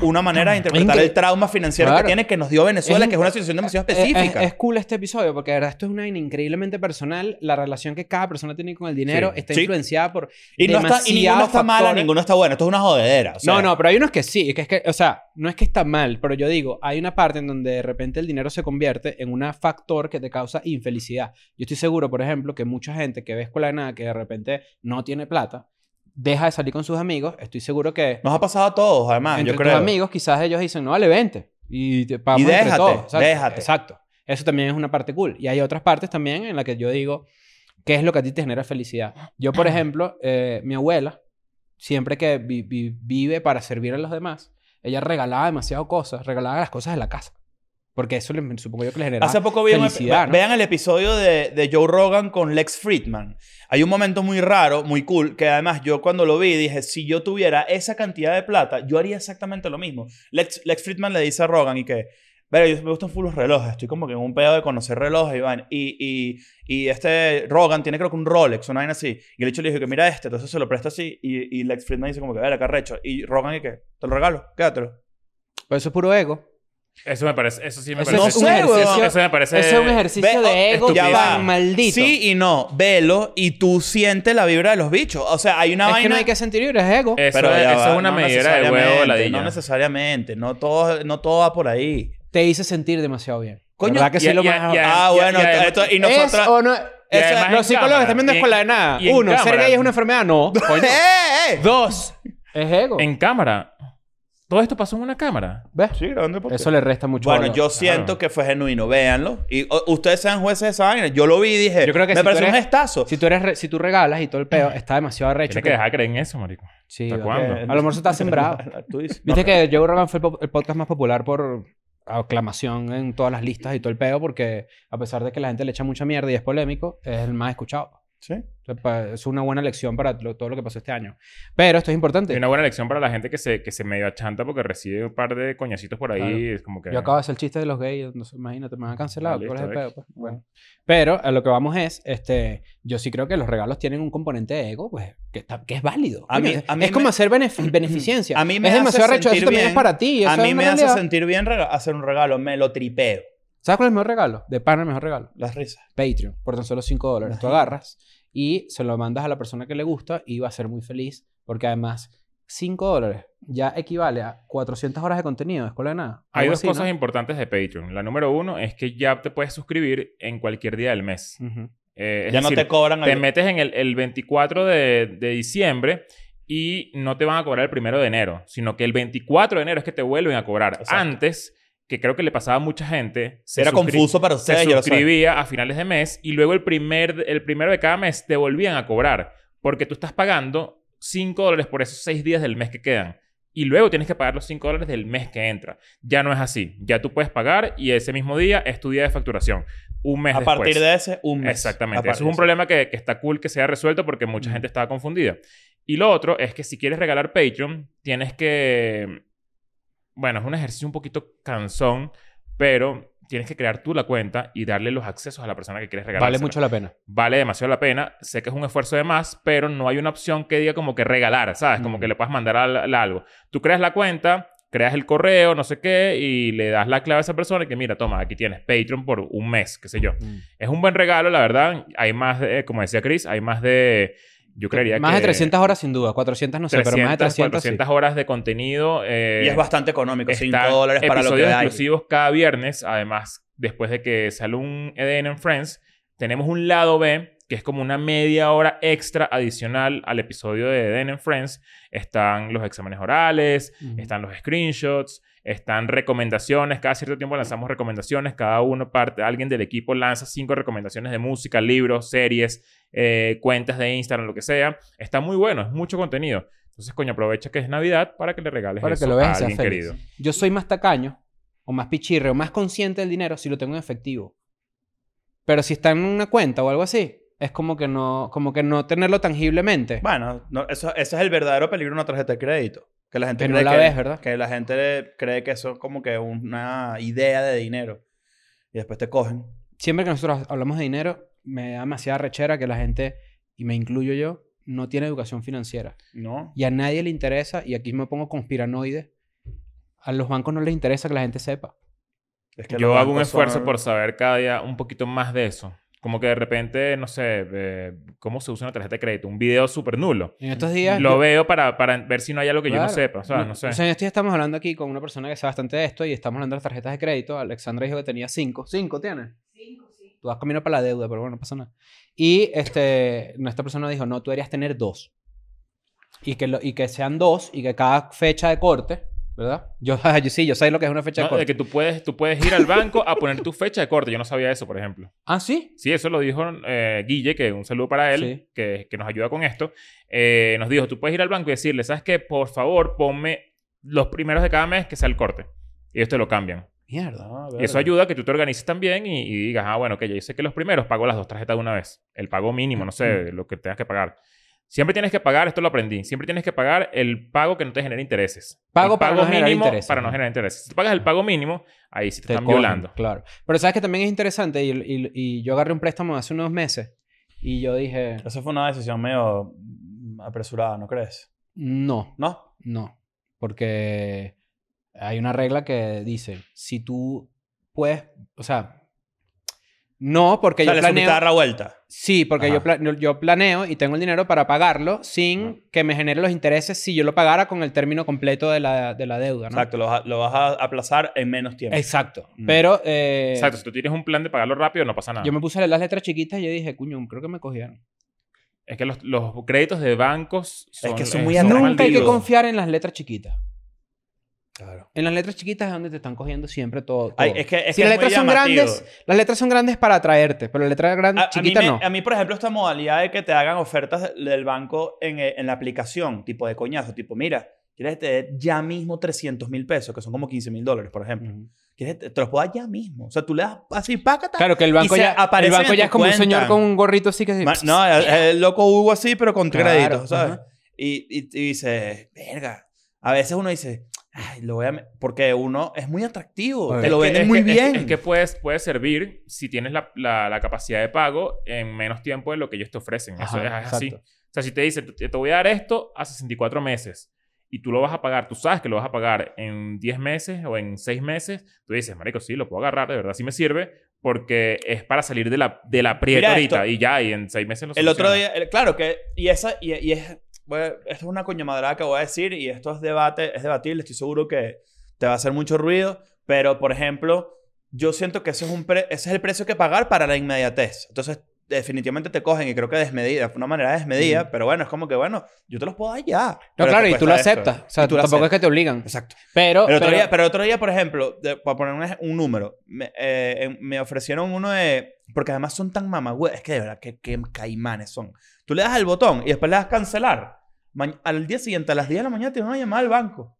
[SPEAKER 1] una manera de interpretar
[SPEAKER 2] incre-
[SPEAKER 1] el trauma financiero
[SPEAKER 2] Claro.
[SPEAKER 1] que tiene que nos dio Venezuela,
[SPEAKER 2] Es Eh,
[SPEAKER 1] que es una situación demasiado
[SPEAKER 2] Es- es-
[SPEAKER 1] específica.
[SPEAKER 2] Es, cool este episodio porque de verdad esto es una vaina increíblemente personal. La relación que cada persona tiene con el dinero
[SPEAKER 1] Sí.
[SPEAKER 2] está
[SPEAKER 1] Sí.
[SPEAKER 2] influenciada por.
[SPEAKER 1] y, no está, y ninguno está
[SPEAKER 2] demasiados
[SPEAKER 1] mala,
[SPEAKER 2] factores.
[SPEAKER 1] ninguno está bueno. Esto es una jodedera. o sea,
[SPEAKER 2] no, no, pero hay unos que sí. Que es que, o sea, no es que está mal, pero yo digo, hay una parte en donde de repente el dinero se convierte en un factor que te causa infelicidad. Yo estoy seguro, por ejemplo, que mucha gente que ve escuela de nada, que de repente no tiene plata, deja de salir con sus amigos. Estoy seguro que
[SPEAKER 1] Nos ha pasado a todos, además,
[SPEAKER 2] entre
[SPEAKER 1] Ah, yo
[SPEAKER 2] tus
[SPEAKER 1] creo.
[SPEAKER 2] amigos, quizás ellos dicen, no vale 20. Y te pagamos entre
[SPEAKER 1] déjate,
[SPEAKER 2] todos, ¿sabes?
[SPEAKER 1] déjate.
[SPEAKER 2] Exacto. Eso también es una parte cool. Y hay otras partes también en las que yo digo, ¿qué es lo que a ti te genera felicidad? Yo,
[SPEAKER 1] <clears throat>
[SPEAKER 2] por ejemplo, eh, mi abuela, siempre que vi- vi- vive para servir a los demás, ella regalaba demasiado cosas, regalaba las cosas de la casa. Porque eso le- supongo yo que le generaba.
[SPEAKER 1] Hace poco vi un-
[SPEAKER 2] felicidad,
[SPEAKER 1] ve-
[SPEAKER 2] ¿no?
[SPEAKER 1] vean el episodio de, de Joe Rogan con Lex Friedman. Hay un momento muy raro, muy cool, que además yo cuando lo vi dije, si yo tuviera esa cantidad de plata, yo haría exactamente lo mismo. Lex, Lex Friedman le dice a Rogan y que, pero yo me gustan full los relojes, estoy como que en un pedo de conocer relojes, Iván. Y, y, y este Rogan tiene creo que un Rolex, una vaina así. Y el hecho le dijo que mira este, entonces se lo presta así. Y, y Lex Friedman dice como que, ver, acá recho. Y Rogan y que, te lo regalo, quédatelo.
[SPEAKER 2] Pero eso es puro ego.
[SPEAKER 3] Eso me parece, eso sí me
[SPEAKER 2] Eso
[SPEAKER 3] parece.
[SPEAKER 1] es un ejercicio-
[SPEAKER 3] Eso me parece.
[SPEAKER 2] Ese es un ejercicio
[SPEAKER 1] Ve-
[SPEAKER 2] de ego
[SPEAKER 1] ya va.
[SPEAKER 2] tan maldito.
[SPEAKER 1] Sí y no. Velo y tú sientes la vibra de los bichos. O sea, hay una
[SPEAKER 2] es
[SPEAKER 1] vaina... Eh,
[SPEAKER 2] que no hay que sentir libre, es ego.
[SPEAKER 3] Eso,
[SPEAKER 1] Pero ya
[SPEAKER 3] eso
[SPEAKER 1] va,
[SPEAKER 3] es una
[SPEAKER 1] no
[SPEAKER 3] medidera de huevo de
[SPEAKER 1] necesariamente,
[SPEAKER 3] ladilla.
[SPEAKER 1] No necesariamente. No todo, no todo va por ahí.
[SPEAKER 2] Te hice sentir demasiado bien.
[SPEAKER 1] Coño,
[SPEAKER 2] ¿Verdad que sí
[SPEAKER 3] ya-
[SPEAKER 2] lo
[SPEAKER 3] ya-
[SPEAKER 2] más-
[SPEAKER 3] ya-
[SPEAKER 1] ah, bueno.
[SPEAKER 3] y además- eh,
[SPEAKER 1] esto- y
[SPEAKER 2] ¿Es
[SPEAKER 1] nosotros...
[SPEAKER 2] o no? Eso-
[SPEAKER 3] además en
[SPEAKER 2] los psicólogos
[SPEAKER 3] cámara,
[SPEAKER 2] están viendo
[SPEAKER 3] y en-
[SPEAKER 2] escuela de nada.
[SPEAKER 3] y en
[SPEAKER 2] Uno, ser
[SPEAKER 3] cámara.
[SPEAKER 2] gay es una enfermedad.
[SPEAKER 3] <laughs>
[SPEAKER 2] No.
[SPEAKER 1] ¡Eh, eh, eh!
[SPEAKER 2] Dos, es ego.
[SPEAKER 3] En cámara. Todo esto pasó en una cámara.
[SPEAKER 2] ¿Ves?
[SPEAKER 1] Sí, grabando el podcast.
[SPEAKER 2] Eso le Ah. resta mucho
[SPEAKER 1] Bueno,
[SPEAKER 2] valor.
[SPEAKER 1] yo siento que fue genuino, véanlo. Y o, ustedes sean jueces de esa vaina. Yo lo vi y dije,
[SPEAKER 2] Yo creo que
[SPEAKER 1] me
[SPEAKER 2] si tú
[SPEAKER 1] parece un
[SPEAKER 2] eres-
[SPEAKER 1] gestazo.
[SPEAKER 2] Si tú, eres re- si tú regalas y todo el <clears throat> peo, está demasiado arrecho.
[SPEAKER 3] Tienes que
[SPEAKER 2] que-
[SPEAKER 3] dejar de creer en eso, marico.
[SPEAKER 2] Sí,
[SPEAKER 3] ¿Hasta
[SPEAKER 2] va.
[SPEAKER 3] cuándo?
[SPEAKER 2] Eh, a lo mejor se está sembrado.
[SPEAKER 1] <laughs> Tú dices,
[SPEAKER 2] Viste
[SPEAKER 1] no,
[SPEAKER 2] que Joe Rogan fue el, po- el podcast más popular por aclamación en todas las listas y todo el peo, porque a pesar de que la gente le echa mucha mierda y es polémico, es el más escuchado.
[SPEAKER 1] ¿sí?
[SPEAKER 2] Entonces, pa- Es una buena lección para lo- todo lo que pasó este año. Pero esto es importante.
[SPEAKER 3] Y una buena lección para la gente que se, que se medio achanta porque recibe un par de coñacitos por ahí.
[SPEAKER 2] Claro.
[SPEAKER 3] Es como que.
[SPEAKER 2] Yo acabo de hacer el chiste de los gays, no sé, imagínate, me han cancelado.
[SPEAKER 3] Ah,
[SPEAKER 2] ¿Cuál es el
[SPEAKER 3] listo,
[SPEAKER 2] pedo?
[SPEAKER 3] ¿ves?
[SPEAKER 2] pues? Bueno. Pero a lo que vamos es, este, yo sí creo que los regalos tienen un componente de ego, pues, que, está- que es válido.
[SPEAKER 1] A mí-
[SPEAKER 2] Coño,
[SPEAKER 1] a mí
[SPEAKER 2] es como
[SPEAKER 1] me-
[SPEAKER 2] hacer
[SPEAKER 1] <clears throat>
[SPEAKER 2] benefi- beneficencia.
[SPEAKER 1] A mí me
[SPEAKER 2] es
[SPEAKER 1] hace
[SPEAKER 2] demasiado arrecho,
[SPEAKER 1] sentir
[SPEAKER 2] eso también
[SPEAKER 1] bien.
[SPEAKER 2] es para ti.
[SPEAKER 1] A
[SPEAKER 2] eso
[SPEAKER 1] mí
[SPEAKER 2] es
[SPEAKER 1] me
[SPEAKER 2] una
[SPEAKER 1] hace
[SPEAKER 2] realidad.
[SPEAKER 1] sentir bien rega- hacer un regalo, me lo tripeo.
[SPEAKER 2] ¿Sabes cuál es el mejor regalo? De pana el mejor regalo.
[SPEAKER 1] Las risas.
[SPEAKER 2] Patreon por tan solo 5 dólares. Tú agarras y se lo mandas a la persona que le gusta y va a ser muy feliz porque además 5 dólares ya equivale a 400 horas de contenido de Escuela de Nada.
[SPEAKER 3] Hay
[SPEAKER 2] Algo
[SPEAKER 3] dos
[SPEAKER 2] así,
[SPEAKER 3] cosas
[SPEAKER 2] ¿no?
[SPEAKER 3] importantes de Patreon. La número uno es que ya te puedes suscribir en cualquier día del mes.
[SPEAKER 2] Ujú.
[SPEAKER 3] Eh, es
[SPEAKER 1] Ya no
[SPEAKER 3] decir,
[SPEAKER 1] te cobran
[SPEAKER 3] te
[SPEAKER 1] el-
[SPEAKER 3] metes en el, el 24 de, de diciembre y no te van a cobrar el primero de enero, sino que el 24 de enero es que te vuelven a cobrar.
[SPEAKER 1] Exacto.
[SPEAKER 3] Antes, que creo que le pasaba a mucha gente, se
[SPEAKER 1] Era
[SPEAKER 3] suscri-
[SPEAKER 1] confuso para
[SPEAKER 3] Se
[SPEAKER 1] ustedes. yo lo sé.
[SPEAKER 3] suscribía a finales de mes y luego el, primer, el primero de cada mes te volvían a cobrar porque tú estás pagando 5 dólares por esos 6 días del mes que quedan. Y luego tienes que pagar los 5 dólares del mes que entra. Ya no es así. Ya tú puedes pagar y ese mismo día es tu día de facturación. Un mes
[SPEAKER 1] A
[SPEAKER 3] después.
[SPEAKER 1] partir de ese, un
[SPEAKER 2] Mm.
[SPEAKER 1] mes. A
[SPEAKER 3] Exactamente.
[SPEAKER 1] partir
[SPEAKER 3] Eso es un
[SPEAKER 1] de
[SPEAKER 3] problema que, que está cool que se haya resuelto porque mucha
[SPEAKER 2] Mm.
[SPEAKER 3] gente estaba confundida. Y lo otro es que si quieres regalar Patreon, tienes que... Bueno, es un ejercicio un poquito cansón, pero tienes que crear tú la cuenta y darle los accesos a la persona que quieres regalar.
[SPEAKER 2] Vale mucho la pena.
[SPEAKER 3] Vale demasiado la pena. Sé que es un esfuerzo de más, pero no hay una opción que diga como que regalar, ¿sabes? Como
[SPEAKER 2] Mm.
[SPEAKER 3] que le puedas mandar al- al algo. Tú creas la cuenta, creas el correo, no sé qué, y le das la clave a esa persona y que mira, toma, aquí tienes Patreon por un mes, qué sé yo.
[SPEAKER 2] Mm.
[SPEAKER 3] Es un buen regalo, la verdad. Hay más, de- como decía Chris, hay más de. Yo creería
[SPEAKER 2] Más
[SPEAKER 3] que.
[SPEAKER 2] de 300 horas sin duda, 400 no sé, pero más de 300
[SPEAKER 3] 400 horas de contenido. eh,
[SPEAKER 1] Y es bastante económico, 5
[SPEAKER 3] están
[SPEAKER 1] dólares para lo que
[SPEAKER 3] episodios
[SPEAKER 1] hay.
[SPEAKER 3] exclusivos cada viernes. Además, después de que sale un EDN en Friends, tenemos un lado B, que es como una media hora extra adicional al episodio de EDN en Friends. Están los exámenes orales,
[SPEAKER 2] sí. Ujú.
[SPEAKER 3] están los screenshots, están recomendaciones. Cada cierto tiempo lanzamos recomendaciones. Cada uno parte, alguien del equipo lanza cinco recomendaciones de música, libros, series, eh, cuentas de Instagram, lo que sea. Está muy bueno, es mucho contenido. Entonces, coño, aprovecha que es Navidad para que le regales
[SPEAKER 2] Para que
[SPEAKER 3] eso
[SPEAKER 2] lo veas y
[SPEAKER 3] a
[SPEAKER 2] seas
[SPEAKER 3] alguien
[SPEAKER 2] feliz.
[SPEAKER 3] querido.
[SPEAKER 2] Yo soy más tacaño o más pichirre o más consciente del dinero si lo tengo en efectivo. Pero si está en una cuenta o algo así, es como que no, como que no tenerlo tangiblemente.
[SPEAKER 1] Bueno, no, eso, ese es el verdadero peligro de una tarjeta de crédito. Que la gente
[SPEAKER 2] Que no
[SPEAKER 1] cree
[SPEAKER 2] la
[SPEAKER 1] que,
[SPEAKER 2] ves, ¿verdad?
[SPEAKER 1] Que la gente cree que eso es como que una idea de dinero. Y después te cogen.
[SPEAKER 2] siempre que nosotros hablamos de dinero, me da demasiada rechera que la gente, y me incluyo yo, no tiene educación financiera.
[SPEAKER 1] No.
[SPEAKER 2] Y a nadie le interesa, y aquí me pongo conspiranoide, a los bancos no les interesa que la gente sepa.
[SPEAKER 1] Es que
[SPEAKER 3] Yo
[SPEAKER 1] los
[SPEAKER 3] hago un
[SPEAKER 1] bancos
[SPEAKER 3] esfuerzo
[SPEAKER 1] son-
[SPEAKER 3] por saber cada día un poquito más de eso. Como que de repente, no sé, eh, cómo se usa una tarjeta de crédito. Un video súper nulo.
[SPEAKER 2] En estos días...
[SPEAKER 3] Lo
[SPEAKER 2] yo-
[SPEAKER 3] veo para, para ver si no hay algo que yo no
[SPEAKER 2] Claro.
[SPEAKER 3] sepa. O sea, no, sé.
[SPEAKER 2] O sea, en estos días estamos hablando aquí con una persona que sabe bastante de esto y estamos hablando de las tarjetas de crédito. Alexandra dijo que tenía cinco. ¿Cinco tienes?
[SPEAKER 5] Cinco, sí.
[SPEAKER 2] Tú vas camino para la deuda, pero bueno, no pasa nada. Y este, esta persona dijo, no, tú deberías tener dos. Y que, lo- y que sean dos y que cada fecha de corte, ¿verdad? Yo, <laughs> yo sí, yo sé lo que es una fecha
[SPEAKER 3] No,
[SPEAKER 2] de corte.
[SPEAKER 3] de que tú puedes, tú puedes ir al banco a poner tu fecha de corte. Yo no sabía eso, por ejemplo.
[SPEAKER 2] Ah, sí.
[SPEAKER 3] Sí, eso lo dijo eh, Guille, que un saludo para él,
[SPEAKER 2] Sí.
[SPEAKER 3] que, que nos ayuda con esto. Eh, nos dijo, tú puedes ir al banco y decirle, ¿sabes qué? Por favor, ponme los primeros de cada mes que sea el corte. Y ellos te lo cambian.
[SPEAKER 2] Mierda.
[SPEAKER 1] Ah,
[SPEAKER 3] Y eso
[SPEAKER 1] verga.
[SPEAKER 3] ayuda a que tú te organices también y, y digas, ah, bueno, que ya hice que los primeros pago las dos tarjetas de una vez. El pago mínimo, no sé, lo que tengas que pagar. Siempre tienes que pagar, esto lo aprendí, siempre tienes que pagar el pago que no te genera intereses.
[SPEAKER 2] Pago
[SPEAKER 3] El
[SPEAKER 2] para no generar
[SPEAKER 3] mínimo
[SPEAKER 2] intereses,
[SPEAKER 3] Para no
[SPEAKER 2] ¿no?
[SPEAKER 3] generar intereses. Si tú pagas el pago mínimo, ahí sí te, están
[SPEAKER 2] cogen, Eh,
[SPEAKER 3] violando.
[SPEAKER 2] Claro. Pero sabes que también es interesante y, y- y yo agarré un préstamo hace unos meses y yo dije,
[SPEAKER 1] Esa fue una decisión medio mm, apresurada, ¿no crees?
[SPEAKER 2] no,
[SPEAKER 1] ¿No?
[SPEAKER 2] no. Porque hay una regla que dice, si tú puedes, o sea, no, porque
[SPEAKER 1] Dale
[SPEAKER 2] yo
[SPEAKER 1] su
[SPEAKER 2] planeo...
[SPEAKER 1] guitarra vuelta.
[SPEAKER 2] Sí, porque yo,
[SPEAKER 1] Ajá.
[SPEAKER 2] pla- yo- yo planeo y tengo el dinero para pagarlo sin que me genere los intereses si yo lo pagara con el término completo de la, de la deuda, ¿no?
[SPEAKER 1] Exacto, lo, vas a- lo vas a aplazar en menos tiempo.
[SPEAKER 2] Exacto.
[SPEAKER 1] Mm.
[SPEAKER 2] Pero eh,
[SPEAKER 3] Exacto, si tú tienes un plan de pagarlo rápido, no pasa nada.
[SPEAKER 2] yo me puse las letras chiquitas y yo dije, cuño, creo que me cogieron.
[SPEAKER 3] Es que los, los créditos de bancos son,
[SPEAKER 1] que son
[SPEAKER 3] eh,
[SPEAKER 1] muy
[SPEAKER 2] Nunca hay que
[SPEAKER 1] malditos.
[SPEAKER 2] confiar en las letras chiquitas.
[SPEAKER 1] Claro.
[SPEAKER 2] En las letras chiquitas es donde te están cogiendo siempre todo.
[SPEAKER 1] Ay,
[SPEAKER 2] todo.
[SPEAKER 1] es que, es
[SPEAKER 2] si
[SPEAKER 1] que
[SPEAKER 2] las
[SPEAKER 1] es muy
[SPEAKER 2] letras son
[SPEAKER 1] llamativo.
[SPEAKER 2] grandes, las letras son grandes para atraerte, pero la letra grande,
[SPEAKER 1] A, a mí
[SPEAKER 2] chiquita
[SPEAKER 1] me-
[SPEAKER 2] no.
[SPEAKER 1] a mí, por ejemplo, esta modalidad de que te hagan ofertas del banco en, eh, en la aplicación, tipo de coñazo, tipo, mira, quieres que te dé ya mismo 300 mil pesos, que son como 15 mil dólares, por ejemplo.
[SPEAKER 2] Ujú.
[SPEAKER 1] ¿Quieres que te, te los puedo dar ya mismo. O sea, tú le das así, pácata.
[SPEAKER 2] Claro que el banco
[SPEAKER 1] se
[SPEAKER 2] ya, el
[SPEAKER 1] aparecen
[SPEAKER 2] banco
[SPEAKER 1] en
[SPEAKER 2] ya
[SPEAKER 1] tu
[SPEAKER 2] es como un señor
[SPEAKER 1] cuenta.
[SPEAKER 2] con un gorrito así que... así,
[SPEAKER 1] Ma- no, el, el loco Hugo así, pero con
[SPEAKER 2] Claro,
[SPEAKER 1] créditos, ¿sabes?
[SPEAKER 2] ajá.
[SPEAKER 1] Y, y, y dices, verga. A veces uno dice, ay, lo voy a. me-", Porque uno es muy atractivo,
[SPEAKER 2] Oye.
[SPEAKER 1] te
[SPEAKER 3] Es
[SPEAKER 1] lo
[SPEAKER 3] que-
[SPEAKER 1] venden
[SPEAKER 3] es
[SPEAKER 1] muy
[SPEAKER 3] que- es-
[SPEAKER 1] bien.
[SPEAKER 3] Es, que puedes, puede servir si tienes la, la- la capacidad de pago en menos tiempo de lo que ellos te ofrecen. Eso
[SPEAKER 2] Ajá,
[SPEAKER 3] es así.
[SPEAKER 2] exacto.
[SPEAKER 3] O sea, si te dice, te te voy a dar esto a 64 meses y tú lo vas a pagar, tú sabes que lo vas a pagar en 10 meses o en 6 meses, tú dices, marico, sí, lo puedo agarrar, de verdad sí me sirve porque es para salir de la, de la prieta
[SPEAKER 1] Mira
[SPEAKER 3] ahorita
[SPEAKER 1] esto.
[SPEAKER 3] y ya, y en 6 meses lo
[SPEAKER 1] El otro
[SPEAKER 3] solucionas.
[SPEAKER 1] día, el- claro que, y esa, y, y es, bueno, esto es una coñamadrada que voy a decir y esto es debate, es debatible, estoy seguro que te va a hacer mucho ruido, pero por ejemplo, yo siento que ese es, un pre- ese es el precio que pagar para la inmediatez. Entonces, definitivamente te cogen y creo que desmedida, de una manera desmedida, pero bueno, es como que bueno, yo te los puedo dar ya.
[SPEAKER 2] No,
[SPEAKER 1] pero
[SPEAKER 2] claro,
[SPEAKER 1] te
[SPEAKER 2] y tú
[SPEAKER 1] cuesta
[SPEAKER 2] lo
[SPEAKER 1] esto.
[SPEAKER 2] aceptas. O sea,
[SPEAKER 1] Y tú lo
[SPEAKER 2] tampoco es
[SPEAKER 1] aceptas.
[SPEAKER 2] que te obligan.
[SPEAKER 1] Exacto.
[SPEAKER 2] Pero...
[SPEAKER 1] Pero, otro
[SPEAKER 2] pero-
[SPEAKER 1] día, pero otro día, por ejemplo, de- para poner un, ej- un número, me, eh, en- me ofrecieron uno de. Porque además son tan mamagüey. Es que de verdad, que, que caimanes son. Tú le das al botón y después le das cancelar. Ma- al día siguiente, a las 10 de la mañana, te van a llamar al banco.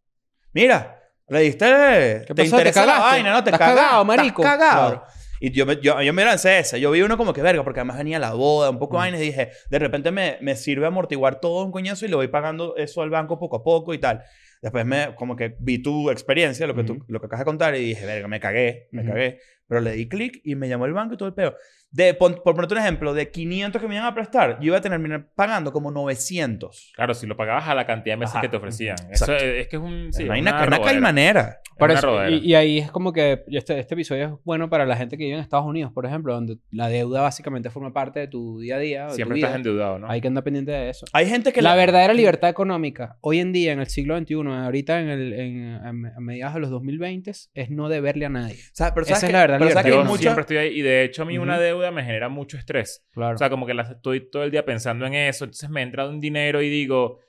[SPEAKER 1] Mira, le diste.
[SPEAKER 2] ¿Qué
[SPEAKER 1] te
[SPEAKER 2] pasó? ¿Te
[SPEAKER 1] interesa la
[SPEAKER 2] cagaste?
[SPEAKER 1] vaina, ¿no? Te
[SPEAKER 2] ¿Estás
[SPEAKER 1] cagaste,
[SPEAKER 2] cagado, marico?
[SPEAKER 1] Estás cagado.
[SPEAKER 2] Claro.
[SPEAKER 1] Y yo me, yo, yo me lancé esa. Yo vi uno como que verga, porque además venía la boda, un
[SPEAKER 2] Mm.
[SPEAKER 1] poco de vainas, y dije, de repente me, me sirve amortiguar todo un coñazo y le voy pagando eso al banco poco a poco y tal. Después me, como que vi tu experiencia, lo que, tú-
[SPEAKER 2] Ujú.
[SPEAKER 1] lo que acabas de contar, y dije, verga, me cagué, me
[SPEAKER 2] Ujú.
[SPEAKER 1] cagué. Pero le di clic y me llamó el banco y todo el pedo. De, pon- por ponerte un ejemplo, de 500 que me iban a prestar, yo iba a terminar pagando como 900.
[SPEAKER 3] Claro, si lo pagabas a la cantidad de meses
[SPEAKER 1] Ajá.
[SPEAKER 3] que te ofrecían. Eso
[SPEAKER 1] Exacto.
[SPEAKER 3] es, es que es un... sí,
[SPEAKER 1] no
[SPEAKER 3] es
[SPEAKER 1] hay una,
[SPEAKER 3] una
[SPEAKER 1] una
[SPEAKER 3] robadera.
[SPEAKER 1] manera.
[SPEAKER 3] Es
[SPEAKER 2] Por
[SPEAKER 3] una
[SPEAKER 2] eso,
[SPEAKER 3] robadera.
[SPEAKER 2] y, y ahí es como que y este, este episodio es bueno para la gente que vive en Estados Unidos, por ejemplo, donde la deuda básicamente forma parte de tu día a día. de tu
[SPEAKER 3] Siempre
[SPEAKER 2] vida.
[SPEAKER 3] estás endeudado, ¿no?
[SPEAKER 2] Hay que andar pendiente de eso.
[SPEAKER 1] Hay gente que...
[SPEAKER 2] la, verdadera libertad económica hoy en día, en el siglo XXI, ahorita en el, en, a, a mediados de los 2020, es no deberle a nadie.
[SPEAKER 1] O sea, pero
[SPEAKER 2] Esa
[SPEAKER 1] sabes
[SPEAKER 2] es
[SPEAKER 1] que-
[SPEAKER 2] la verdad,
[SPEAKER 1] pero sabes que
[SPEAKER 3] Yo
[SPEAKER 1] hay
[SPEAKER 2] libertad.
[SPEAKER 1] mucha-
[SPEAKER 3] siempre estoy ahí. Y de hecho, a mí una
[SPEAKER 2] Ujú.
[SPEAKER 3] deuda me genera mucho estrés.
[SPEAKER 2] Claro.
[SPEAKER 3] O sea, como que las estoy todo el día pensando en eso. Entonces me entra un dinero y digo,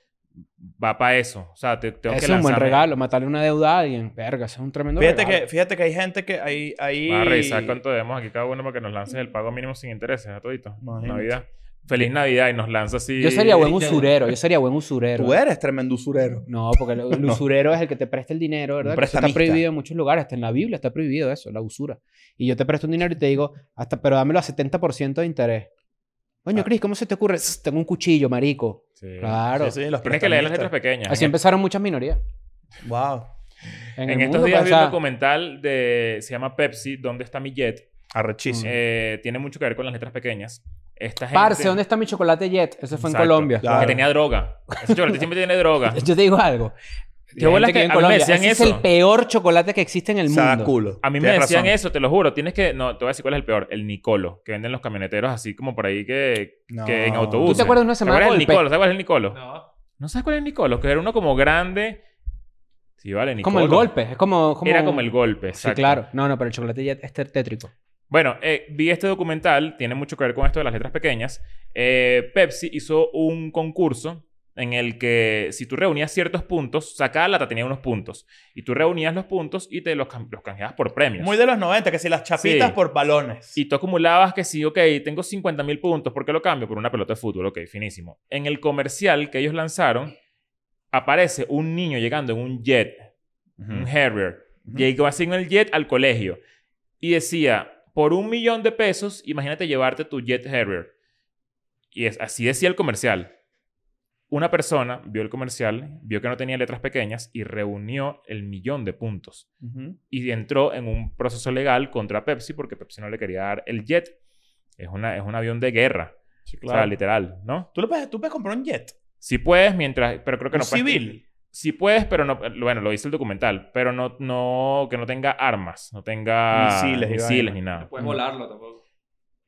[SPEAKER 3] va para eso. O sea, te, tengo
[SPEAKER 2] Ese
[SPEAKER 3] que
[SPEAKER 2] es un buen
[SPEAKER 3] lanzarme.
[SPEAKER 2] regalo, matarle una deuda a alguien. Verga, ese es un tremendo
[SPEAKER 1] Fíjate
[SPEAKER 2] regalo.
[SPEAKER 1] que, fíjate que hay gente que hay... hay...
[SPEAKER 3] Vamos a revisar cuánto debemos aquí cada uno para que nos lances el pago mínimo sin intereses, ¿no, todito?
[SPEAKER 1] Imagínate.
[SPEAKER 3] Navidad. Feliz Navidad y nos lanza así.
[SPEAKER 2] Yo sería buen usurero, yo sería buen usurero.
[SPEAKER 1] Tú eres tremendo usurero.
[SPEAKER 2] No, porque el,
[SPEAKER 3] <laughs>
[SPEAKER 2] el usurero es el que te presta el dinero, ¿verdad?
[SPEAKER 1] Un
[SPEAKER 2] Que eso está
[SPEAKER 1] prestamista.
[SPEAKER 2] prohibido en muchos lugares, hasta en la Biblia está prohibido eso, la usura. Y yo te presto un dinero y te digo, hasta, pero dámelo a 70% de interés. Coño,
[SPEAKER 1] Ah.
[SPEAKER 2] Cris, ¿cómo se te ocurre? "Sss, Tengo un cuchillo, marico.
[SPEAKER 3] Sí.
[SPEAKER 2] Claro.
[SPEAKER 1] Sí, sí, los
[SPEAKER 3] Tienes que leer las letras
[SPEAKER 1] prestamistas.
[SPEAKER 3] pequeñas.
[SPEAKER 2] Así
[SPEAKER 3] En-
[SPEAKER 2] empezaron muchas minorías.
[SPEAKER 1] Wow.
[SPEAKER 2] En,
[SPEAKER 3] En,
[SPEAKER 2] el
[SPEAKER 3] estos
[SPEAKER 2] mundo,
[SPEAKER 3] días
[SPEAKER 2] pues,
[SPEAKER 3] vi un
[SPEAKER 2] o sea,
[SPEAKER 3] documental de... Se llama Pepsi, ¿Dónde está mi jet?
[SPEAKER 2] Mm.
[SPEAKER 1] Arrechísimo.
[SPEAKER 3] Eh, tiene mucho que ver con las letras pequeñas. Esta gente...
[SPEAKER 2] Parce, ¿dónde está mi chocolate jet? Ese fue en
[SPEAKER 3] Exacto.
[SPEAKER 2] Colombia.
[SPEAKER 1] Claro.
[SPEAKER 3] Que tenía droga. Ese chocolate siempre tiene droga.
[SPEAKER 2] <laughs> Yo te digo algo.
[SPEAKER 3] Qué
[SPEAKER 2] La
[SPEAKER 3] bola
[SPEAKER 2] gente
[SPEAKER 3] que
[SPEAKER 2] vive
[SPEAKER 3] a mí me decían
[SPEAKER 2] Ese es
[SPEAKER 3] eso.
[SPEAKER 2] el peor chocolate que existe en el
[SPEAKER 1] Saca
[SPEAKER 2] mundo.
[SPEAKER 1] culo.
[SPEAKER 3] A mí me
[SPEAKER 1] Tienes
[SPEAKER 3] decían
[SPEAKER 1] razón.
[SPEAKER 3] eso, te lo juro. Tienes que... No, te voy a decir cuál es el peor. El Nicolo. Que venden los camioneteros así como por ahí que...
[SPEAKER 1] No.
[SPEAKER 3] que en autobús.
[SPEAKER 2] ¿Tú te acuerdas de una semana
[SPEAKER 3] ¿Te acuerdas del
[SPEAKER 2] golpe?
[SPEAKER 3] Nicolo? ¿Sabes cuál es el Nicolo? No.
[SPEAKER 4] No.
[SPEAKER 3] sabes cuál es el Nicolo? Que era uno como grande... Sí, vale, Nicolo.
[SPEAKER 2] Como el golpe. Es como,
[SPEAKER 3] Era como el golpe,
[SPEAKER 2] Sí,
[SPEAKER 3] exacto.
[SPEAKER 2] claro. No, no, pero el chocolate jet es tétrico.
[SPEAKER 3] Bueno, eh, vi este documental, tiene mucho que ver con esto de las letras pequeñas. Eh, Pepsi hizo un concurso en el que si tú reunías ciertos puntos, sacada lata tenía unos puntos, y tú reunías los puntos y te los, cam- los canjeabas por premios.
[SPEAKER 1] Muy de los 90, que si las chapitas
[SPEAKER 3] Sí.
[SPEAKER 1] por balones.
[SPEAKER 3] Y tú acumulabas que sí, ok, tengo 50 mil puntos, ¿por qué lo cambio? Por una pelota de fútbol, ok, finísimo. En el comercial que ellos lanzaron, aparece un niño llegando en un jet, un Harrier.
[SPEAKER 1] Ujú.
[SPEAKER 3] Llegó así en el jet al colegio y decía, por un millón de pesos, imagínate llevarte tu jet Harrier. Y es, así decía el comercial. Una persona vio el comercial, vio que no tenía letras pequeñas y reunió el millón de puntos
[SPEAKER 1] Ujú.
[SPEAKER 3] y entró en un proceso legal contra Pepsi porque Pepsi no le quería dar el jet. Es, una, es un avión de guerra.
[SPEAKER 1] Sí,
[SPEAKER 3] O sea,
[SPEAKER 1] claro.
[SPEAKER 3] literal, ¿no?
[SPEAKER 1] ¿Tú, lo puedes, tú puedes comprar un jet.
[SPEAKER 3] Sí puedes, mientras... Pero creo que
[SPEAKER 1] Un
[SPEAKER 3] no puedes...
[SPEAKER 1] civil.
[SPEAKER 3] sí puedes, pero no... eh, Bueno, lo dice el documental. Pero no... no que no tenga armas. No tenga...
[SPEAKER 1] Misiles y vaina.
[SPEAKER 3] ni nada.
[SPEAKER 6] No puedes volarlo tampoco.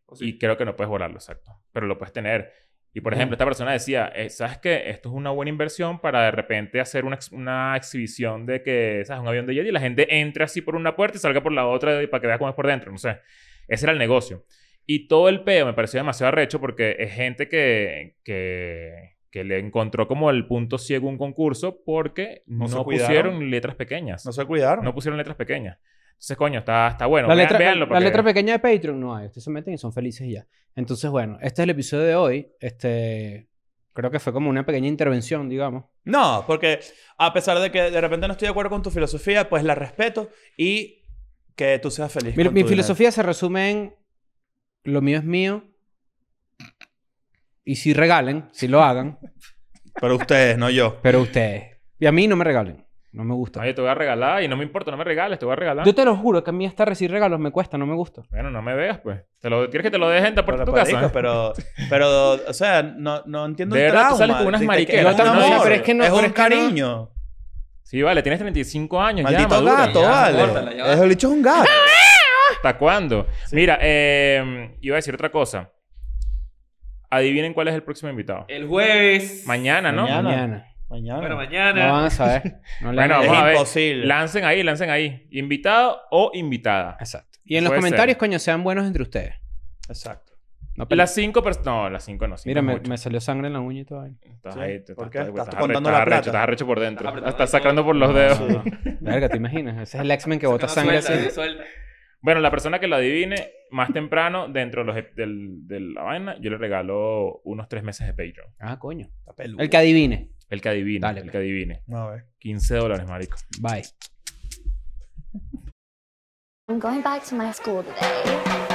[SPEAKER 6] O sí.
[SPEAKER 3] Y creo que no puedes volarlo, exacto. Pero lo puedes tener. Y por ejemplo, esta persona decía, eh, ¿sabes qué? Esto es una buena inversión para de repente hacer una, ex- una exhibición de que, ¿sabes? Un avión de jet y la gente entre así por una puerta y salga por la otra y para que vea cómo es por dentro. No sé. Ese era el negocio. Y todo el peo me pareció demasiado arrecho porque es gente que, que, que le encontró como el punto ciego a un concurso porque no,
[SPEAKER 1] No se cuidaron.
[SPEAKER 3] pusieron letras pequeñas.
[SPEAKER 1] No se cuidaron.
[SPEAKER 3] No pusieron letras pequeñas. Entonces, coño, está, está bueno.
[SPEAKER 2] la
[SPEAKER 3] Vean-
[SPEAKER 2] letra,
[SPEAKER 3] véanlo
[SPEAKER 2] la
[SPEAKER 3] porque-
[SPEAKER 2] letra pequeña de Patreon no hay. Ustedes se meten y son felices y ya. Entonces, bueno, este es el episodio de hoy. Este, creo que fue como una pequeña intervención, digamos.
[SPEAKER 1] No, porque a pesar de que de repente no estoy de acuerdo con tu filosofía, pues la respeto y que tú seas feliz.
[SPEAKER 2] Mi,
[SPEAKER 1] con
[SPEAKER 2] mi
[SPEAKER 1] tu
[SPEAKER 2] filosofía se resume en lo mío es mío. Y si regalen, si lo
[SPEAKER 3] <laughs>
[SPEAKER 2] hagan,
[SPEAKER 1] dinero. Pero ustedes, no yo.
[SPEAKER 2] pero ustedes. Y a mí no me regalen. No me gusta.
[SPEAKER 3] Oye, te voy a regalar y no me importa, no me regales, te voy a regalar.
[SPEAKER 2] Yo te lo juro que a mí hasta recibir regalos me cuesta, no me gusta.
[SPEAKER 3] Bueno, no me veas, pues. Te lo, ¿Quieres que te lo dejen en la puerta de
[SPEAKER 1] Pero,
[SPEAKER 3] tu casa?
[SPEAKER 1] marico,
[SPEAKER 3] eh?
[SPEAKER 1] pero, pero, o sea, no, no entiendo
[SPEAKER 3] De
[SPEAKER 1] el
[SPEAKER 3] verdad, tú
[SPEAKER 1] trauma.
[SPEAKER 3] sales con unas
[SPEAKER 1] Te- te-
[SPEAKER 3] mariqueras,
[SPEAKER 1] es un
[SPEAKER 3] una novia,
[SPEAKER 1] amor,
[SPEAKER 3] pero es
[SPEAKER 2] que no-
[SPEAKER 1] es
[SPEAKER 2] pero
[SPEAKER 1] un
[SPEAKER 2] es que no-
[SPEAKER 1] cariño.
[SPEAKER 3] Sí, vale, tienes 35 años ya,
[SPEAKER 1] Maldito
[SPEAKER 3] madura.
[SPEAKER 1] gato,
[SPEAKER 6] ya,
[SPEAKER 1] vale.
[SPEAKER 6] córtala, ya.
[SPEAKER 1] Es el bicho es un gato.
[SPEAKER 3] ¿Hasta cuándo? Mira, eh, iba a decir otra cosa. Adivinen cuál es el próximo invitado.
[SPEAKER 6] El jueves.
[SPEAKER 3] Mañana, ¿no?
[SPEAKER 1] Mañana.
[SPEAKER 2] Mañana.
[SPEAKER 1] Mañana.
[SPEAKER 6] Bueno,
[SPEAKER 2] No
[SPEAKER 6] mañana.
[SPEAKER 2] van a saber. No le
[SPEAKER 3] Bueno,
[SPEAKER 2] van a-
[SPEAKER 3] vamos a
[SPEAKER 1] es
[SPEAKER 3] ver.
[SPEAKER 1] imposible.
[SPEAKER 3] Lancen ahí, lancen ahí. Invitado o invitada.
[SPEAKER 2] Exacto. Y en los
[SPEAKER 3] Puede
[SPEAKER 2] comentarios,
[SPEAKER 3] ser.
[SPEAKER 2] coño, sean buenos entre ustedes.
[SPEAKER 1] Exacto.
[SPEAKER 2] No peleen.
[SPEAKER 3] Las 5 personas. No, las 5 no. cinco
[SPEAKER 2] Mira,
[SPEAKER 3] es
[SPEAKER 2] me,
[SPEAKER 3] mucho.
[SPEAKER 2] me salió sangre en la uña y todo ahí.
[SPEAKER 3] Estás
[SPEAKER 1] Sí,
[SPEAKER 3] ahí, te-
[SPEAKER 1] ¿por
[SPEAKER 3] estás-
[SPEAKER 1] qué?
[SPEAKER 3] estás-
[SPEAKER 1] Estás
[SPEAKER 3] estás
[SPEAKER 1] contando
[SPEAKER 3] arrecho,
[SPEAKER 1] la plata.
[SPEAKER 3] Estás arrecho por dentro.
[SPEAKER 6] Estás apretando
[SPEAKER 3] Estás
[SPEAKER 6] ahí
[SPEAKER 3] sacando
[SPEAKER 6] todo.
[SPEAKER 3] por los dedos.
[SPEAKER 1] Sí.
[SPEAKER 2] Verga, ¿te imaginas? Ese es el X-Men que bota
[SPEAKER 6] Suelta,
[SPEAKER 2] sangre así.
[SPEAKER 4] ¿eh?
[SPEAKER 6] suelta, suelta.
[SPEAKER 3] Bueno, la persona que lo adivine más temprano dentro de, los ep- del- de la vaina, yo le regalo unos tres meses de Patreon.
[SPEAKER 2] Ah, coño.
[SPEAKER 1] Está peludo.
[SPEAKER 2] El que adivine.
[SPEAKER 3] El que adivine.
[SPEAKER 2] Dale,
[SPEAKER 3] el
[SPEAKER 2] pues.
[SPEAKER 3] que adivine.
[SPEAKER 1] No, a ver.
[SPEAKER 3] 15 dólares, marico.
[SPEAKER 2] Bye.
[SPEAKER 7] I'm going back to my school today.